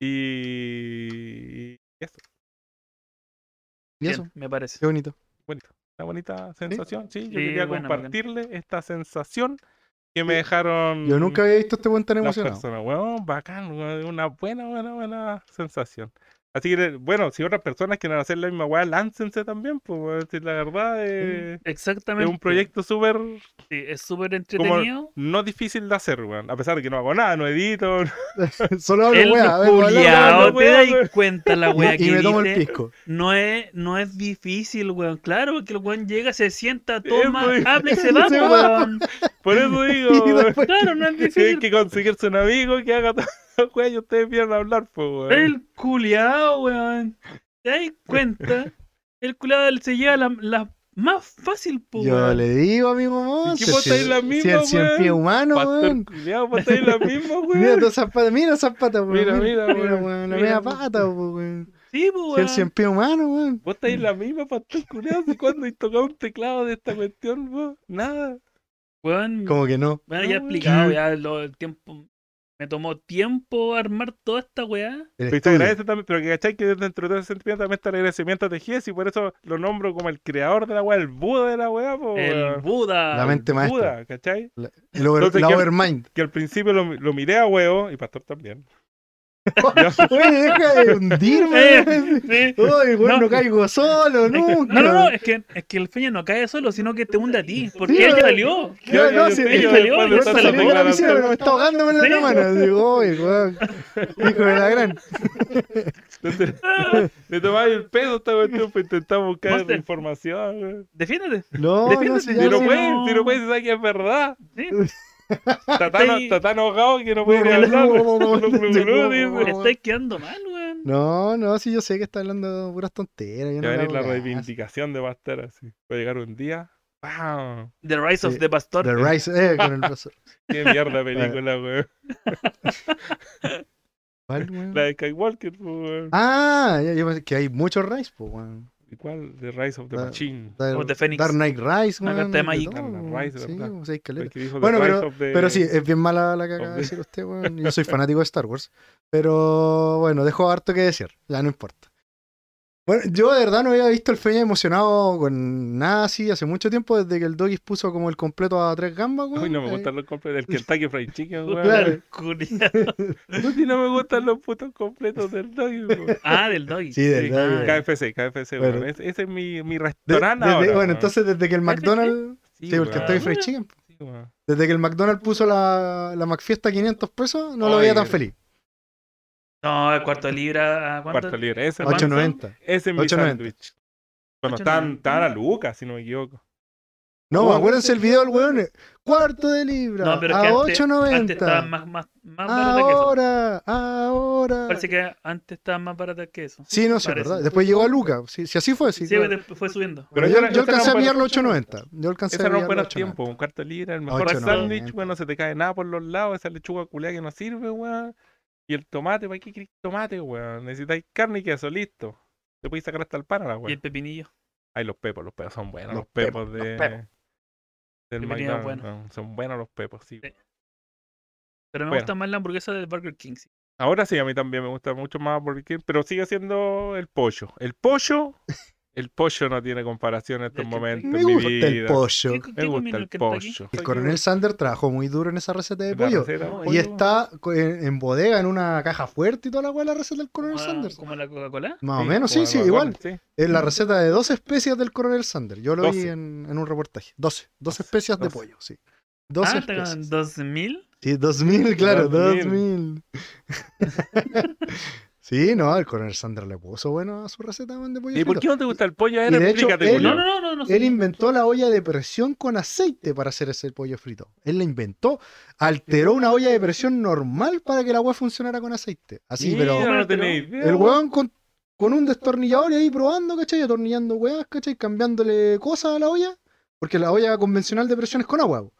[SPEAKER 4] Y... y Eso,
[SPEAKER 3] Y
[SPEAKER 2] Bien,
[SPEAKER 3] eso,
[SPEAKER 2] me parece.
[SPEAKER 3] qué bonito.
[SPEAKER 4] bonito. Una bonita sensación, sí. Yo
[SPEAKER 2] Sí,
[SPEAKER 4] quería
[SPEAKER 2] buena,
[SPEAKER 4] compartirle esta sensación que me
[SPEAKER 3] Yo-
[SPEAKER 4] dejaron
[SPEAKER 3] Yo nunca había visto a este weón tan
[SPEAKER 4] Mm. las
[SPEAKER 3] emocionado.
[SPEAKER 4] personas, weón. Bacán, weón. Una buena, buena, buena sensación. Así que, bueno, si otras personas quieren hacer la misma weá, láncense también, pues, weón. Si la verdad eh,
[SPEAKER 2] Exactamente.
[SPEAKER 4] es un proyecto súper
[SPEAKER 2] Sí, es súper entretenido.
[SPEAKER 4] no difícil de hacer, weón. A pesar de que no hago nada, no edito. no-
[SPEAKER 3] Solo hablo
[SPEAKER 2] El
[SPEAKER 3] wea. vengo a hablar,
[SPEAKER 4] culiao,
[SPEAKER 2] culiao,
[SPEAKER 4] weón,
[SPEAKER 2] te
[SPEAKER 4] weón.
[SPEAKER 2] das cuenta la
[SPEAKER 3] weón,
[SPEAKER 2] wea
[SPEAKER 3] Y
[SPEAKER 2] que
[SPEAKER 3] me tomo el
[SPEAKER 2] dice,
[SPEAKER 3] pisco.
[SPEAKER 2] no es, no es difícil, weón. Claro, porque el weón llega, se sienta,
[SPEAKER 4] Eh,
[SPEAKER 2] toma,
[SPEAKER 4] pues.
[SPEAKER 2] habla y se va,
[SPEAKER 3] Se
[SPEAKER 2] pues,
[SPEAKER 3] va.
[SPEAKER 2] weón.
[SPEAKER 4] Por eso
[SPEAKER 3] Y
[SPEAKER 4] digo, weón,
[SPEAKER 3] después-
[SPEAKER 2] Claro, no es
[SPEAKER 4] tienen
[SPEAKER 2] difícil.
[SPEAKER 4] que conseguirse un amigo que haga todo, weón, y ustedes vienen a hablar, pues, weón.
[SPEAKER 2] El culiao, weón. ¿Te das cuenta? El culiao él se lleva la, la más fácil, po,
[SPEAKER 3] Yo
[SPEAKER 2] weón.
[SPEAKER 3] le digo, amigo Monse,
[SPEAKER 4] vos
[SPEAKER 3] si,
[SPEAKER 4] estáis la
[SPEAKER 3] si
[SPEAKER 4] misma,
[SPEAKER 3] el cien
[SPEAKER 4] weón.
[SPEAKER 3] pie humano,
[SPEAKER 4] Pastor
[SPEAKER 3] weón.
[SPEAKER 4] culiao, pues estáis la misma,
[SPEAKER 3] Mira
[SPEAKER 4] weón.
[SPEAKER 3] todas esas patas, mira esas patas, weón.
[SPEAKER 4] Mira, mira, weón,
[SPEAKER 3] weón. La
[SPEAKER 4] mira,
[SPEAKER 3] media
[SPEAKER 4] weón.
[SPEAKER 3] pata, weón.
[SPEAKER 2] Sí, po,
[SPEAKER 3] Si
[SPEAKER 2] weón.
[SPEAKER 3] el cien pie humano, weón.
[SPEAKER 4] Vos estáis la misma, pastor culiao, ¿de cuándo he tocado un teclado de esta cuestión, vos? Nada.
[SPEAKER 2] Weón,
[SPEAKER 3] Como que no.
[SPEAKER 2] bueno, ya he
[SPEAKER 4] no, weón.
[SPEAKER 2] explicado, ya lo- el tiempo. Me tomó tiempo armar toda esta weá.
[SPEAKER 3] El
[SPEAKER 4] Pero te
[SPEAKER 3] estudio.
[SPEAKER 4] agradece también, pero que cachai que dentro de todo ese sentimiento también está el agradecimiento a Tejies y por eso lo nombro como el creador de la weá, el Buda de la weá, pues,
[SPEAKER 2] El
[SPEAKER 4] weón.
[SPEAKER 2] Buda.
[SPEAKER 3] La mente
[SPEAKER 4] Buda,
[SPEAKER 3] maestra.
[SPEAKER 4] ¿cachai?
[SPEAKER 3] El over,
[SPEAKER 4] Entonces,
[SPEAKER 3] la
[SPEAKER 4] ¿qué-
[SPEAKER 3] overmind.
[SPEAKER 4] Que al principio lo, lo miré a huevo, y Pastor también.
[SPEAKER 3] Oye, deja de hundirme.
[SPEAKER 2] Eh,
[SPEAKER 3] weón.
[SPEAKER 2] sí.
[SPEAKER 3] Oye, weón, no.
[SPEAKER 2] No.
[SPEAKER 3] caigo solo,
[SPEAKER 2] Es que-
[SPEAKER 3] nunca.
[SPEAKER 2] no, no, no, es que, es que el Feña no cae solo, sino que te hunde a ti. Porque
[SPEAKER 3] Sí,
[SPEAKER 2] él
[SPEAKER 3] weón.
[SPEAKER 2] salió.
[SPEAKER 3] Yo,
[SPEAKER 4] Yo-
[SPEAKER 3] no,
[SPEAKER 4] yo-
[SPEAKER 3] si
[SPEAKER 4] yo-
[SPEAKER 3] es
[SPEAKER 4] yo después
[SPEAKER 3] que
[SPEAKER 2] de
[SPEAKER 3] yo
[SPEAKER 2] todas
[SPEAKER 3] salí
[SPEAKER 2] esas
[SPEAKER 3] de la piscina, pero me
[SPEAKER 4] declaraciones-
[SPEAKER 3] está ahogando en la
[SPEAKER 2] Sí.
[SPEAKER 3] cámara. Digo, oye, weón. Hijo de la gran.
[SPEAKER 4] Entonces, le tomaba el peso a esta cuestión para intentar buscar
[SPEAKER 2] Monster.
[SPEAKER 4] información. güey.
[SPEAKER 2] Defiéndete.
[SPEAKER 3] No, no, si
[SPEAKER 2] Defiéndete,
[SPEAKER 3] ya
[SPEAKER 4] Si no
[SPEAKER 3] sí.
[SPEAKER 2] güey.
[SPEAKER 4] puedes, si no puedes, sabes que es verdad.
[SPEAKER 2] Sí.
[SPEAKER 4] Está tan,
[SPEAKER 2] ahí.
[SPEAKER 4] está tan ahogado que no puede ni hablar. dice.
[SPEAKER 2] Estáis quedando mal, weón.
[SPEAKER 3] No, no, si yo sé que está hablando puras tonteras.
[SPEAKER 4] Ya
[SPEAKER 3] Yo no
[SPEAKER 4] venir
[SPEAKER 3] le
[SPEAKER 4] la
[SPEAKER 3] hago caso.
[SPEAKER 4] reivindicación de Bastar así. Va a llegar un día. ¡Pam!
[SPEAKER 2] The Rise of
[SPEAKER 3] Sí.
[SPEAKER 2] the Pastor.
[SPEAKER 3] The Rise, eh, con el brazo.
[SPEAKER 4] ¡Qué mierda película, güey!
[SPEAKER 3] ¿Cuál, weón?
[SPEAKER 4] La de Skywalker, güey.
[SPEAKER 3] Ah, ya, yo pensé que hay muchos Rice, pues, weón.
[SPEAKER 4] ¿Y cuál? The Rise of the
[SPEAKER 3] La-
[SPEAKER 4] Machine.
[SPEAKER 3] Dark,
[SPEAKER 2] Of the Phoenix.
[SPEAKER 3] Dark Knight Rice,
[SPEAKER 2] Una
[SPEAKER 3] weón.
[SPEAKER 2] carta de Magic.
[SPEAKER 3] todo,
[SPEAKER 4] Dark Knight
[SPEAKER 3] weón.
[SPEAKER 4] Rice,
[SPEAKER 3] Sí,
[SPEAKER 4] ¿verdad?
[SPEAKER 3] pues, hay caleta.
[SPEAKER 4] La que dijo The
[SPEAKER 3] Bueno,
[SPEAKER 4] Rise of the-
[SPEAKER 3] Pero sí, es bien mala la que acaba
[SPEAKER 4] of
[SPEAKER 3] de
[SPEAKER 4] the-
[SPEAKER 3] decir usted, weón. Yo soy fanático de Star Wars. Pero bueno, dejo harto que decir. Ya no importa. Bueno, yo de verdad no había visto el Feña emocionado con nada así hace mucho tiempo, desde que el Dogis puso como el completo a tres gambas, weón.
[SPEAKER 4] Uy, no me
[SPEAKER 3] Eh,
[SPEAKER 4] gustan los completos del Kentucky Fried Chicken, weón.
[SPEAKER 3] Claro.
[SPEAKER 4] No, si no me gustan los putos completos del Doggy, weón.
[SPEAKER 2] Ah, del doggy.
[SPEAKER 3] Sí, del
[SPEAKER 4] Sí,
[SPEAKER 3] Doggy.
[SPEAKER 2] Ah, ya.
[SPEAKER 4] KFC, KFC,
[SPEAKER 3] Bueno.
[SPEAKER 4] weón. Ese, ese es mi, mi
[SPEAKER 3] de-
[SPEAKER 4] restaurante
[SPEAKER 3] desde-
[SPEAKER 4] ahora, weón.
[SPEAKER 3] bueno, entonces desde que el McDonald's. Sí, porque
[SPEAKER 4] weón.
[SPEAKER 3] estoy Fried Chicken.
[SPEAKER 4] Sí, weón.
[SPEAKER 3] Desde que el McDonald's puso la, la McFiesta a 500 pesos, no lo
[SPEAKER 4] Oye,
[SPEAKER 3] veía tan feliz.
[SPEAKER 2] No, el cuarto de libra. ¿a ¿cuánto?
[SPEAKER 4] Cuarto libre. Ese, es mi-
[SPEAKER 2] ¿Cuánto?
[SPEAKER 3] 8.90.
[SPEAKER 4] ese es mi
[SPEAKER 3] 8.90.
[SPEAKER 4] sándwich. Bueno,
[SPEAKER 2] 8.90.
[SPEAKER 4] tan, tan a Lucas, si no me equivoco.
[SPEAKER 3] No,
[SPEAKER 4] ¿Cuánto?
[SPEAKER 3] acuérdense el video del weón. eh, Cuarto de libra.
[SPEAKER 2] No, pero es
[SPEAKER 3] a
[SPEAKER 2] que antes, antes estaban
[SPEAKER 3] 8.90.
[SPEAKER 2] más, más, más baratas que eso.
[SPEAKER 3] Ahora, ahora.
[SPEAKER 2] Parece que antes estaban más baratas que eso.
[SPEAKER 3] Sí, no sé,
[SPEAKER 2] parece.
[SPEAKER 3] ¿verdad? Después llegó a Luca. Si, si así fue, sí.
[SPEAKER 2] Sí,
[SPEAKER 3] claro.
[SPEAKER 2] de- fue subiendo.
[SPEAKER 4] Pero
[SPEAKER 3] yo,
[SPEAKER 4] esa era- esa
[SPEAKER 3] yo
[SPEAKER 4] era
[SPEAKER 3] alcancé a
[SPEAKER 4] un
[SPEAKER 3] pillar
[SPEAKER 4] buen-
[SPEAKER 3] los 8.90. Yo alcancé
[SPEAKER 4] Ese
[SPEAKER 3] a
[SPEAKER 4] era
[SPEAKER 3] pillar
[SPEAKER 4] un
[SPEAKER 3] los
[SPEAKER 4] buenos
[SPEAKER 3] 8.90.
[SPEAKER 4] tiempos, un cuarto libre, el mejor
[SPEAKER 3] 8.90.
[SPEAKER 4] sándwich, bueno, no se te cae nada por los lados, esa lechuga culiada que no sirve, weón. Y el tomate, ¿para qué querés tomate, weón? Necesitáis carne y queso, listo. Te podéis sacar hasta el pan a la
[SPEAKER 2] Y
[SPEAKER 4] weón.
[SPEAKER 2] el pepinillo.
[SPEAKER 4] Ay, los pepos, los pepos son buenos,
[SPEAKER 3] Los
[SPEAKER 4] los pepos
[SPEAKER 3] pepos, los
[SPEAKER 4] de.
[SPEAKER 3] pepos.
[SPEAKER 4] Del
[SPEAKER 2] Bienvenido,
[SPEAKER 4] McDonald's,
[SPEAKER 2] bueno.
[SPEAKER 4] weón. son buenos los pepos, sí.
[SPEAKER 2] Sí. Pero me
[SPEAKER 4] Bueno.
[SPEAKER 2] gusta más la hamburguesa del Burger King. sí.
[SPEAKER 4] Ahora sí, a mí también me gusta mucho más porque, pero sigue siendo el pollo. El pollo, el pollo no tiene comparación en estos
[SPEAKER 2] Del Kentucky.
[SPEAKER 4] momentos
[SPEAKER 3] Me
[SPEAKER 4] en mi
[SPEAKER 3] gusta
[SPEAKER 4] vida.
[SPEAKER 3] el pollo.
[SPEAKER 2] ¿Qué- qué
[SPEAKER 4] Me gusta
[SPEAKER 2] combina
[SPEAKER 4] el
[SPEAKER 2] Kentucky?
[SPEAKER 4] pollo.
[SPEAKER 3] El coronel Sander trabajó muy duro en esa receta de
[SPEAKER 4] La
[SPEAKER 3] pollo.
[SPEAKER 4] receta de
[SPEAKER 2] Y
[SPEAKER 4] pollo.
[SPEAKER 3] Y está co- en, en bodega, en una caja fuerte y toda la weá, la receta del coronel
[SPEAKER 2] Ah,
[SPEAKER 3] Sanders.
[SPEAKER 2] ¿Como la Coca-Cola?
[SPEAKER 3] Más o
[SPEAKER 4] Sí,
[SPEAKER 3] menos, sí,
[SPEAKER 4] como
[SPEAKER 3] sí,
[SPEAKER 4] la
[SPEAKER 3] igual.
[SPEAKER 4] Coca-Cola, sí.
[SPEAKER 3] Es la receta de 12 especias del coronel Sander. Yo lo vi
[SPEAKER 4] 12.
[SPEAKER 3] en, en un reportaje. 12. 12 especias de
[SPEAKER 4] 12.
[SPEAKER 3] pollo, sí.
[SPEAKER 2] Ah,
[SPEAKER 3] 12
[SPEAKER 2] está
[SPEAKER 3] especias.
[SPEAKER 2] en 2000.
[SPEAKER 3] Sí, 2000, claro, 2000.
[SPEAKER 4] 2000.
[SPEAKER 3] sí, no, el coronel Sandra le puso bueno a su receta man, de pollo.
[SPEAKER 4] ¿Y por
[SPEAKER 3] frito.
[SPEAKER 4] qué no te gusta el pollo? A ver,
[SPEAKER 3] Y de hecho,
[SPEAKER 4] explícate,
[SPEAKER 3] él-
[SPEAKER 4] Julio.
[SPEAKER 2] No, no, no, no. no
[SPEAKER 3] Él
[SPEAKER 2] sé.
[SPEAKER 3] inventó la olla de presión con aceite para hacer ese pollo frito. Él la inventó, alteró una olla de presión normal para que la agua funcionara con aceite. Así,
[SPEAKER 4] Mira,
[SPEAKER 3] pero
[SPEAKER 4] no tenía idea,
[SPEAKER 3] el
[SPEAKER 4] weón.
[SPEAKER 3] weón con, con un destornillador y ahí probando, ¿cachai? Atornillando weas, ¿cachai? Cambiándole cosas a la olla. Porque la olla convencional de presión es con agua. po.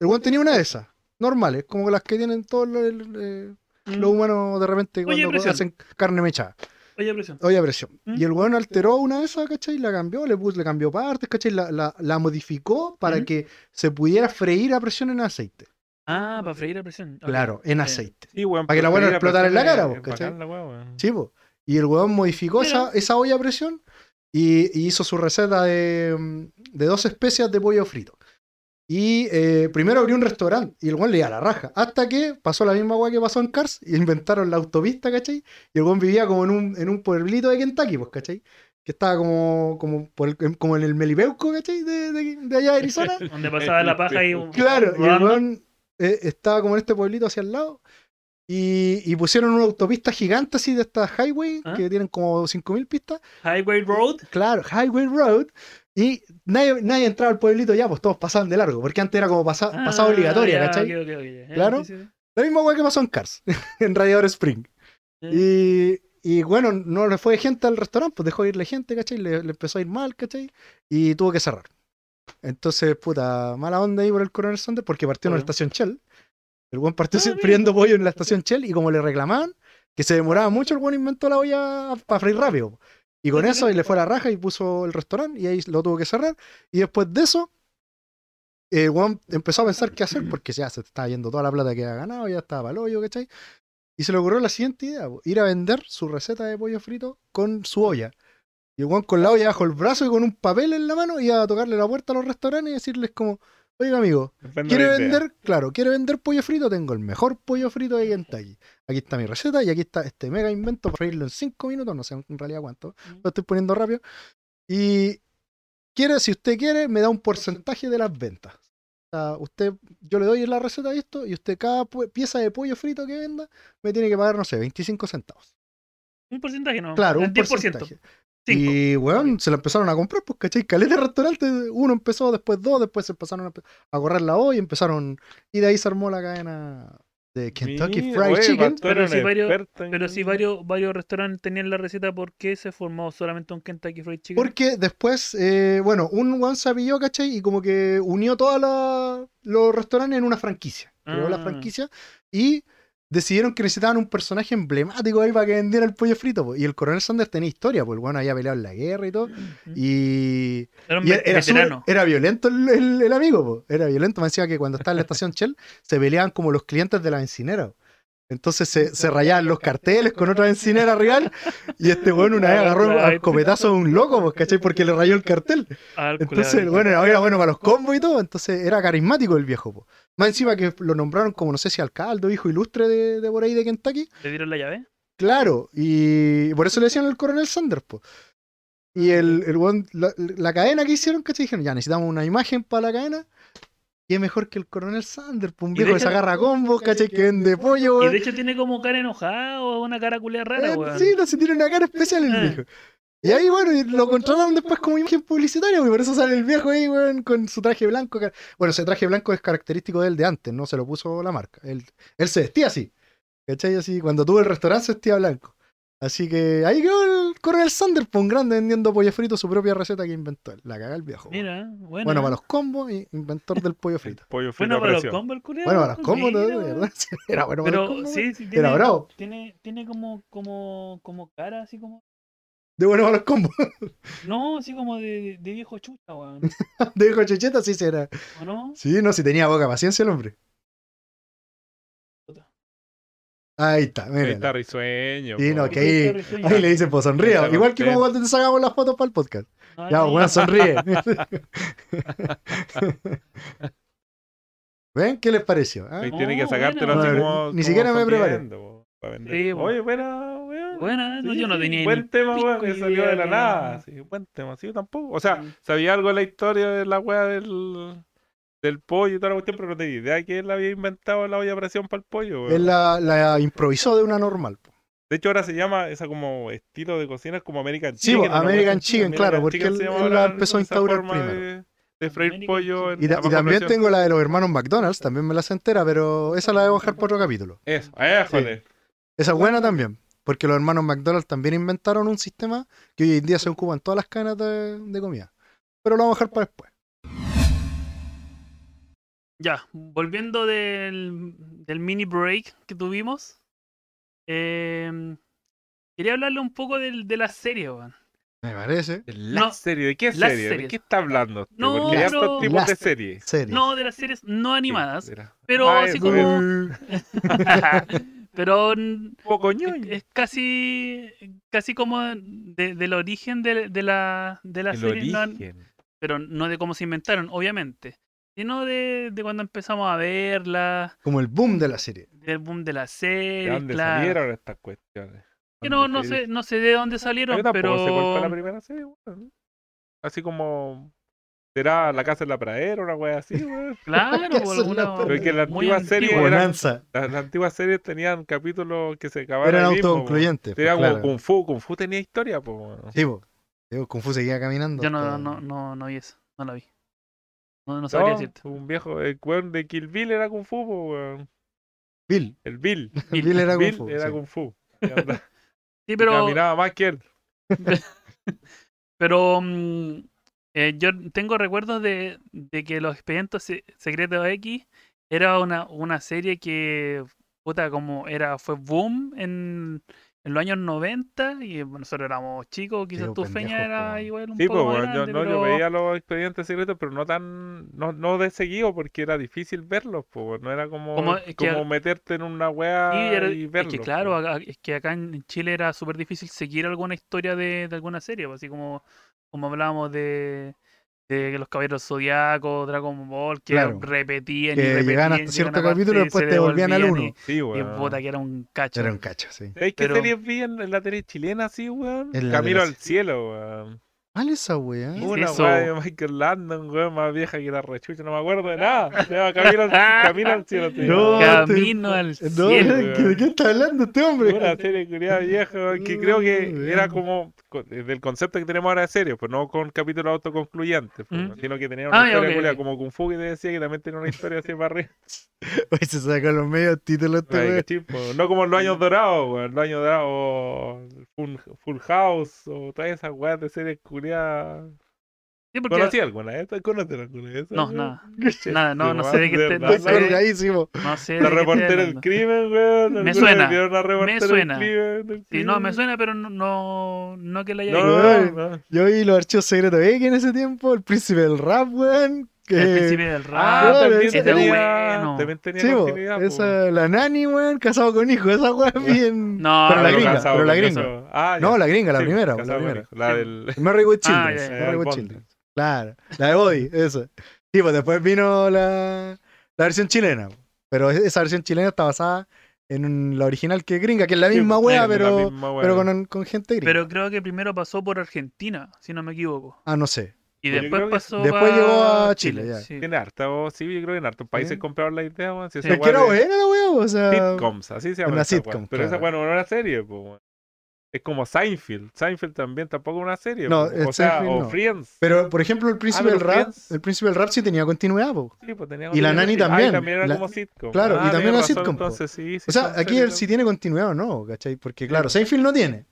[SPEAKER 3] El weón tenía una de esas, normales, como las que tienen todos los, eh,
[SPEAKER 2] Mm.
[SPEAKER 3] los humanos de repente
[SPEAKER 2] Olla de
[SPEAKER 3] cuando
[SPEAKER 2] presión.
[SPEAKER 3] hacen carne mechada.
[SPEAKER 2] Oye, presión.
[SPEAKER 3] Olla a presión.
[SPEAKER 2] ¿Mm?
[SPEAKER 3] Y el weón alteró una de esas, ¿cachai? La cambió, le puso, le cambió partes, ¿cachai? La, la, la modificó para
[SPEAKER 2] ¿Mm?
[SPEAKER 3] que se pudiera freír a presión en aceite.
[SPEAKER 2] Ah, para freír a presión. ok.
[SPEAKER 3] Claro, en
[SPEAKER 2] Sí.
[SPEAKER 3] aceite.
[SPEAKER 4] Sí, weón,
[SPEAKER 3] Para que la
[SPEAKER 4] pero
[SPEAKER 3] buena
[SPEAKER 4] ir a
[SPEAKER 3] explotara en la
[SPEAKER 4] presión
[SPEAKER 3] cara,
[SPEAKER 4] es-
[SPEAKER 3] vos,
[SPEAKER 4] es
[SPEAKER 3] ¿cachai?
[SPEAKER 4] bacán la weá, weón.
[SPEAKER 3] Sí, po. Y el weón modificó
[SPEAKER 2] Mira.
[SPEAKER 3] esa, esa olla a presión y, y hizo su receta de, mm, de dos especias de pollo frito. Y eh, primero abrió un restaurante y el weón le iba a la raja. Hasta que pasó la misma weá que pasó en Cars y inventaron la autopista, ¿cachai? Y el weón vivía como en un, en un pueblito de Kentucky, pues, ¿cachai? Que estaba como, como, por el- como en el Melibeuco, ¿cachai? De, de- de allá de Arizona.
[SPEAKER 2] Donde pasaba la paja y un.
[SPEAKER 3] Claro, y el
[SPEAKER 2] rodando.
[SPEAKER 3] weón eh, estaba como en este pueblito hacia el lado. Y, y pusieron una autopista gigante así de estas highway,
[SPEAKER 2] ¿Ah?
[SPEAKER 3] que tienen como 5.000 pistas.
[SPEAKER 2] Highway Road.
[SPEAKER 3] Claro, Highway Road. Y nadie, nadie entraba al pueblito ya, pues todos pasaban de largo, porque antes era como pasa- pasada
[SPEAKER 2] Ah,
[SPEAKER 3] obligatoria,
[SPEAKER 2] ya,
[SPEAKER 3] ¿cachai?
[SPEAKER 2] ok, ok, ok, ya,
[SPEAKER 3] Claro.
[SPEAKER 2] sí, sí,
[SPEAKER 3] La misma weá que pasó en Cars, en Radiador Spring.
[SPEAKER 2] sí.
[SPEAKER 3] Y, y bueno, no le fue gente al restaurante, pues dejó de irle gente, ¿cachai? Le, le empezó a ir mal, ¿cachai? Y tuvo que cerrar. Entonces, puta, mala onda ahí por el coronel Sanders porque partió en la
[SPEAKER 2] Obvio.
[SPEAKER 3] estación Shell. El buen partió
[SPEAKER 2] Ah,
[SPEAKER 3] si-
[SPEAKER 2] mira.
[SPEAKER 3] friendo pollo en la estación Shell y como le reclamaban que se demoraba mucho, el buen inventó la olla para freír rápido. Y con
[SPEAKER 2] Mira,
[SPEAKER 3] eso
[SPEAKER 2] mira.
[SPEAKER 3] y le fue a la raja y puso el restaurante y ahí lo tuvo que cerrar. Y después de eso, el weón empezó a pensar qué hacer porque ya se estaba yendo toda la plata que había ganado, ya estaba para el hoyo, ¿cachai? Y se le ocurrió la siguiente idea, po, ir a vender su receta de pollo frito con su olla. Y el weón con la olla bajo el brazo y con un papel en la mano iba a tocarle la puerta a los restaurantes y decirles como, oiga amigo,
[SPEAKER 4] Depende de
[SPEAKER 3] ¿quiere
[SPEAKER 4] la idea.
[SPEAKER 3] vender? Claro, ¿quiere vender pollo frito? Tengo el mejor pollo frito de Kentucky. Aquí está mi receta y aquí está este mega invento para freírlo en 5 minutos, no sé en realidad cuánto,
[SPEAKER 2] Mm.
[SPEAKER 3] lo estoy poniendo rápido. Y quiere, si usted quiere, me da un porcentaje de las ventas. O sea, usted, yo le doy la receta de esto y usted cada pu- pieza de pollo frito que venda me tiene que pagar, no sé, 25 centavos.
[SPEAKER 2] Un porcentaje, no.
[SPEAKER 3] Claro,
[SPEAKER 2] el
[SPEAKER 3] un
[SPEAKER 2] 10%.
[SPEAKER 3] porcentaje.
[SPEAKER 2] Cinco.
[SPEAKER 3] Y, weón, se la empezaron a comprar, pues, ¿cachai? Caleta de restaurantes, uno empezó, después dos, después se empezaron a, a correr la hoy, empezaron, y de ahí se armó la cadena de Kentucky
[SPEAKER 4] Mira,
[SPEAKER 3] Fried
[SPEAKER 4] weón,
[SPEAKER 3] Chicken.
[SPEAKER 4] Pastor
[SPEAKER 2] Pero
[SPEAKER 4] era
[SPEAKER 2] si
[SPEAKER 4] un
[SPEAKER 2] varios-
[SPEAKER 4] experto en-
[SPEAKER 2] Pero si varios, varios restaurantes tenían la receta, ¿por qué se formó solamente un Kentucky Fried Chicken?
[SPEAKER 3] Porque después, eh, bueno, un weón se pilló, ¿cachai? Y como que unió todos los restaurantes en una franquicia. Creó la
[SPEAKER 2] Ah.
[SPEAKER 3] franquicia y decidieron que necesitaban un personaje emblemático ahí para que vendiera el pollo frito. po. Y el coronel Sanders tenía historia, pues el weón había peleado en la guerra y
[SPEAKER 2] Mm.
[SPEAKER 3] todo. Y
[SPEAKER 2] Era un
[SPEAKER 3] Y era, era súper-
[SPEAKER 2] veterano.
[SPEAKER 3] era violento el, el- el amigo, po. era violento. Me decía que cuando estaba en la estación Shell se peleaban como los clientes de la bencinera. po. Entonces se, se rayaban los carteles con otra bencinera rival y este weón una vez agarró a escopetazo a un loco, pues, ¿cachai? Porque le rayó el cartel.
[SPEAKER 2] Al
[SPEAKER 3] Entonces
[SPEAKER 2] culeado.
[SPEAKER 3] el weón era, era bueno para los combos y todo, entonces era carismático el viejo. po. Más encima que lo nombraron como, no sé si alcalde o hijo ilustre de, de por ahí de Kentucky.
[SPEAKER 2] ¿Le dieron la llave?
[SPEAKER 3] Claro, y por eso le decían el coronel Sanders, po. Y el, el weón- la, la cadena que hicieron, ¿cachai? Dijeron, ya necesitamos una imagen para la cadena. Y es mejor que el coronel Sanders, po, un
[SPEAKER 2] Y de
[SPEAKER 3] viejo que
[SPEAKER 2] hecho-
[SPEAKER 3] se agarra a combos, ¿cachai? Que vende pollo,
[SPEAKER 2] Y
[SPEAKER 3] weón.
[SPEAKER 2] de hecho tiene como cara enojada o una cara culea rara,
[SPEAKER 3] Eh,
[SPEAKER 2] weón.
[SPEAKER 3] Sí, no se tiene una cara especial el
[SPEAKER 2] Ah.
[SPEAKER 3] viejo. Y ahí, bueno, y lo contrataron después como imagen publicitaria, y por eso sale el viejo ahí, weón, con su traje blanco. car- Bueno, ese traje blanco es característico del de antes, no se lo puso la marca. Él, él se vestía así. ¿Cachai? Así, cuando tuvo el restaurante se vestía blanco. Así que ahí quedó el coronel Sanders, pues, un grande vendiendo pollo frito, su propia receta que inventó. él. La caga el viejo. weón.
[SPEAKER 2] Mira, bueno.
[SPEAKER 3] Bueno, para los combos, y inventor del pollo frito.
[SPEAKER 4] Pollo frito
[SPEAKER 2] Bueno,
[SPEAKER 4] a
[SPEAKER 2] para los
[SPEAKER 4] presión.
[SPEAKER 2] combos, el culeado.
[SPEAKER 3] Bueno, para los combos,
[SPEAKER 2] mira,
[SPEAKER 3] ¿no? de
[SPEAKER 2] weón.
[SPEAKER 3] verdad. Era bueno para los
[SPEAKER 2] Pero
[SPEAKER 3] combos, weón.
[SPEAKER 2] sí, sí, tiene,
[SPEAKER 3] bravo.
[SPEAKER 2] tiene, tiene como, como, como cara así como.
[SPEAKER 3] De bueno para los combos.
[SPEAKER 2] No, así como de, de viejo chuta, weón.
[SPEAKER 3] De viejo checheta, sí será.
[SPEAKER 2] ¿O no?
[SPEAKER 3] Sí, no, si tenía poca paciencia el hombre. Ahí está,
[SPEAKER 4] Ahí está
[SPEAKER 3] mira.
[SPEAKER 4] risueño.
[SPEAKER 3] Sí,
[SPEAKER 4] po.
[SPEAKER 3] no, que
[SPEAKER 2] Ahí
[SPEAKER 3] ahí,
[SPEAKER 2] está risueño.
[SPEAKER 3] ahí le dicen, pues sonría.
[SPEAKER 4] Está
[SPEAKER 3] Igual que
[SPEAKER 4] contento.
[SPEAKER 3] como cuando te sacamos las fotos para el podcast.
[SPEAKER 2] No,
[SPEAKER 3] Ya,
[SPEAKER 2] Ah, no,
[SPEAKER 3] bueno, sonríe. ¿Ven? ¿Qué les pareció? ah?
[SPEAKER 4] Ahí tiene que
[SPEAKER 2] No,
[SPEAKER 4] sacártelo
[SPEAKER 2] bueno.
[SPEAKER 4] así
[SPEAKER 3] No,
[SPEAKER 4] como.
[SPEAKER 3] ni siquiera
[SPEAKER 4] como
[SPEAKER 3] me preparé.
[SPEAKER 4] sonriendo, po, para vender.
[SPEAKER 2] Sí, po.
[SPEAKER 4] Oye, buena, weón.
[SPEAKER 2] Buena, no,
[SPEAKER 4] Sí,
[SPEAKER 2] yo no
[SPEAKER 4] sí,
[SPEAKER 2] tenía ni
[SPEAKER 4] Buen tema,
[SPEAKER 2] pico
[SPEAKER 4] weón, que salió
[SPEAKER 2] idea
[SPEAKER 4] de la
[SPEAKER 2] que-
[SPEAKER 4] nada. sí, buen tema, sí, yo tampoco. O sea,
[SPEAKER 2] Sí.
[SPEAKER 4] sabía algo de la historia de la weá del, del pollo y toda la cuestión, pero no tenía idea que él había inventado la olla a presión para el pollo, weón.
[SPEAKER 3] Él la, la improvisó de una normal. po.
[SPEAKER 4] De hecho, ahora se llama esa como estilo de cocina, es como American
[SPEAKER 3] Sí,
[SPEAKER 4] Chicken.
[SPEAKER 3] po,
[SPEAKER 4] ¿no?
[SPEAKER 3] American
[SPEAKER 4] American
[SPEAKER 3] Chicken, claro, porque
[SPEAKER 4] Chicken
[SPEAKER 3] él-
[SPEAKER 4] se llama
[SPEAKER 3] él
[SPEAKER 4] ahora
[SPEAKER 3] la empezó
[SPEAKER 4] esa
[SPEAKER 3] a instaurar
[SPEAKER 4] forma
[SPEAKER 3] primero.
[SPEAKER 4] De, de freír
[SPEAKER 2] American
[SPEAKER 4] pollo en
[SPEAKER 2] Chicken.
[SPEAKER 3] Y, ta- y
[SPEAKER 4] bajo
[SPEAKER 3] también
[SPEAKER 4] presión.
[SPEAKER 3] tengo la de los hermanos McDonald's, también me la sé entera, pero esa la voy a bajar para otro capítulo.
[SPEAKER 4] Eso, eh, éjole.
[SPEAKER 3] Esa es buena también, porque los hermanos McDonald's también inventaron un sistema que hoy en día se ocupa en todas las cadenas de, de comida. Pero lo voy a bajar para después.
[SPEAKER 2] Ya, volviendo del, del mini break que tuvimos, em, quería hablarle un poco del, de la serie, weón.
[SPEAKER 3] Me parece.
[SPEAKER 4] ¿La
[SPEAKER 2] No,
[SPEAKER 4] serie? ¿De qué
[SPEAKER 2] las
[SPEAKER 4] serie? ¿De
[SPEAKER 2] series.
[SPEAKER 4] qué está hablando? este usted?
[SPEAKER 2] No,
[SPEAKER 4] porque hay
[SPEAKER 2] pero-
[SPEAKER 4] hartos tipos
[SPEAKER 3] Las
[SPEAKER 4] de series.
[SPEAKER 3] Serio.
[SPEAKER 2] No, de las series no animadas,
[SPEAKER 4] Sí, de la-
[SPEAKER 2] pero
[SPEAKER 4] Ah,
[SPEAKER 2] así
[SPEAKER 4] eso es.
[SPEAKER 2] como... pero mm,
[SPEAKER 4] Un poco ñoño.
[SPEAKER 2] es, es casi casi como de- del origen de, de la, de la
[SPEAKER 4] El
[SPEAKER 2] serie, no-
[SPEAKER 4] origen.
[SPEAKER 2] pero no de cómo se inventaron, obviamente, sino de, de cuando empezamos a verla,
[SPEAKER 3] Como el boom de la serie.
[SPEAKER 2] del boom de la
[SPEAKER 4] ¿De
[SPEAKER 2] serie,
[SPEAKER 4] dónde
[SPEAKER 2] eh, claro.
[SPEAKER 4] salieron estas cuestiones?
[SPEAKER 2] Que no,
[SPEAKER 4] ¿Dónde
[SPEAKER 2] no
[SPEAKER 4] se
[SPEAKER 2] sé, no sé de dónde salieron,
[SPEAKER 4] Yo tampoco sé cuál fue la
[SPEAKER 2] pero
[SPEAKER 4] primera serie, weón. Así como. ¿Será La Casa en la Pradera una wea así, weón?
[SPEAKER 2] claro, por
[SPEAKER 3] Eso es la
[SPEAKER 2] alguna-
[SPEAKER 3] pena.
[SPEAKER 4] Porque la
[SPEAKER 2] muy
[SPEAKER 4] antigua
[SPEAKER 2] antigua.
[SPEAKER 4] serie era-
[SPEAKER 3] Bonanza.
[SPEAKER 4] Las, las antiguas series tenían capítulos que se acababan.
[SPEAKER 3] Eran
[SPEAKER 4] ahí mismo, weón.
[SPEAKER 3] autoconcluyentes. pues,
[SPEAKER 4] Era como
[SPEAKER 3] claro.
[SPEAKER 4] Kung Fu. Kung Fu tenía historia, pues, weón.
[SPEAKER 3] Sí, po. Sí, po, Kung Fu seguía caminando.
[SPEAKER 2] Yo no,
[SPEAKER 3] hasta-
[SPEAKER 2] no, no, no vi eso, no la vi. No, no sabría
[SPEAKER 4] No,
[SPEAKER 2] decirte.
[SPEAKER 4] un viejo. El weón de Kill Bill era Kung Fu, po, weón.
[SPEAKER 3] Bill.
[SPEAKER 4] El Bill.
[SPEAKER 2] Bill.
[SPEAKER 3] Bill era Kung
[SPEAKER 4] Bill
[SPEAKER 3] Fu.
[SPEAKER 4] era
[SPEAKER 3] sí.
[SPEAKER 4] Kung Fu. Y andaba-
[SPEAKER 2] Sí, pero,
[SPEAKER 4] Caminaba más que él.
[SPEAKER 2] pero mm, eh, yo tengo recuerdos de, de que los expedientes se- secretos X era una, una serie que puta como era, fue boom en, en los años 90 y bueno, nosotros éramos chicos, quizás
[SPEAKER 3] pues,
[SPEAKER 2] tu feña
[SPEAKER 3] pendejos,
[SPEAKER 2] era
[SPEAKER 3] po.
[SPEAKER 2] igual un
[SPEAKER 4] Sí, pues,
[SPEAKER 2] poco más
[SPEAKER 4] weón, yo,
[SPEAKER 2] grande,
[SPEAKER 4] no,
[SPEAKER 2] pero-
[SPEAKER 4] yo veía los expedientes secretos, pero no tan, no, no de seguido, porque era difícil verlos, pues, weón, no era como,
[SPEAKER 2] Como-
[SPEAKER 4] como,
[SPEAKER 2] es que-
[SPEAKER 4] meterte en una
[SPEAKER 2] Sí,
[SPEAKER 4] wea
[SPEAKER 2] era-
[SPEAKER 4] y pues. verlos.
[SPEAKER 2] es que claro, acá- es que acá en Chile era súper difícil seguir alguna historia de, de alguna serie, pues, así como, como hablábamos de, de los Caballeros Zodiacos, Dragon Ball, que
[SPEAKER 3] Claro.
[SPEAKER 2] repetían y
[SPEAKER 3] Que
[SPEAKER 2] repetían.
[SPEAKER 3] llegaban hasta
[SPEAKER 2] llegaban
[SPEAKER 3] cierto
[SPEAKER 2] a parte
[SPEAKER 3] capítulo y
[SPEAKER 2] se
[SPEAKER 3] después te volvían al
[SPEAKER 2] devolvían y-
[SPEAKER 3] uno.
[SPEAKER 4] pues. Sí,
[SPEAKER 2] Y,
[SPEAKER 4] weón.
[SPEAKER 2] puta que era un cacho.
[SPEAKER 3] Era un cacho, sí.
[SPEAKER 4] ¿Sabéis qué
[SPEAKER 2] pero-
[SPEAKER 4] series vi en, en la tele chilena, sí, weón?
[SPEAKER 3] En la
[SPEAKER 4] Camino
[SPEAKER 3] tele-
[SPEAKER 4] al cielo, weón.
[SPEAKER 3] ¿Cuál es esa weá?
[SPEAKER 2] ¿Qué es
[SPEAKER 4] Una
[SPEAKER 2] eso?
[SPEAKER 4] wea de Michael Landon, weón, más vieja que la rechucha, no me acuerdo de nada. Se llama Camino al, Camino al cielo, tío.
[SPEAKER 3] No,
[SPEAKER 2] Camino al
[SPEAKER 3] Eh, No,
[SPEAKER 2] cielo.
[SPEAKER 4] weón.
[SPEAKER 3] ¿de qué está hablando este
[SPEAKER 4] Una
[SPEAKER 3] hombre?
[SPEAKER 4] serie culiada vieja, weón, que creo que era como co- del concepto que tenemos ahora de serie, pues no con capítulos autoconcluyentes, pues,
[SPEAKER 2] Mm.
[SPEAKER 4] sino que tenía una
[SPEAKER 2] Ah, ya,
[SPEAKER 4] historia
[SPEAKER 2] ok,
[SPEAKER 4] culiada,
[SPEAKER 2] ok.
[SPEAKER 4] como Kung Fu que te decía que también tenía una historia así para arriba.
[SPEAKER 3] Oye, se sacó los medios títulos este
[SPEAKER 4] Ay,
[SPEAKER 3] weón.
[SPEAKER 4] cachín, po. No como en los años dorados, weón, los años dorados, Full, Full House, o todas esas weas de series culiadas.
[SPEAKER 2] Sí, porque-
[SPEAKER 4] ¿Conocí alguna de estas? ¿Conocí alguna de esas?
[SPEAKER 2] No,
[SPEAKER 4] weón?
[SPEAKER 2] nada.
[SPEAKER 4] Che,
[SPEAKER 2] Nada, no, no sé de qué te- no
[SPEAKER 4] verdad,
[SPEAKER 3] Fue
[SPEAKER 2] sé de qué
[SPEAKER 3] colgadísimo.
[SPEAKER 2] No sé.
[SPEAKER 4] La
[SPEAKER 2] de qué estoy
[SPEAKER 4] reportera del
[SPEAKER 2] hablando.
[SPEAKER 4] crimen, weón.
[SPEAKER 2] Me
[SPEAKER 4] alguna
[SPEAKER 2] suena,
[SPEAKER 4] vez vieron la reportera del
[SPEAKER 2] suena.
[SPEAKER 4] crimen, del
[SPEAKER 2] Sí, no, me
[SPEAKER 4] crimen.
[SPEAKER 2] suena, pero no, no, no que la haya
[SPEAKER 4] No,
[SPEAKER 2] visto.
[SPEAKER 4] no, no, no.
[SPEAKER 3] Yo vi los archivos secretos X en ese tiempo, el príncipe del rap, weón. que-
[SPEAKER 2] El príncipe del rap.
[SPEAKER 4] Ah,
[SPEAKER 3] Ah,
[SPEAKER 4] también
[SPEAKER 3] ese
[SPEAKER 4] tenía,
[SPEAKER 3] está
[SPEAKER 2] bueno.
[SPEAKER 4] también tenía
[SPEAKER 3] Sí, bo,
[SPEAKER 4] continuidad, po. Ah,
[SPEAKER 3] esa, la nani, weón, casado con hijo, esa weón
[SPEAKER 4] Ya.
[SPEAKER 3] bien.
[SPEAKER 2] No,
[SPEAKER 3] pero la
[SPEAKER 2] no,
[SPEAKER 3] gringa,
[SPEAKER 4] casado
[SPEAKER 3] pero la
[SPEAKER 4] con
[SPEAKER 3] gringa.
[SPEAKER 4] eso. Ah, ya.
[SPEAKER 3] No, la gringa, la
[SPEAKER 4] Sí,
[SPEAKER 3] primera, la
[SPEAKER 4] casado con
[SPEAKER 3] primera.
[SPEAKER 4] hijo. La
[SPEAKER 2] Sí.
[SPEAKER 4] del...
[SPEAKER 3] Mary with Children,
[SPEAKER 2] ya, ya,
[SPEAKER 3] Mary
[SPEAKER 4] eh,
[SPEAKER 3] with
[SPEAKER 4] Bond.
[SPEAKER 3] Children, claro. La de Body, eso. Sí, pues después vino la, la versión chilena, pero e-, esa versión chilena está basada en un- la original que es gringa, que es la
[SPEAKER 4] Sí,
[SPEAKER 3] misma
[SPEAKER 4] po,
[SPEAKER 3] weá,
[SPEAKER 4] es la
[SPEAKER 3] pero,
[SPEAKER 4] misma wea.
[SPEAKER 3] pero con, con gente gringa.
[SPEAKER 2] Pero creo que primero pasó por Argentina, si no me equivoco.
[SPEAKER 3] Ah, no sé.
[SPEAKER 2] Y
[SPEAKER 4] Yo
[SPEAKER 2] después
[SPEAKER 4] creo que sí.
[SPEAKER 2] pasó.
[SPEAKER 3] Después
[SPEAKER 2] pa
[SPEAKER 3] llegó a Chile, ya.
[SPEAKER 2] sí.
[SPEAKER 4] En harta, o sí, yo creo que en hartos países
[SPEAKER 3] Sí.
[SPEAKER 4] compraron la idea, weón. Si esa
[SPEAKER 3] Es que
[SPEAKER 4] wea
[SPEAKER 3] era
[SPEAKER 4] de
[SPEAKER 3] buena la weá, o sea.
[SPEAKER 4] Sitcoms, así se llama.
[SPEAKER 3] Una
[SPEAKER 4] esa wea.
[SPEAKER 3] sitcom,
[SPEAKER 4] Pero esa
[SPEAKER 3] claro.
[SPEAKER 4] wea no era una serie, po, weón. Es como Seinfeld. Seinfeld también tampoco es una serie.
[SPEAKER 3] No,
[SPEAKER 4] po.
[SPEAKER 3] el
[SPEAKER 4] o sea,
[SPEAKER 3] Seinfeld
[SPEAKER 4] o
[SPEAKER 3] no.
[SPEAKER 4] Friends.
[SPEAKER 3] Pero, por ejemplo, el príncipe
[SPEAKER 4] Ah, pero
[SPEAKER 3] del rap,
[SPEAKER 4] Friends.
[SPEAKER 3] el príncipe del rap sí tenía continuidad, po.
[SPEAKER 4] Sí, pues tenía
[SPEAKER 3] Y
[SPEAKER 4] continuidad.
[SPEAKER 3] la nani
[SPEAKER 4] Ah,
[SPEAKER 3] también.
[SPEAKER 4] también era
[SPEAKER 3] La-
[SPEAKER 4] como sitcom.
[SPEAKER 3] claro, y
[SPEAKER 4] Ah,
[SPEAKER 3] también
[SPEAKER 4] tenés
[SPEAKER 3] era
[SPEAKER 4] razón,
[SPEAKER 3] sitcom, po.
[SPEAKER 4] Entonces, sí, sí,
[SPEAKER 3] O sea,
[SPEAKER 4] entonces
[SPEAKER 3] aquí él
[SPEAKER 4] era-
[SPEAKER 3] sí tiene continuidad o no, ¿cachai? Porque, claro, Seinfeld no tiene.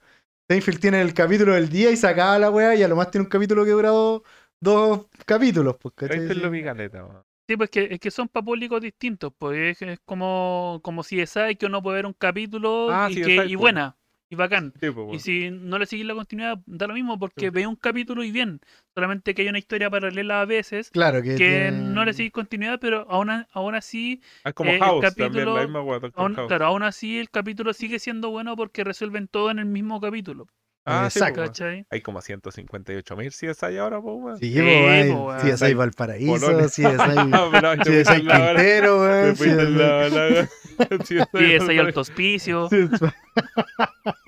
[SPEAKER 3] Seinfeld tiene el capítulo del día y sacaba la weá y a lo más tiene un capítulo que dura dos, dos capítulos, pues, ¿cachai?
[SPEAKER 4] Seinfeld lo vi caleta, weón.
[SPEAKER 2] Sí, pues que, es que son para públicos distintos. Pues es, es como, como si es que uno puede ver un capítulo
[SPEAKER 4] Ah,
[SPEAKER 2] y,
[SPEAKER 4] sí,
[SPEAKER 2] que, y
[SPEAKER 4] exacto.
[SPEAKER 2] buena, y bacán.
[SPEAKER 4] Sí, po, weón.
[SPEAKER 2] Y si no le seguís la continuidad, da lo mismo porque
[SPEAKER 4] Sí.
[SPEAKER 2] veis un capítulo y bien. Solamente que hay una historia paralela a veces
[SPEAKER 3] Claro que.
[SPEAKER 2] que
[SPEAKER 3] tiene-
[SPEAKER 2] no le seguís continuidad, pero aún, a- aún así,
[SPEAKER 4] Ah, como
[SPEAKER 2] eh, el
[SPEAKER 4] House también,
[SPEAKER 2] capítulo-
[SPEAKER 4] la misma wea, Doctor
[SPEAKER 2] aún,
[SPEAKER 4] House.
[SPEAKER 2] claro, aún así el capítulo sigue siendo bueno porque resuelven todo en el mismo capítulo.
[SPEAKER 4] Ah, sí, po,
[SPEAKER 3] Exacto.
[SPEAKER 4] weón.
[SPEAKER 2] ¿Cachai?
[SPEAKER 4] Hay como 158 mil CSI ahora, po, weón.
[SPEAKER 3] Sí,
[SPEAKER 2] Sí,
[SPEAKER 3] po, weón.
[SPEAKER 2] po, weón.
[SPEAKER 3] CSI Valparaíso,
[SPEAKER 4] Polonia.
[SPEAKER 3] CSI,
[SPEAKER 4] Ah, pero ahí te
[SPEAKER 3] CSI
[SPEAKER 4] fuiste en la hora.
[SPEAKER 3] Quintero,
[SPEAKER 4] Te
[SPEAKER 3] weón.
[SPEAKER 4] fuiste en
[SPEAKER 3] CSI
[SPEAKER 4] la- la- la-
[SPEAKER 2] Y
[SPEAKER 4] CSI
[SPEAKER 2] ese hay
[SPEAKER 4] Valparaíso.
[SPEAKER 2] alto hospicio.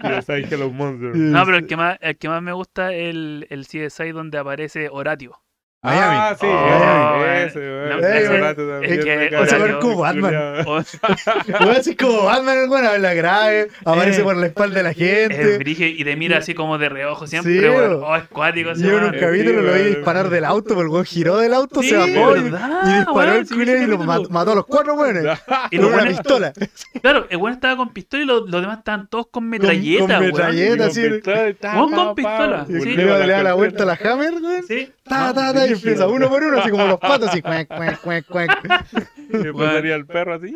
[SPEAKER 4] CSI Hello Monster.
[SPEAKER 2] No, pero el que más, el que más me gusta es el, el CSI donde aparece Horatio.
[SPEAKER 3] Miami.
[SPEAKER 4] Ah, sí,
[SPEAKER 2] Oh,
[SPEAKER 4] ese,
[SPEAKER 2] no,
[SPEAKER 4] ese,
[SPEAKER 3] ese-
[SPEAKER 2] es que-
[SPEAKER 4] ese
[SPEAKER 2] o
[SPEAKER 4] rato
[SPEAKER 2] sea,
[SPEAKER 4] también,
[SPEAKER 2] ver
[SPEAKER 3] como Batman.
[SPEAKER 4] culiao.
[SPEAKER 2] O-
[SPEAKER 4] Ah,
[SPEAKER 3] Weón, así como Batman, bueno, habla grave, aparece
[SPEAKER 2] Eh,
[SPEAKER 3] por la espalda de la
[SPEAKER 2] Es
[SPEAKER 3] gente.
[SPEAKER 2] brígido y te mira así como de reojo siempre,
[SPEAKER 3] Sí,
[SPEAKER 2] weón.
[SPEAKER 3] weón.
[SPEAKER 2] Oh, es cuático ese
[SPEAKER 3] Yo en
[SPEAKER 2] weón.
[SPEAKER 3] un capítulo lo vi
[SPEAKER 4] weón.
[SPEAKER 3] disparar del auto, pero el weón giró del auto,
[SPEAKER 2] Sí,
[SPEAKER 3] se bajó y,
[SPEAKER 2] ¿verdad,
[SPEAKER 3] y disparó
[SPEAKER 2] weón?
[SPEAKER 3] el
[SPEAKER 2] Sí, vi
[SPEAKER 3] culo
[SPEAKER 2] ese
[SPEAKER 3] y lo ma-
[SPEAKER 2] capítulo.
[SPEAKER 3] mató a los cuatro weones.
[SPEAKER 2] Y
[SPEAKER 3] Con
[SPEAKER 2] lo
[SPEAKER 3] una
[SPEAKER 2] bueno-
[SPEAKER 3] pistola.
[SPEAKER 2] Claro, el weón estaba con pistola y los, los demás estaban todos con metralleta,
[SPEAKER 3] con
[SPEAKER 2] weón.
[SPEAKER 3] metralleta.
[SPEAKER 4] Con
[SPEAKER 3] así,
[SPEAKER 4] pistola, ta,
[SPEAKER 2] Weón, con
[SPEAKER 4] pa, pa,
[SPEAKER 2] pistola,
[SPEAKER 3] Y el
[SPEAKER 2] Sí.
[SPEAKER 3] culiao
[SPEAKER 4] culiao,
[SPEAKER 3] le da la
[SPEAKER 4] cuestión.
[SPEAKER 3] vuelta a la Hammer, weón.
[SPEAKER 2] Sí.
[SPEAKER 3] Ta, ta, ta, y empieza uno por uno, así como los patos, así, cuec, cuec, cuec, cuec.
[SPEAKER 4] Y después
[SPEAKER 2] Weón.
[SPEAKER 4] salía el perro así.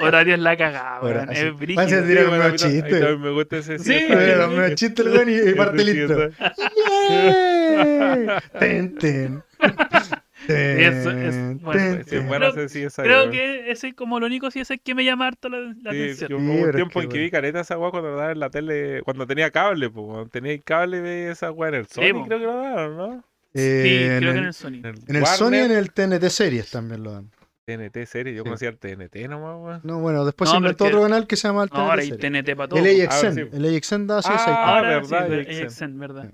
[SPEAKER 2] Horario es la cagada,
[SPEAKER 3] Ahora,
[SPEAKER 2] weón.
[SPEAKER 3] así.
[SPEAKER 2] Es brígido.
[SPEAKER 3] Parece
[SPEAKER 4] Sí,
[SPEAKER 3] tirar un
[SPEAKER 4] bueno, a
[SPEAKER 3] nuevo
[SPEAKER 4] mí también- a mí
[SPEAKER 3] chiste.
[SPEAKER 4] también me gusta ese
[SPEAKER 2] Sí,
[SPEAKER 4] CSI.
[SPEAKER 3] Era un nuevo chiste, el weón, y, y parte
[SPEAKER 4] Ese
[SPEAKER 3] el intro.
[SPEAKER 4] CSI.
[SPEAKER 3] ¡Yay! Ten, ten.
[SPEAKER 2] Eso es-
[SPEAKER 3] Ten,
[SPEAKER 2] bueno,
[SPEAKER 3] ten,
[SPEAKER 2] pues,
[SPEAKER 4] Sí,
[SPEAKER 3] ten.
[SPEAKER 4] bueno,
[SPEAKER 2] Creo-
[SPEAKER 4] ese CSI,
[SPEAKER 2] Creo
[SPEAKER 4] weón.
[SPEAKER 2] que ese es como lo único sí es el que me llama harto la, la
[SPEAKER 4] Sí,
[SPEAKER 2] atención.
[SPEAKER 4] yo
[SPEAKER 3] Sí,
[SPEAKER 4] hubo un
[SPEAKER 3] pero es
[SPEAKER 4] tiempo
[SPEAKER 3] que
[SPEAKER 4] en que
[SPEAKER 3] bueno.
[SPEAKER 4] vi careta esa weá cuando lo daban en la tele, cuando tenía cable, pues, cuando tenía el cable de esa weá en el Sony,
[SPEAKER 2] po.
[SPEAKER 4] creo que lo daban, ¿no?
[SPEAKER 3] Eh,
[SPEAKER 2] sí,
[SPEAKER 3] en
[SPEAKER 2] creo que en
[SPEAKER 3] el-
[SPEAKER 2] el Sony.
[SPEAKER 3] en el Sony y en el TNT series también lo dan.
[SPEAKER 4] TNT serie, yo
[SPEAKER 3] Sí.
[SPEAKER 4] conocía el TNT nomás, weón.
[SPEAKER 3] No, bueno, después
[SPEAKER 2] No,
[SPEAKER 3] se
[SPEAKER 2] pero
[SPEAKER 3] inventó
[SPEAKER 2] es que-
[SPEAKER 3] otro canal que se llama el
[SPEAKER 2] No, ahora
[SPEAKER 3] TNT
[SPEAKER 2] hay
[SPEAKER 3] series.
[SPEAKER 2] TNT para todo.
[SPEAKER 3] El
[SPEAKER 2] weón.
[SPEAKER 3] AXN,
[SPEAKER 4] Ah, sí.
[SPEAKER 3] el AXN da CSI.
[SPEAKER 4] Ah,
[SPEAKER 2] Ahora sí,
[SPEAKER 4] verdad,
[SPEAKER 2] ver-
[SPEAKER 4] AXN.
[SPEAKER 2] AXN, verdad.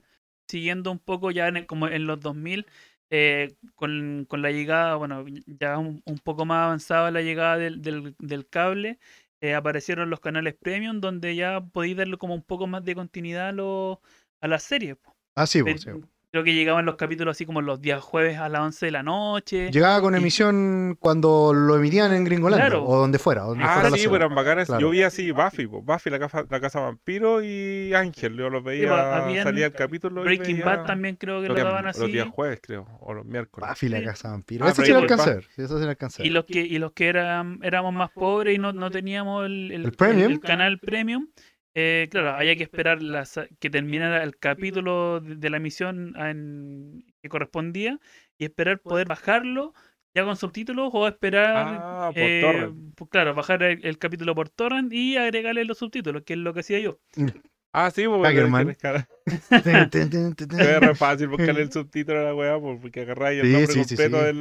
[SPEAKER 2] Siguiendo un poco ya en el- como en los 2000, eh, con, con la llegada, bueno, ya un, un poco más avanzada la llegada del, del- del cable, eh, aparecieron los canales premium donde ya podéis darle como un poco más de continuidad a, los- a las series. po.
[SPEAKER 3] Ah, sí,
[SPEAKER 2] Pe-
[SPEAKER 3] pues, sí.
[SPEAKER 2] Creo que llegaban los capítulos así como los días jueves a las 11 de la noche.
[SPEAKER 3] Llegaba con
[SPEAKER 2] Y-
[SPEAKER 3] emisión cuando lo emitían en Gringolandia
[SPEAKER 2] Claro.
[SPEAKER 3] o donde fuera. Donde
[SPEAKER 4] Ah,
[SPEAKER 3] fuera la
[SPEAKER 4] sí,
[SPEAKER 3] serie.
[SPEAKER 4] pero eran bacanas.
[SPEAKER 3] Claro.
[SPEAKER 4] Yo vi así Buffy, pues, Buffy, la casa, la casa vampiro y Ángel. Yo los veía,
[SPEAKER 2] va- habían
[SPEAKER 4] salía el capítulo. y
[SPEAKER 2] Breaking
[SPEAKER 4] veía
[SPEAKER 2] Bad también creo que
[SPEAKER 4] los
[SPEAKER 2] lo
[SPEAKER 4] días-
[SPEAKER 2] daban así.
[SPEAKER 4] Los días jueves, creo, o los miércoles.
[SPEAKER 3] Buffy la casa vampiro.
[SPEAKER 4] Ah,
[SPEAKER 3] Ese Este sí
[SPEAKER 4] Breaking
[SPEAKER 3] lo alcancé. a
[SPEAKER 4] Bad.
[SPEAKER 3] ver, Ese sí lo alcancé. a
[SPEAKER 2] Y
[SPEAKER 3] ver.
[SPEAKER 2] los que, y los que eran, éramos más pobres y no, no teníamos el, el-
[SPEAKER 3] El premium.
[SPEAKER 2] el canal premium, eh, claro, había que esperar las, que terminara el capítulo de, de la misión en- que correspondía y esperar poder bajarlo ya con subtítulos o esperar,
[SPEAKER 4] Ah, por
[SPEAKER 2] eh,
[SPEAKER 4] torrent.
[SPEAKER 2] pues claro, bajar el, el capítulo por torrent y agregarle los subtítulos, que es lo que hacía yo.
[SPEAKER 4] Ah, sí, porque
[SPEAKER 3] Hackerman.
[SPEAKER 4] tenés que-
[SPEAKER 3] Ten, ten, ten, ten, ten.
[SPEAKER 4] Es re fácil buscarle el subtítulo a la weá, po, porque agarráis el
[SPEAKER 3] Sí,
[SPEAKER 4] nombre
[SPEAKER 3] sí, sí,
[SPEAKER 4] completo
[SPEAKER 3] sí.
[SPEAKER 4] del,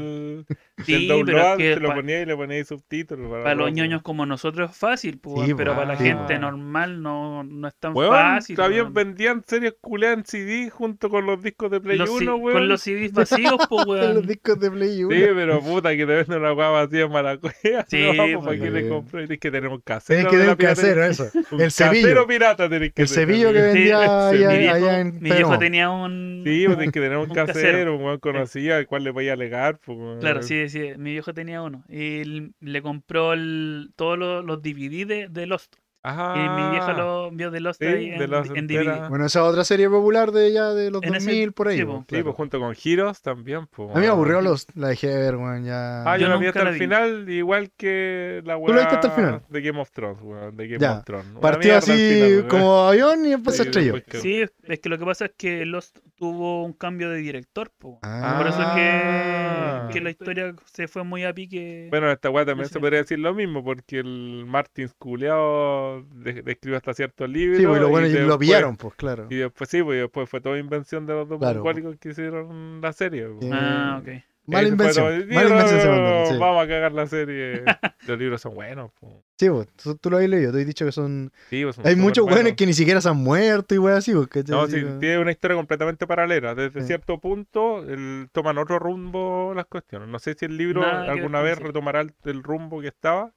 [SPEAKER 4] del
[SPEAKER 2] Sí, pero es
[SPEAKER 4] download,
[SPEAKER 2] que
[SPEAKER 4] te lo
[SPEAKER 2] pa-
[SPEAKER 4] poníais y le poníais subtítulos.
[SPEAKER 2] para los ñoños como nosotros es fácil, pues,
[SPEAKER 3] Sí,
[SPEAKER 2] weón, pero
[SPEAKER 3] pues,
[SPEAKER 2] para la
[SPEAKER 4] sí,
[SPEAKER 2] gente
[SPEAKER 4] pues.
[SPEAKER 2] normal no, no es tan
[SPEAKER 4] Weón,
[SPEAKER 2] fácil.
[SPEAKER 4] todavía
[SPEAKER 2] weón.
[SPEAKER 4] vendían series culeadas en CD junto con los discos de Play
[SPEAKER 2] Los ci-
[SPEAKER 4] 1, weón.
[SPEAKER 2] con los CDs vacíos, pues, weón.
[SPEAKER 3] los discos de Play
[SPEAKER 4] Sí,
[SPEAKER 3] 1.
[SPEAKER 4] pero puta, que te venden una guapa así en Maracuea.
[SPEAKER 2] Sí,
[SPEAKER 4] no,
[SPEAKER 2] pues,
[SPEAKER 4] ¿para qué
[SPEAKER 3] weón.
[SPEAKER 4] le compré? Tienes que tener un casero.
[SPEAKER 3] Tenés que
[SPEAKER 4] de
[SPEAKER 3] tener
[SPEAKER 4] la
[SPEAKER 3] un
[SPEAKER 4] piratería.
[SPEAKER 3] casero, eso.
[SPEAKER 4] Un
[SPEAKER 3] El
[SPEAKER 4] casero
[SPEAKER 3] cebillo.
[SPEAKER 4] pirata tenés que
[SPEAKER 3] El
[SPEAKER 4] tener,
[SPEAKER 3] cebillo que
[SPEAKER 4] amigo.
[SPEAKER 3] vendía
[SPEAKER 4] Sí,
[SPEAKER 3] allá,
[SPEAKER 2] mi viejo,
[SPEAKER 3] allá en
[SPEAKER 2] mi viejo
[SPEAKER 3] Perón.
[SPEAKER 2] tenía un.
[SPEAKER 4] Sí, pues, tienes que tener un,
[SPEAKER 2] Un casero.
[SPEAKER 4] casero, un weón conocido al cual le voy a alegar. Pues, weón.
[SPEAKER 2] Claro, sí, sí, mi viejo tenía uno. Y l- le compró el- todos los, los DVD de, de Lost.
[SPEAKER 4] Ajá.
[SPEAKER 2] Y mi viejo
[SPEAKER 3] Ah.
[SPEAKER 2] lo vio de Lost
[SPEAKER 4] Ah, sí,
[SPEAKER 2] ahí en,
[SPEAKER 4] de Lost
[SPEAKER 2] en
[SPEAKER 4] entera.
[SPEAKER 2] DVD.
[SPEAKER 3] Bueno, esa otra serie popular de ya de los
[SPEAKER 2] En ese
[SPEAKER 3] 2000 por ahí.
[SPEAKER 2] sí,
[SPEAKER 3] weón,
[SPEAKER 2] po.
[SPEAKER 4] Sí,
[SPEAKER 3] claro.
[SPEAKER 4] pues junto con Giros también. Pues,
[SPEAKER 3] A mí me
[SPEAKER 4] weón.
[SPEAKER 3] aburrió los, la dejé de ver, weón. Ya.
[SPEAKER 4] Ah, yo,
[SPEAKER 2] Yo
[SPEAKER 4] la vi
[SPEAKER 2] nunca
[SPEAKER 4] hasta
[SPEAKER 2] la
[SPEAKER 4] el
[SPEAKER 2] vi.
[SPEAKER 4] final, igual que la
[SPEAKER 3] la
[SPEAKER 4] weá
[SPEAKER 3] viste hasta el final?
[SPEAKER 4] de Game of Thrones, weón. De Game
[SPEAKER 3] Ya,
[SPEAKER 4] of Thrones. Una
[SPEAKER 3] Partió
[SPEAKER 4] mierda
[SPEAKER 3] así
[SPEAKER 4] al final, weón.
[SPEAKER 3] como avión y empezó a
[SPEAKER 4] Sí,
[SPEAKER 3] estrellar.
[SPEAKER 4] después que-
[SPEAKER 2] Sí, es que lo que pasa es que Lost tuvo un cambio de director. po.
[SPEAKER 3] Ah.
[SPEAKER 2] Por eso es
[SPEAKER 4] Ah.
[SPEAKER 2] que, que la historia se fue muy a pique.
[SPEAKER 4] Bueno, en esta weá también
[SPEAKER 2] Yo
[SPEAKER 4] se
[SPEAKER 2] sé.
[SPEAKER 4] podría decir lo mismo, porque el Martin Sculeado describe hasta cierto libro.
[SPEAKER 3] Sí, pues lo bueno, y lo
[SPEAKER 4] después-
[SPEAKER 3] pillaron, pues claro.
[SPEAKER 4] Y después sí, pues después fue toda invención de los dos
[SPEAKER 3] Claro.
[SPEAKER 4] alcohólicos que hicieron la serie. pues.
[SPEAKER 3] Sí.
[SPEAKER 2] Ah, ok.
[SPEAKER 3] Mala
[SPEAKER 4] Ahí se fue todo,
[SPEAKER 3] invención.
[SPEAKER 4] "Sí,
[SPEAKER 3] Mala
[SPEAKER 4] no,
[SPEAKER 3] invención se
[SPEAKER 4] no,
[SPEAKER 3] mandaron, sí.
[SPEAKER 4] Vamos a cagar la serie. los libros son buenos. pues.
[SPEAKER 3] Sí, pues, tú, tú lo habías leído, tú has dicho que son...
[SPEAKER 4] Sí, pues, son
[SPEAKER 3] Hay
[SPEAKER 4] súper
[SPEAKER 3] muchos
[SPEAKER 4] buenos.
[SPEAKER 3] weones que ni siquiera se han muerto y weas así, pues, ¿cachai?
[SPEAKER 4] No,
[SPEAKER 3] Así
[SPEAKER 4] sí,
[SPEAKER 3] como-
[SPEAKER 4] tiene una historia completamente paralela. Desde
[SPEAKER 3] Sí.
[SPEAKER 4] cierto punto el- toman otro rumbo las cuestiones. No sé si el libro
[SPEAKER 2] Nada que ver
[SPEAKER 4] alguna
[SPEAKER 2] con
[SPEAKER 4] vez
[SPEAKER 2] la serie.
[SPEAKER 4] retomará el, el rumbo que estaba.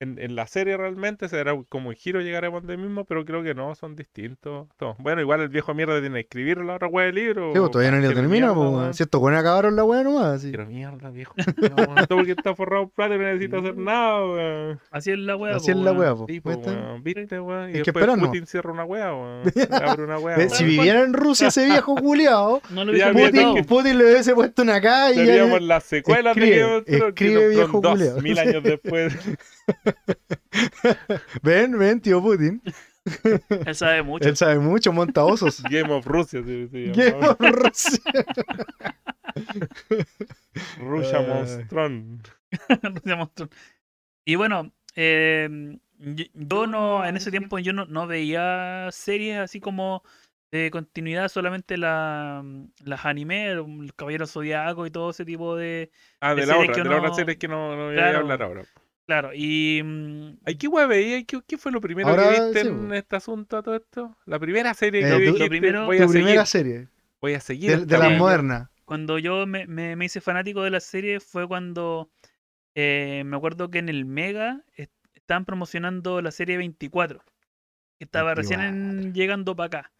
[SPEAKER 4] En, en la serie realmente será como un giro, llegaremos de mismo, pero creo que no, son distintos. todos. Bueno, igual el viejo mierda tiene que escribir la otra wea del libro.
[SPEAKER 3] Sí, pues, todavía no
[SPEAKER 4] Quiero
[SPEAKER 3] lo termina,
[SPEAKER 4] mierda,
[SPEAKER 3] pues,
[SPEAKER 4] weón.
[SPEAKER 3] weón. Si estos weones acabaron la wea nomás, así.
[SPEAKER 4] Quiero mierda, viejo. No, porque está forrado en plata y no necesito hacer nada, weón.
[SPEAKER 2] Así es la wea.
[SPEAKER 3] Así
[SPEAKER 2] po,
[SPEAKER 3] es la
[SPEAKER 2] weón.
[SPEAKER 3] wea, pues.
[SPEAKER 4] Sí, po,
[SPEAKER 3] ¿viste?
[SPEAKER 4] weón, ¿Viste, weón? Y
[SPEAKER 3] Hay Pues, que
[SPEAKER 4] después
[SPEAKER 3] esperar, ¿no?
[SPEAKER 4] Putin cierra una wea, weón. Abre una wea.
[SPEAKER 3] Ve,
[SPEAKER 4] weón.
[SPEAKER 3] Si viviera en Rusia ese viejo culiao,
[SPEAKER 2] No lo
[SPEAKER 4] Ya,
[SPEAKER 2] hubiesen
[SPEAKER 4] mira,
[SPEAKER 2] matado.
[SPEAKER 4] que-
[SPEAKER 3] Putin, Putin le hubiese puesto una acá y ya-
[SPEAKER 4] Seríamos las secuelas de Game of
[SPEAKER 3] escribe,
[SPEAKER 4] Thrones que
[SPEAKER 3] escribe,
[SPEAKER 4] nos-
[SPEAKER 3] viejo
[SPEAKER 4] con dos
[SPEAKER 3] culiao.
[SPEAKER 4] mil años después.
[SPEAKER 3] Ven, ven, tío Putin.
[SPEAKER 2] Él sabe mucho.
[SPEAKER 3] Él sabe mucho, monta osos.
[SPEAKER 4] Game of Rusia, sí, sí,
[SPEAKER 3] Game
[SPEAKER 4] llamaba.
[SPEAKER 3] of Rusia.
[SPEAKER 4] Russia
[SPEAKER 3] Ay.
[SPEAKER 4] Monstrón.
[SPEAKER 2] Rusia Monstrón. Y bueno, eh, yo, yo no, en ese tiempo yo no, no veía series así como de continuidad, solamente la, las anime, el Caballero Zodiaco y todo ese tipo de...
[SPEAKER 4] Ah, de
[SPEAKER 2] Es
[SPEAKER 4] la
[SPEAKER 2] series
[SPEAKER 4] otra,
[SPEAKER 2] que
[SPEAKER 4] de la otra
[SPEAKER 2] uno-
[SPEAKER 4] serie que no, no voy a
[SPEAKER 2] Claro.
[SPEAKER 4] hablar ahora.
[SPEAKER 2] Claro, y... mm,
[SPEAKER 4] Ay, ¿Qué hueá veía? ¿Qué, qué fue lo primero
[SPEAKER 3] Ahora,
[SPEAKER 4] que viste
[SPEAKER 3] sí,
[SPEAKER 4] en
[SPEAKER 3] po.
[SPEAKER 4] este asunto, todo esto? La primera
[SPEAKER 3] Eh,
[SPEAKER 4] serie que
[SPEAKER 3] tú-
[SPEAKER 4] dijiste,
[SPEAKER 2] Lo primero-
[SPEAKER 4] voy a
[SPEAKER 3] Tu
[SPEAKER 4] seguir,
[SPEAKER 3] primera serie.
[SPEAKER 4] voy a seguir.
[SPEAKER 3] De,
[SPEAKER 4] esta
[SPEAKER 3] de las
[SPEAKER 2] muertes.
[SPEAKER 4] wea.
[SPEAKER 3] modernas.
[SPEAKER 2] cuando yo me, me- me hice fanático de la serie fue cuando eh, me acuerdo que en el Mega est- estaban promocionando la serie 24, que estaba recién en- llegando para acá.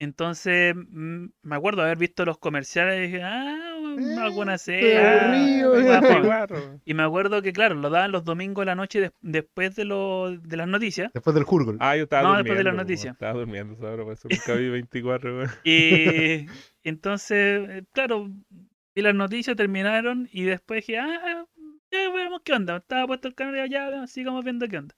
[SPEAKER 2] Entonces mm, me acuerdo haber visto los comerciales y dije, ah,
[SPEAKER 3] Eh,
[SPEAKER 2] alguna
[SPEAKER 3] qué
[SPEAKER 2] serie. ah,
[SPEAKER 3] aburrido,
[SPEAKER 2] alguna
[SPEAKER 3] ya.
[SPEAKER 2] forma".
[SPEAKER 4] Claro.
[SPEAKER 2] Y me acuerdo que, claro, lo daban los domingos de la noche des- después de, lo, de las noticias.
[SPEAKER 3] Después del Hurgol.
[SPEAKER 4] Ah, yo estaba
[SPEAKER 2] No,
[SPEAKER 4] durmiendo.
[SPEAKER 2] después de la
[SPEAKER 4] po,
[SPEAKER 2] noticia.
[SPEAKER 4] Estaba durmiendo, ¿sabes? Por eso nunca vi 24, weón.
[SPEAKER 2] Y entonces, eh, claro, vi las noticias, terminaron y después dije, ah, ya vemos qué onda. Estaba puesto el canal y ya sigamos viendo qué onda.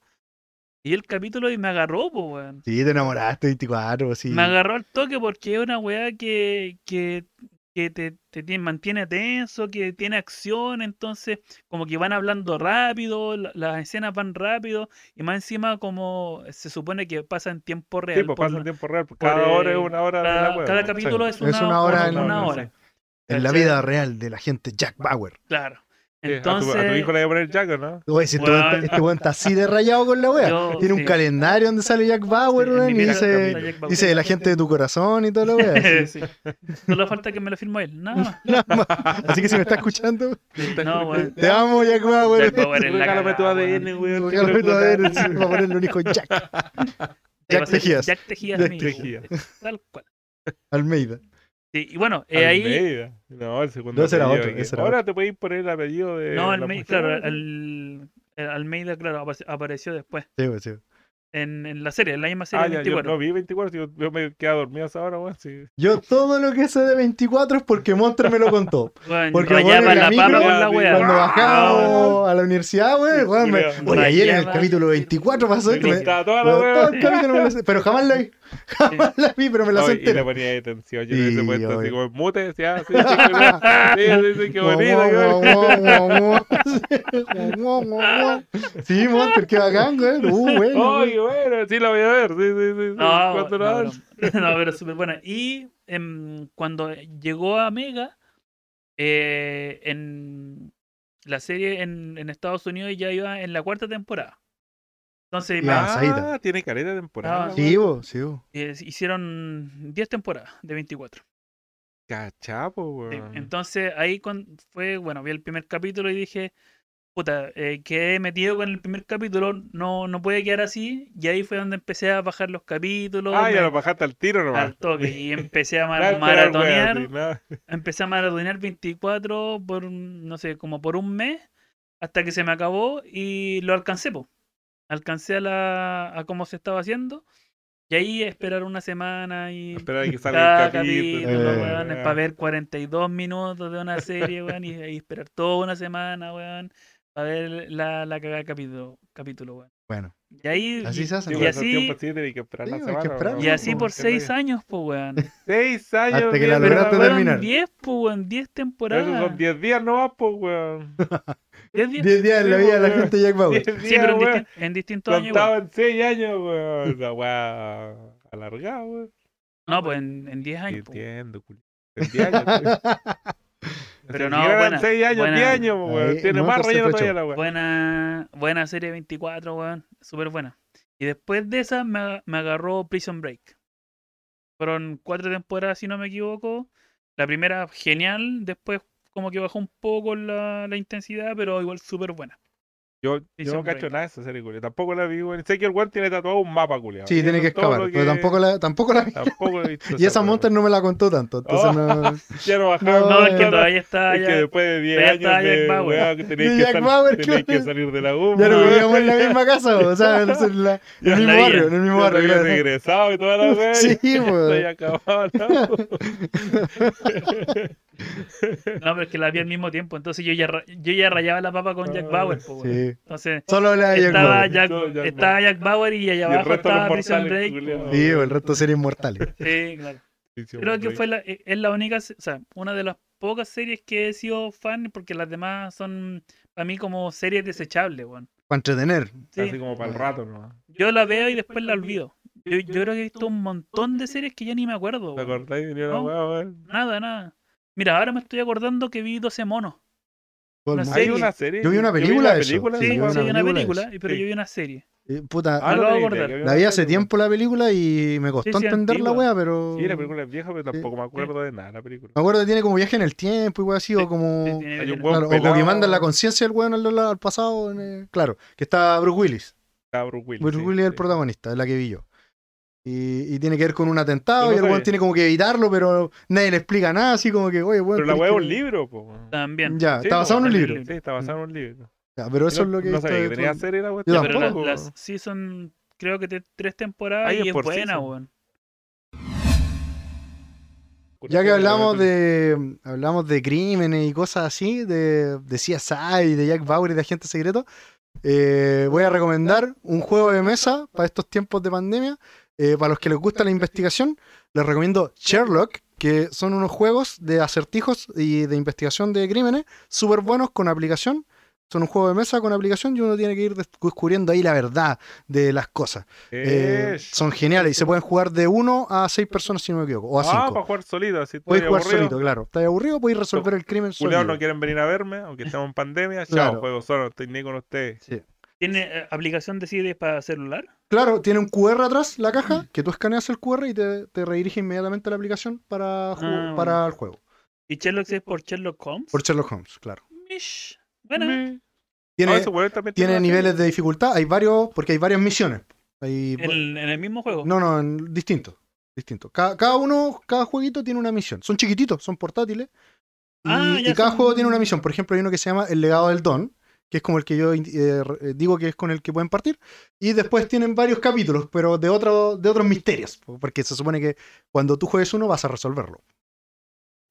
[SPEAKER 2] Y el capítulo y me agarró, pues, weón.
[SPEAKER 3] Sí, te enamoraste, 24, sí.
[SPEAKER 2] Me agarró al toque porque es una weá que, que, que te, te tiene- mantiene tenso, que tiene acción, entonces como que van hablando rápido, la- las escenas van rápido y más encima como se supone que pasa en tiempo real.
[SPEAKER 4] Sí, pues
[SPEAKER 2] por
[SPEAKER 4] pasa
[SPEAKER 2] lo-
[SPEAKER 4] en tiempo real. pues, Cada
[SPEAKER 2] por,
[SPEAKER 4] hora
[SPEAKER 2] eh,
[SPEAKER 4] es una hora de la
[SPEAKER 2] cada,
[SPEAKER 4] wea,
[SPEAKER 2] cada
[SPEAKER 4] po.
[SPEAKER 2] capítulo es
[SPEAKER 3] Es
[SPEAKER 2] una,
[SPEAKER 3] una hora en-
[SPEAKER 2] una
[SPEAKER 4] no, no
[SPEAKER 2] hora.
[SPEAKER 3] En la
[SPEAKER 2] ¿cachai?
[SPEAKER 3] vida real de la gente Jack Bauer.
[SPEAKER 2] Claro.
[SPEAKER 4] Sí, Eh, a tu-
[SPEAKER 2] Entonces,
[SPEAKER 4] a tu hijo le voy a poner Jack, ¿o ¿no?
[SPEAKER 3] Oye, si este
[SPEAKER 2] Weón.
[SPEAKER 3] weón está- este weón está así de rayado con la wea.
[SPEAKER 2] Yo-
[SPEAKER 3] Tiene un
[SPEAKER 2] sí.
[SPEAKER 3] calendario donde sale Jack Bauer,
[SPEAKER 2] sí, en
[SPEAKER 3] weón,
[SPEAKER 2] mi
[SPEAKER 3] y
[SPEAKER 2] vida
[SPEAKER 3] dice,
[SPEAKER 2] cambia Jack Bauer.
[SPEAKER 3] dice la gente de tu corazón y toda la wea. así.
[SPEAKER 2] Sí. Solo falta que me lo firme él. No,
[SPEAKER 3] Nada más. Así que si me está escuchando,
[SPEAKER 2] no, weón.
[SPEAKER 3] te amo, Jack Bauer.
[SPEAKER 2] Jack Bauer es la
[SPEAKER 4] Regálame tu
[SPEAKER 2] cagada,
[SPEAKER 4] ADN,
[SPEAKER 2] weón.
[SPEAKER 4] weón.
[SPEAKER 3] Porque ahora voy a ver si va a ponerle un hijo Jack.
[SPEAKER 2] Sí, va
[SPEAKER 3] Jack
[SPEAKER 2] a ser
[SPEAKER 3] Tejías.
[SPEAKER 2] Jack Tejías.
[SPEAKER 3] Jack
[SPEAKER 2] mi hijo,
[SPEAKER 4] Tejías.
[SPEAKER 2] weón. Tal cual.
[SPEAKER 3] Almeida.
[SPEAKER 2] Sí, y bueno, eh, ahí.
[SPEAKER 4] Almeida. No, el segundo
[SPEAKER 3] No, ese era
[SPEAKER 4] apellido
[SPEAKER 3] otro,
[SPEAKER 4] que-
[SPEAKER 3] ese era
[SPEAKER 4] Ahora te podéis poner el apellido de.
[SPEAKER 2] No,
[SPEAKER 4] la
[SPEAKER 2] Almeida,
[SPEAKER 4] mujer,
[SPEAKER 2] claro,
[SPEAKER 4] ¿no?
[SPEAKER 2] al- el Almeida, claro, apare- apareció después.
[SPEAKER 3] Sí, pues, sí.
[SPEAKER 2] En, en la serie, en la misma serie
[SPEAKER 4] Ah, ya, yo
[SPEAKER 2] 24.
[SPEAKER 4] no vi 24, yo, yo me quedé dormido a esa hora, weón. Sí.
[SPEAKER 3] Yo todo lo que sé de 24 es porque Monster me lo contó.
[SPEAKER 2] Weón,
[SPEAKER 3] Porque,
[SPEAKER 2] rayaba
[SPEAKER 3] weón, el
[SPEAKER 2] la
[SPEAKER 3] amigo-
[SPEAKER 2] papa con la
[SPEAKER 4] Cuando
[SPEAKER 2] wea.
[SPEAKER 3] Cuando
[SPEAKER 2] No,
[SPEAKER 3] bajaba a la universidad, güey, güey, me-
[SPEAKER 4] Culeado.
[SPEAKER 3] Oye, ayer en el
[SPEAKER 2] Rayaba.
[SPEAKER 3] capítulo 24 pasó
[SPEAKER 4] Me
[SPEAKER 3] esto. me-
[SPEAKER 4] gustaba toda la
[SPEAKER 3] Todo
[SPEAKER 4] wea.
[SPEAKER 3] el capítulo me lo sé, pero jamás la vi. Jamás la vi, pero me la
[SPEAKER 4] Ay,
[SPEAKER 3] sé
[SPEAKER 4] y le
[SPEAKER 3] entera.
[SPEAKER 4] ponía detención. Yo le hubiese
[SPEAKER 3] Sí,
[SPEAKER 4] puesto así
[SPEAKER 3] obvio.
[SPEAKER 4] como en mute, decía, ah, sí, sí, qué bonito. Sí, sí, sí, qué
[SPEAKER 3] Guau,
[SPEAKER 4] bonito.
[SPEAKER 3] guau,
[SPEAKER 4] qué bonito.
[SPEAKER 3] guau, guau, guau. Guau, guau, guau. Sí, Monster, qué bacán, güey. Uh, bueno.
[SPEAKER 4] Ay, bueno, sí la voy a ver. Sí, sí, sí. sí.
[SPEAKER 2] No,
[SPEAKER 4] ¿Cuánto
[SPEAKER 2] no,
[SPEAKER 4] la
[SPEAKER 2] no,
[SPEAKER 4] dan?
[SPEAKER 2] no, pero súper buena. Y em, cuando llegó a Mega, eh, en la serie en, en Estados Unidos ya iba en la cuarta temporada. Entonces
[SPEAKER 3] La
[SPEAKER 2] me-
[SPEAKER 3] Saída.
[SPEAKER 4] Ah, tiene careta de temporada.
[SPEAKER 2] Ah,
[SPEAKER 4] weón.
[SPEAKER 3] Sí, bo, sí, bo.
[SPEAKER 2] eh, hicieron 10 temporadas de 24.
[SPEAKER 4] Cachapo,
[SPEAKER 2] Sí,
[SPEAKER 4] weón.
[SPEAKER 2] Entonces ahí cuan- fue, bueno, vi el primer capítulo y dije, puta, eh, quedé metido con el primer capítulo, no, no puede quedar así. Y ahí fue donde empecé a bajar los capítulos.
[SPEAKER 4] Ah, ya
[SPEAKER 2] me-
[SPEAKER 4] lo bajaste al tiro nomás.
[SPEAKER 2] al toque, y empecé a
[SPEAKER 4] Nada
[SPEAKER 2] mar-
[SPEAKER 4] de esperar, weón,
[SPEAKER 2] maratonear
[SPEAKER 4] sí, nada.
[SPEAKER 2] Empecé a maratonear 24 por, un- no sé, como por un mes, hasta que se me acabó y lo alcancé, po. Alcancé a, la, a cómo se estaba haciendo. Y ahí esperar una semana y
[SPEAKER 4] Esperar a que salga
[SPEAKER 2] cada
[SPEAKER 4] el capítulo.
[SPEAKER 2] capítulo,
[SPEAKER 3] eh.
[SPEAKER 2] weón, para ver 42 minutos de una serie, weón, y, y esperar toda una semana, weón, para ver la, la cagada de capítulo, capítulo, weón.
[SPEAKER 3] Bueno,
[SPEAKER 2] Y ahí.
[SPEAKER 3] así se hace.
[SPEAKER 2] Y
[SPEAKER 4] Digo,
[SPEAKER 3] weón.
[SPEAKER 2] así-
[SPEAKER 4] esos tiempos sí, tenés que esperar
[SPEAKER 3] Sí,
[SPEAKER 4] la
[SPEAKER 3] hay que
[SPEAKER 4] semana,
[SPEAKER 3] esperar,
[SPEAKER 4] weón.
[SPEAKER 2] Y así
[SPEAKER 4] Como
[SPEAKER 2] por
[SPEAKER 4] que
[SPEAKER 2] seis
[SPEAKER 4] no-
[SPEAKER 2] años, pues, weón.
[SPEAKER 4] Seis años.
[SPEAKER 3] Hasta que
[SPEAKER 4] bien,
[SPEAKER 3] la
[SPEAKER 4] pero-
[SPEAKER 3] lograste
[SPEAKER 2] Fueron
[SPEAKER 3] terminar.
[SPEAKER 2] 10, pues, weón. 10
[SPEAKER 4] pero
[SPEAKER 2] temporadas.
[SPEAKER 4] esos son 10 días nomás, pues,
[SPEAKER 3] Ah,
[SPEAKER 4] weón.
[SPEAKER 2] 10 días.
[SPEAKER 3] 10 días en la
[SPEAKER 4] Sí,
[SPEAKER 3] vida de la
[SPEAKER 4] weón.
[SPEAKER 3] gente de Jack Bauer.
[SPEAKER 4] 10
[SPEAKER 2] Sí, pero en,
[SPEAKER 4] weón.
[SPEAKER 2] disti- en distintos años.
[SPEAKER 4] Contado en 6 años, weón. La weá alargada, weón.
[SPEAKER 2] igual. No, pues en en 10 años. pues.
[SPEAKER 4] Entiendo, culo. En 10 años, weón.
[SPEAKER 2] Pero
[SPEAKER 4] Si
[SPEAKER 2] no,
[SPEAKER 4] llegaran
[SPEAKER 2] buena,
[SPEAKER 4] 6 años,
[SPEAKER 2] buena.
[SPEAKER 4] 10 años, weón.
[SPEAKER 3] Ahí,
[SPEAKER 4] Tiene
[SPEAKER 3] no,
[SPEAKER 4] más
[SPEAKER 3] entonces
[SPEAKER 4] relleno
[SPEAKER 3] fue
[SPEAKER 4] todavía
[SPEAKER 3] show.
[SPEAKER 4] la weá.
[SPEAKER 2] Buena, buena serie 24, weón. Súper buena. Y después de esa me, aga- me agarró Prison Break. Fueron cuatro temporadas, si no me equivoco. La primera genial, después como que bajó un poco la, la intensidad, pero igual súper buena.
[SPEAKER 4] Yo, yo
[SPEAKER 2] Prison
[SPEAKER 4] no cacho
[SPEAKER 2] Break.
[SPEAKER 4] nada de esa serie, culiao. Tampoco la vi, weón. Sé que el weón tiene tatuado un mapa, culiao.
[SPEAKER 3] Sí, tiene
[SPEAKER 4] Eso
[SPEAKER 3] que
[SPEAKER 4] es todo
[SPEAKER 3] escapar.
[SPEAKER 4] lo
[SPEAKER 3] Pero
[SPEAKER 4] que-
[SPEAKER 3] tampoco la, tampoco la vi.
[SPEAKER 4] Tampoco he visto
[SPEAKER 3] Y esa
[SPEAKER 4] weá,
[SPEAKER 3] monta
[SPEAKER 4] weón.
[SPEAKER 3] no me la contó tanto. Entonces
[SPEAKER 4] Oh.
[SPEAKER 3] no.
[SPEAKER 4] Ya no
[SPEAKER 3] No,
[SPEAKER 4] bajaron.
[SPEAKER 2] No, es que
[SPEAKER 3] no,
[SPEAKER 2] todavía está
[SPEAKER 4] Es que
[SPEAKER 2] ya.
[SPEAKER 4] después de 10
[SPEAKER 2] Pero ya
[SPEAKER 4] años
[SPEAKER 2] está
[SPEAKER 4] de
[SPEAKER 2] Jack Bauer.
[SPEAKER 4] weá, que tenéis
[SPEAKER 3] De
[SPEAKER 4] que,
[SPEAKER 3] Jack
[SPEAKER 4] sal-
[SPEAKER 3] Bauer,
[SPEAKER 4] tenéis que
[SPEAKER 3] claro.
[SPEAKER 4] salir de la U.
[SPEAKER 3] Ya no
[SPEAKER 2] No.
[SPEAKER 3] vivíamos en la misma casa, o sea, en la- en el
[SPEAKER 2] en la
[SPEAKER 3] mismo
[SPEAKER 2] villa.
[SPEAKER 3] barrio, en el mismo barrio.
[SPEAKER 4] había
[SPEAKER 3] claro.
[SPEAKER 4] regresado y toda la weá.
[SPEAKER 3] Sí,
[SPEAKER 4] y ya
[SPEAKER 3] weón.
[SPEAKER 4] Estoy acabado, ¿no?
[SPEAKER 2] No, pero es que la vi al mismo tiempo, entonces yo ya, ra- yo ya rayaba la papa con Jack
[SPEAKER 4] Ah,
[SPEAKER 2] Bauer, po, weón.
[SPEAKER 3] Sí.
[SPEAKER 2] Entonces
[SPEAKER 3] Solo la de Jack
[SPEAKER 2] estaba,
[SPEAKER 3] Bauer.
[SPEAKER 2] Jack,
[SPEAKER 4] Todo Jack Bauer.
[SPEAKER 2] estaba Jack Bauer y allá
[SPEAKER 4] Y el
[SPEAKER 2] abajo
[SPEAKER 4] resto de los
[SPEAKER 2] estaba Prison
[SPEAKER 4] mortales,
[SPEAKER 2] Break.
[SPEAKER 4] culiao.
[SPEAKER 3] Sí, o el resto sería inmortal.
[SPEAKER 2] Sí, claro.
[SPEAKER 4] Sí,
[SPEAKER 2] Creo
[SPEAKER 4] hombre.
[SPEAKER 2] que fue la, e- es la única, se- o sea, una de las pocas series que he sido fan, porque las demás son para mí como series desechables, weón.
[SPEAKER 3] Para entretener.
[SPEAKER 2] Sí,
[SPEAKER 4] Así como para el rato, ¿no?
[SPEAKER 2] Yo la veo y después la olvido. Yo, yo creo que he visto un montón de series que ya ni me acuerdo, weón.
[SPEAKER 4] ¿Te acordáis de la
[SPEAKER 2] No.
[SPEAKER 4] weá, weón?
[SPEAKER 2] Nada, nada. Mira, ahora me estoy acordando que vi 12 monos.
[SPEAKER 3] Todo el
[SPEAKER 2] Una
[SPEAKER 3] mundo.
[SPEAKER 4] Hay
[SPEAKER 2] serie.
[SPEAKER 4] una serie.
[SPEAKER 3] Yo Pues vi una
[SPEAKER 4] la
[SPEAKER 3] película de eso.
[SPEAKER 4] película
[SPEAKER 3] Sí,
[SPEAKER 2] Sí,
[SPEAKER 3] yo vi
[SPEAKER 4] weá.
[SPEAKER 2] sí, una
[SPEAKER 3] película de
[SPEAKER 2] película, pero
[SPEAKER 4] Sí.
[SPEAKER 2] yo vi una serie.
[SPEAKER 3] Eh, Puta,
[SPEAKER 4] Ah,
[SPEAKER 2] Me acabo
[SPEAKER 4] no
[SPEAKER 2] de
[SPEAKER 4] te
[SPEAKER 2] acordar.
[SPEAKER 4] dije, yo vi
[SPEAKER 3] la
[SPEAKER 4] una
[SPEAKER 3] vi hace
[SPEAKER 4] serie,
[SPEAKER 3] tiempo la película y me costó
[SPEAKER 2] Sí, sí,
[SPEAKER 3] entender la
[SPEAKER 2] antigua.
[SPEAKER 3] wea, pero.
[SPEAKER 4] weón. Sí, la película es vieja, pero tampoco me acuerdo de nada la película.
[SPEAKER 3] Me acuerdo que tiene como viaje en el tiempo y wea
[SPEAKER 2] Sí,
[SPEAKER 3] así, o como.
[SPEAKER 2] Sí, tiene
[SPEAKER 4] Hay
[SPEAKER 2] que
[SPEAKER 4] un
[SPEAKER 2] ver.
[SPEAKER 4] weón
[SPEAKER 3] Claro, o como que
[SPEAKER 4] pelado.
[SPEAKER 3] mandan la conciencia del weón al, al pasado. en, eh, Claro, que está Bruce Willis.
[SPEAKER 4] Estaba Bruce Willis.
[SPEAKER 3] Bruce
[SPEAKER 4] sí,
[SPEAKER 3] Willis es el
[SPEAKER 4] sí.
[SPEAKER 3] protagonista, es la que vi yo. Y, y tiene que ver con un atentado
[SPEAKER 4] Yo no
[SPEAKER 3] y el weón
[SPEAKER 4] sabía.
[SPEAKER 3] tiene como que evitarlo, pero nadie le explica nada, así como que, oye, weón.
[SPEAKER 4] Pero la
[SPEAKER 3] tenés
[SPEAKER 4] weá es
[SPEAKER 3] que-
[SPEAKER 4] un libro, po. weón.
[SPEAKER 2] También.
[SPEAKER 3] Ya,
[SPEAKER 4] Sí,
[SPEAKER 3] está
[SPEAKER 4] po,
[SPEAKER 3] basado en un
[SPEAKER 4] weón.
[SPEAKER 3] libro.
[SPEAKER 2] libro.
[SPEAKER 4] Sí, está basado en un libro.
[SPEAKER 3] Ya, pero
[SPEAKER 4] no,
[SPEAKER 3] eso es lo que.
[SPEAKER 4] No
[SPEAKER 3] está
[SPEAKER 4] sabía que
[SPEAKER 3] dentro
[SPEAKER 4] tenía
[SPEAKER 3] del-
[SPEAKER 4] serie la weá.
[SPEAKER 3] Yo
[SPEAKER 2] Sí,
[SPEAKER 4] tampoco,
[SPEAKER 2] pero las,
[SPEAKER 4] weón.
[SPEAKER 2] las- sí son, creo que te- tres temporadas
[SPEAKER 4] Ahí es
[SPEAKER 2] y es
[SPEAKER 4] por
[SPEAKER 2] buena,
[SPEAKER 4] season.
[SPEAKER 2] weón.
[SPEAKER 3] Ya que hablamos de hablamos de crímenes y cosas así, de, de CSI, de Jack Bauer y de Agentes Secretos, eh, voy a recomendar un juego de mesa para estos tiempos de pandemia. Eh, para los que les gusta la investigación, les recomiendo Sherlock, que son unos juegos de acertijos y de investigación de crímenes súper buenos con aplicación. Son un juego de mesa con aplicación y uno tiene que ir descubriendo ahí la verdad de las cosas. Eh,
[SPEAKER 4] Eh,
[SPEAKER 3] son geniales y se pueden jugar de uno a seis personas, si no me equivoco, o a
[SPEAKER 4] Ah,
[SPEAKER 3] cinco.
[SPEAKER 4] para jugar solito, así
[SPEAKER 3] Podéis
[SPEAKER 4] estoy
[SPEAKER 3] jugar
[SPEAKER 4] aburrido.
[SPEAKER 3] solito, claro. Estás aburrido, podéis resolver el crimen
[SPEAKER 4] Culeados
[SPEAKER 3] solito.
[SPEAKER 4] no quieren venir a verme, aunque estamos en pandemia. Chao,
[SPEAKER 3] Claro.
[SPEAKER 4] juego solo, estoy ni con ustedes.
[SPEAKER 2] ¿Tiene eh, aplicación de series para celular?
[SPEAKER 3] Claro, tiene un QR atrás, la caja, que tú escaneas el QR y te, te redirige inmediatamente a la aplicación para, ju-
[SPEAKER 2] Ah,
[SPEAKER 3] para el juego.
[SPEAKER 2] ¿Y Sherlock es por Sherlock Holmes?
[SPEAKER 3] Por Sherlock Holmes, claro.
[SPEAKER 2] Mish. Buena.
[SPEAKER 4] Me- Ah,
[SPEAKER 3] Tiene,
[SPEAKER 4] ese weón también
[SPEAKER 3] tiene
[SPEAKER 4] una
[SPEAKER 3] niveles de dificultad, hay varios, porque hay varias misiones. Hay-
[SPEAKER 2] ¿En el, en el mismo juego?
[SPEAKER 3] pues, no, no, en- distinto. distinto. Cada, cada uno, cada jueguito tiene una misión. Son chiquititos, son portátiles. Y,
[SPEAKER 2] Ah, ya
[SPEAKER 3] y cada
[SPEAKER 2] son-
[SPEAKER 3] juego tiene una misión. Por ejemplo, hay uno que se llama El legado del don, que es como el que yo eh, re- eh, digo que es con el que pueden partir. Y después tienen varios capítulos, pero de, otro, de otros misterios. Porque se supone que cuando tú juegues uno vas a resolverlo.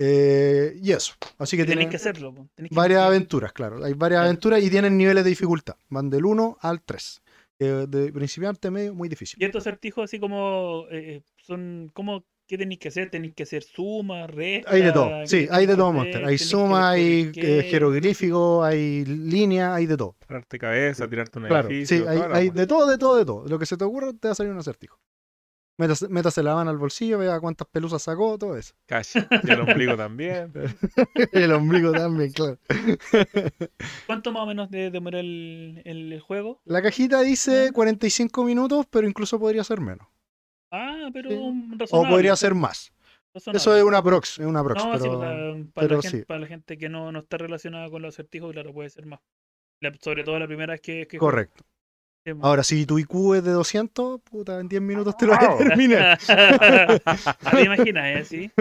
[SPEAKER 3] Eh, y eso. Así que
[SPEAKER 2] Que tenéis
[SPEAKER 3] tiene
[SPEAKER 2] que hacerlo. po. Tenéis que
[SPEAKER 3] varias
[SPEAKER 2] investigar.
[SPEAKER 3] aventuras, claro. Hay varias
[SPEAKER 2] Ya.
[SPEAKER 3] aventuras y tienen niveles de dificultad. Van del 1 al 3. Eh, de principiante, medio, muy difícil.
[SPEAKER 2] Y estos acertijos así como eh, son como qué tenéis que hacer, tenéis que hacer eh, sumas, restas.
[SPEAKER 3] Hay de todo, sí, hay de todo, Monster.
[SPEAKER 2] monster
[SPEAKER 3] Hay suma, hay eh, jeroglífico, hay línea, hay de todo.
[SPEAKER 4] Tirarte cabeza, tirarte un
[SPEAKER 3] Claro,
[SPEAKER 4] edificio.
[SPEAKER 3] sí, hay,
[SPEAKER 4] toda la
[SPEAKER 3] hay
[SPEAKER 4] weá.
[SPEAKER 3] de todo, de todo, de todo. Lo que se te ocurra te va a salir un acertijo. Métase, métase la mano al bolsillo, vea cuántas pelusas sacó, todo eso.
[SPEAKER 4] Calle. Y el ombligo también.
[SPEAKER 3] El ombligo también, claro.
[SPEAKER 2] ¿Cuánto más o menos de demora el, el, el juego?
[SPEAKER 3] La cajita dice 45 minutos, pero incluso podría ser menos.
[SPEAKER 2] Ah, pero
[SPEAKER 3] Sí.
[SPEAKER 2] un
[SPEAKER 3] O
[SPEAKER 2] razonable.
[SPEAKER 3] podría ser más. Eso es una prox, es una prox.
[SPEAKER 2] No, sí, o sea,
[SPEAKER 3] pero...
[SPEAKER 2] para,
[SPEAKER 3] pero
[SPEAKER 2] la gente,
[SPEAKER 3] sí.
[SPEAKER 2] para la gente que no, no está relacionada con los acertijos, claro, puede ser más. La- sobre todo la primera vez que... que
[SPEAKER 3] Correcto.
[SPEAKER 2] Sí, mo.
[SPEAKER 3] Ahora, si tu IQ es de 200, puta, en 10 minutos te lo vas a
[SPEAKER 4] Wow.
[SPEAKER 3] terminar.
[SPEAKER 2] Ah, ¿Te imaginas, eh? Sí.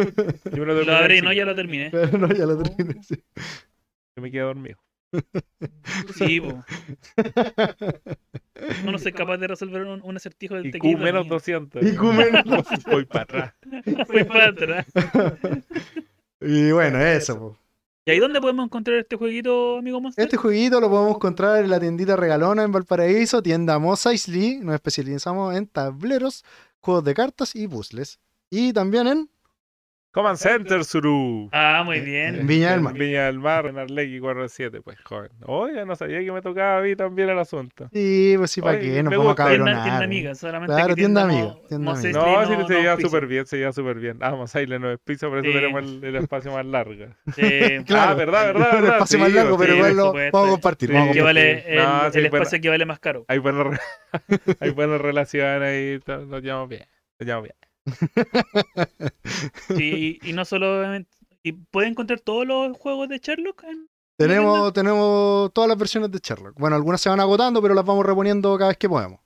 [SPEAKER 4] Yo me lo
[SPEAKER 2] Lo
[SPEAKER 4] terminé
[SPEAKER 2] abrí,
[SPEAKER 4] así,
[SPEAKER 2] no, ya lo terminé.
[SPEAKER 3] Pero no, ya lo terminé. sí.
[SPEAKER 4] Yo me quedé dormido.
[SPEAKER 2] Sí, po. No, no soy capaz de resolver un, un acertijo de
[SPEAKER 4] Y Q menos 200.
[SPEAKER 3] IQ menos
[SPEAKER 4] Voy para atrás.
[SPEAKER 2] Fui para atrás.
[SPEAKER 3] Y bueno, eso. po.
[SPEAKER 2] ¿Y ahí dónde podemos encontrar este jueguito, amigo Monster?
[SPEAKER 3] Este jueguito lo podemos encontrar en la tiendita regalona en Valparaíso, tienda Mosa Isley. Nos especializamos en tableros, juegos de cartas y puzzles. Y también en
[SPEAKER 4] Command Center, Suru.
[SPEAKER 2] Ah, muy bien.
[SPEAKER 3] en Viña del Mar.
[SPEAKER 4] Viña del Mar, en Arlegui 47, pues joven. Oiga, no sabía que me tocaba a mí también el asunto.
[SPEAKER 3] Sí, pues sí, ¿para
[SPEAKER 4] Oye,
[SPEAKER 3] qué? Nos
[SPEAKER 4] me
[SPEAKER 3] vamos a
[SPEAKER 4] gusta, tienda-
[SPEAKER 2] Tienda,
[SPEAKER 3] cabronar.
[SPEAKER 2] tienda
[SPEAKER 3] güey.
[SPEAKER 2] amiga, solamente que
[SPEAKER 3] Claro, tienda
[SPEAKER 2] Mo-
[SPEAKER 3] amiga, tienda
[SPEAKER 2] Mos
[SPEAKER 3] amiga.
[SPEAKER 2] Eisley
[SPEAKER 4] No, sí, se lleva
[SPEAKER 2] auspicia.
[SPEAKER 4] súper bien, se lleva súper bien. Ah, Masaile no es piso, por eso
[SPEAKER 2] Sí.
[SPEAKER 4] tenemos el, el espacio más largo.
[SPEAKER 2] Sí.
[SPEAKER 3] Claro.
[SPEAKER 4] Ah, verdad, verdad,
[SPEAKER 3] Un
[SPEAKER 4] verdad. sí,
[SPEAKER 3] espacio más largo,
[SPEAKER 4] sí,
[SPEAKER 3] pero
[SPEAKER 2] por
[SPEAKER 3] igual lo
[SPEAKER 2] supuesto.
[SPEAKER 3] vamos a compartir.
[SPEAKER 4] Sí,
[SPEAKER 3] vamos a
[SPEAKER 2] que
[SPEAKER 4] Porque-
[SPEAKER 3] compartir.
[SPEAKER 2] vale el,
[SPEAKER 4] No, sí,
[SPEAKER 2] el
[SPEAKER 4] buena.
[SPEAKER 2] espacio que vale más caro.
[SPEAKER 4] Hay buena, re- hay buena relación ahí, to- nos llevamos bien. Nos llevamos bien.
[SPEAKER 2] Sí, y, y no solo y puede encontrar todos los juegos de Sherlock en-
[SPEAKER 3] Tenemos, tenemos todas las versiones de Sherlock. Bueno, algunas se van agotando, pero las vamos reponiendo cada vez que podemos.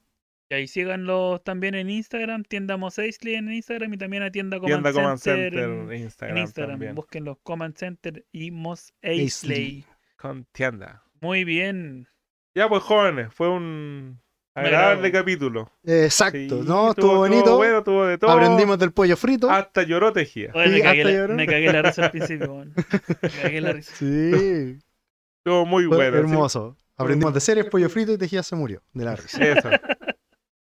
[SPEAKER 2] y ahí síganlos también en Instagram, tienda Mos Eisley en Instagram y también a tienda Command,
[SPEAKER 4] Tienda Command
[SPEAKER 2] Center,
[SPEAKER 4] Center,
[SPEAKER 2] en, en
[SPEAKER 4] Instagram,
[SPEAKER 2] Instagram.
[SPEAKER 4] también.
[SPEAKER 2] Busquen los Command Center y Mos
[SPEAKER 3] Eisley.
[SPEAKER 2] Eisley.
[SPEAKER 4] Con tienda.
[SPEAKER 2] Muy bien.
[SPEAKER 4] Ya, pues jóvenes, fue un agradable
[SPEAKER 2] Agradable.
[SPEAKER 4] capítulo.
[SPEAKER 3] Eh, Exacto,
[SPEAKER 4] Sí,
[SPEAKER 3] ¿no? Estuvo bonito.
[SPEAKER 4] bueno, Ah, tuvo de todo.
[SPEAKER 3] Aprendimos del pollo frito.
[SPEAKER 4] Hasta lloró tejía.
[SPEAKER 2] Oye, me,
[SPEAKER 3] Sí,
[SPEAKER 2] cagué
[SPEAKER 3] hasta
[SPEAKER 2] la,
[SPEAKER 3] lloró.
[SPEAKER 2] me cagué la risa al principio. weón. Me cagué la risa.
[SPEAKER 3] Sí.
[SPEAKER 4] Estuvo muy
[SPEAKER 3] Fue
[SPEAKER 4] bueno. sí.
[SPEAKER 3] hermoso. Aprendimos de series, pollo frito y Tejía se murió. De la risa.
[SPEAKER 4] Eso.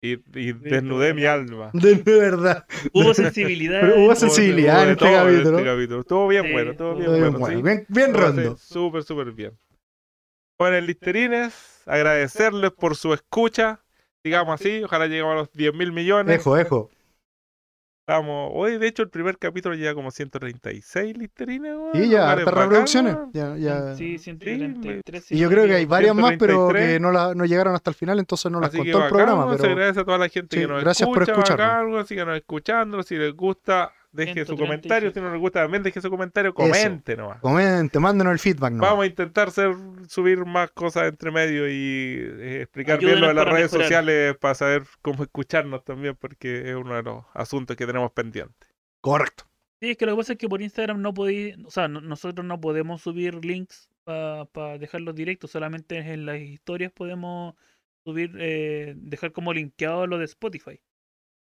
[SPEAKER 4] Y, y desnudé mi alma.
[SPEAKER 3] De verdad.
[SPEAKER 2] Hubo sensibilidad.
[SPEAKER 3] Pero hubo
[SPEAKER 2] en-
[SPEAKER 3] sensibilidad. sensibilidad
[SPEAKER 4] Hubo de
[SPEAKER 3] en este
[SPEAKER 4] todo
[SPEAKER 3] capítulo.
[SPEAKER 4] Estuvo bien
[SPEAKER 2] Sí,
[SPEAKER 4] bueno, estuvo bien
[SPEAKER 2] estuvo
[SPEAKER 4] bueno.
[SPEAKER 3] Bien,
[SPEAKER 4] sí.
[SPEAKER 3] bueno, bien, bien
[SPEAKER 4] Lo hace
[SPEAKER 3] rondo.
[SPEAKER 4] Súper, súper bien. Bueno, en Listerines, agradecerles por su escucha. Digamos así, ojalá lleguemos a los 10 mil millones.
[SPEAKER 3] Ejo, ejo.
[SPEAKER 4] Estamos, hoy, de hecho, el primer capítulo llega como 136 Listerines. weón,
[SPEAKER 3] Y
[SPEAKER 4] lugares
[SPEAKER 3] ya, hartas
[SPEAKER 4] bacanes,
[SPEAKER 3] reproducciones.
[SPEAKER 4] weón.
[SPEAKER 3] Ya, ya.
[SPEAKER 2] Sí, 133.
[SPEAKER 3] Y yo creo que hay varias más, pero
[SPEAKER 4] 133.
[SPEAKER 3] que no, la- no llegaron hasta el final, entonces no las
[SPEAKER 4] Así que
[SPEAKER 3] contó el
[SPEAKER 4] bacán,
[SPEAKER 3] programa.
[SPEAKER 4] weón, se
[SPEAKER 3] Pero
[SPEAKER 4] agradece a toda la gente
[SPEAKER 3] Sí,
[SPEAKER 4] que nos
[SPEAKER 3] gracias por
[SPEAKER 4] escucha.
[SPEAKER 3] escucharnos.
[SPEAKER 4] bacán, weón, síganos escuchando. Si les gusta, deje su
[SPEAKER 2] 137.
[SPEAKER 4] comentario. Si no les gusta, también deje su comentario. Comente nomás.
[SPEAKER 3] comente, mándenos el feedback. ¿no?
[SPEAKER 4] Vamos a intentar ser- subir más cosas entre medio y eh, explicar bien
[SPEAKER 2] Ayúdenos
[SPEAKER 4] lo de las
[SPEAKER 2] para
[SPEAKER 4] redes
[SPEAKER 2] mejorar.
[SPEAKER 4] sociales para saber cómo escucharnos también, porque es uno de los asuntos que tenemos pendientes.
[SPEAKER 3] Correcto.
[SPEAKER 2] Sí, es que lo que pasa es que por Instagram no podéis, o sea, no- nosotros no podemos subir links para dejarlos directos, solamente en las historias podemos subir, eh, dejar como linkeado lo de Spotify.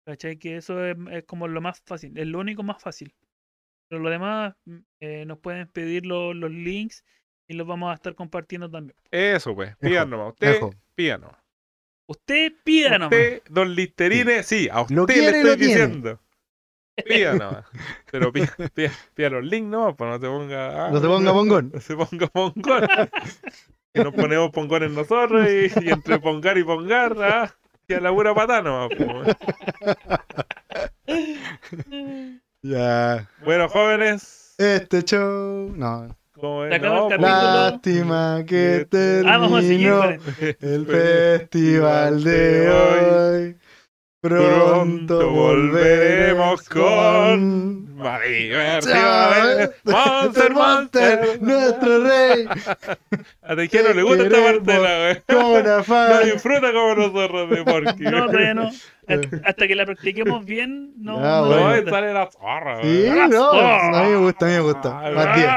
[SPEAKER 2] ¿Cachai? Que eso es, es como lo más fácil, es lo único más fácil. Pero lo demás mm, eh, nos pueden pedir lo- los links y los vamos a estar compartiendo también.
[SPEAKER 4] Eso, pues. Pídanos, nomás, usted,
[SPEAKER 3] Ejo.
[SPEAKER 4] pídanos.
[SPEAKER 2] Usted pida nomás.
[SPEAKER 4] Usted, don Listerine, sí, a usted
[SPEAKER 3] Lo quiere
[SPEAKER 4] le
[SPEAKER 3] y lo
[SPEAKER 4] estoy
[SPEAKER 3] tiene.
[SPEAKER 4] diciendo. Pídanos. Pero pida, pida- pida los links, no, para no te ponga. ah,
[SPEAKER 3] No te ponga pongón.
[SPEAKER 4] se ponga pongón. y nos ponemos pongones nosotros y, y entre pongar y pongar, ah, y a la pura patada nomás, pues. po, weón.
[SPEAKER 3] Ya.
[SPEAKER 4] Bueno, jóvenes.
[SPEAKER 3] Este show. No.
[SPEAKER 4] como
[SPEAKER 2] Se acaba el
[SPEAKER 4] pues,
[SPEAKER 3] Lástima que
[SPEAKER 2] Ah, vamos a seguir
[SPEAKER 3] terminó
[SPEAKER 2] con el-
[SPEAKER 3] el festival de hoy. Pronto
[SPEAKER 4] Pronto volveremos
[SPEAKER 3] volveremos con.
[SPEAKER 4] Más divertido. Monster,
[SPEAKER 3] Monster, Monster, nuestro rey.
[SPEAKER 4] A ti que no le gusta esta
[SPEAKER 3] Queremos.
[SPEAKER 4] partela,
[SPEAKER 3] Con
[SPEAKER 4] güey. No
[SPEAKER 3] afán.
[SPEAKER 4] disfruta como nosotros de Porky.
[SPEAKER 2] No, todavía no. Hasta, hasta que la practiquemos bien, no.
[SPEAKER 3] Ya,
[SPEAKER 2] no
[SPEAKER 4] No,
[SPEAKER 3] bueno.
[SPEAKER 4] y sale la zorra,
[SPEAKER 3] Sí,
[SPEAKER 4] güey.
[SPEAKER 3] no. A mí me gusta, a mí me gusta. Más 10.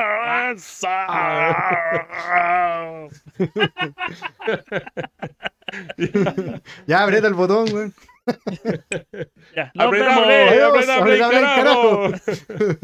[SPEAKER 4] Ah,
[SPEAKER 3] Ya aprieta el botón, güey.
[SPEAKER 2] Ya, nos vemos.
[SPEAKER 4] Apretable,
[SPEAKER 3] Adiós,
[SPEAKER 4] apretable,
[SPEAKER 3] apretable,
[SPEAKER 4] carajo.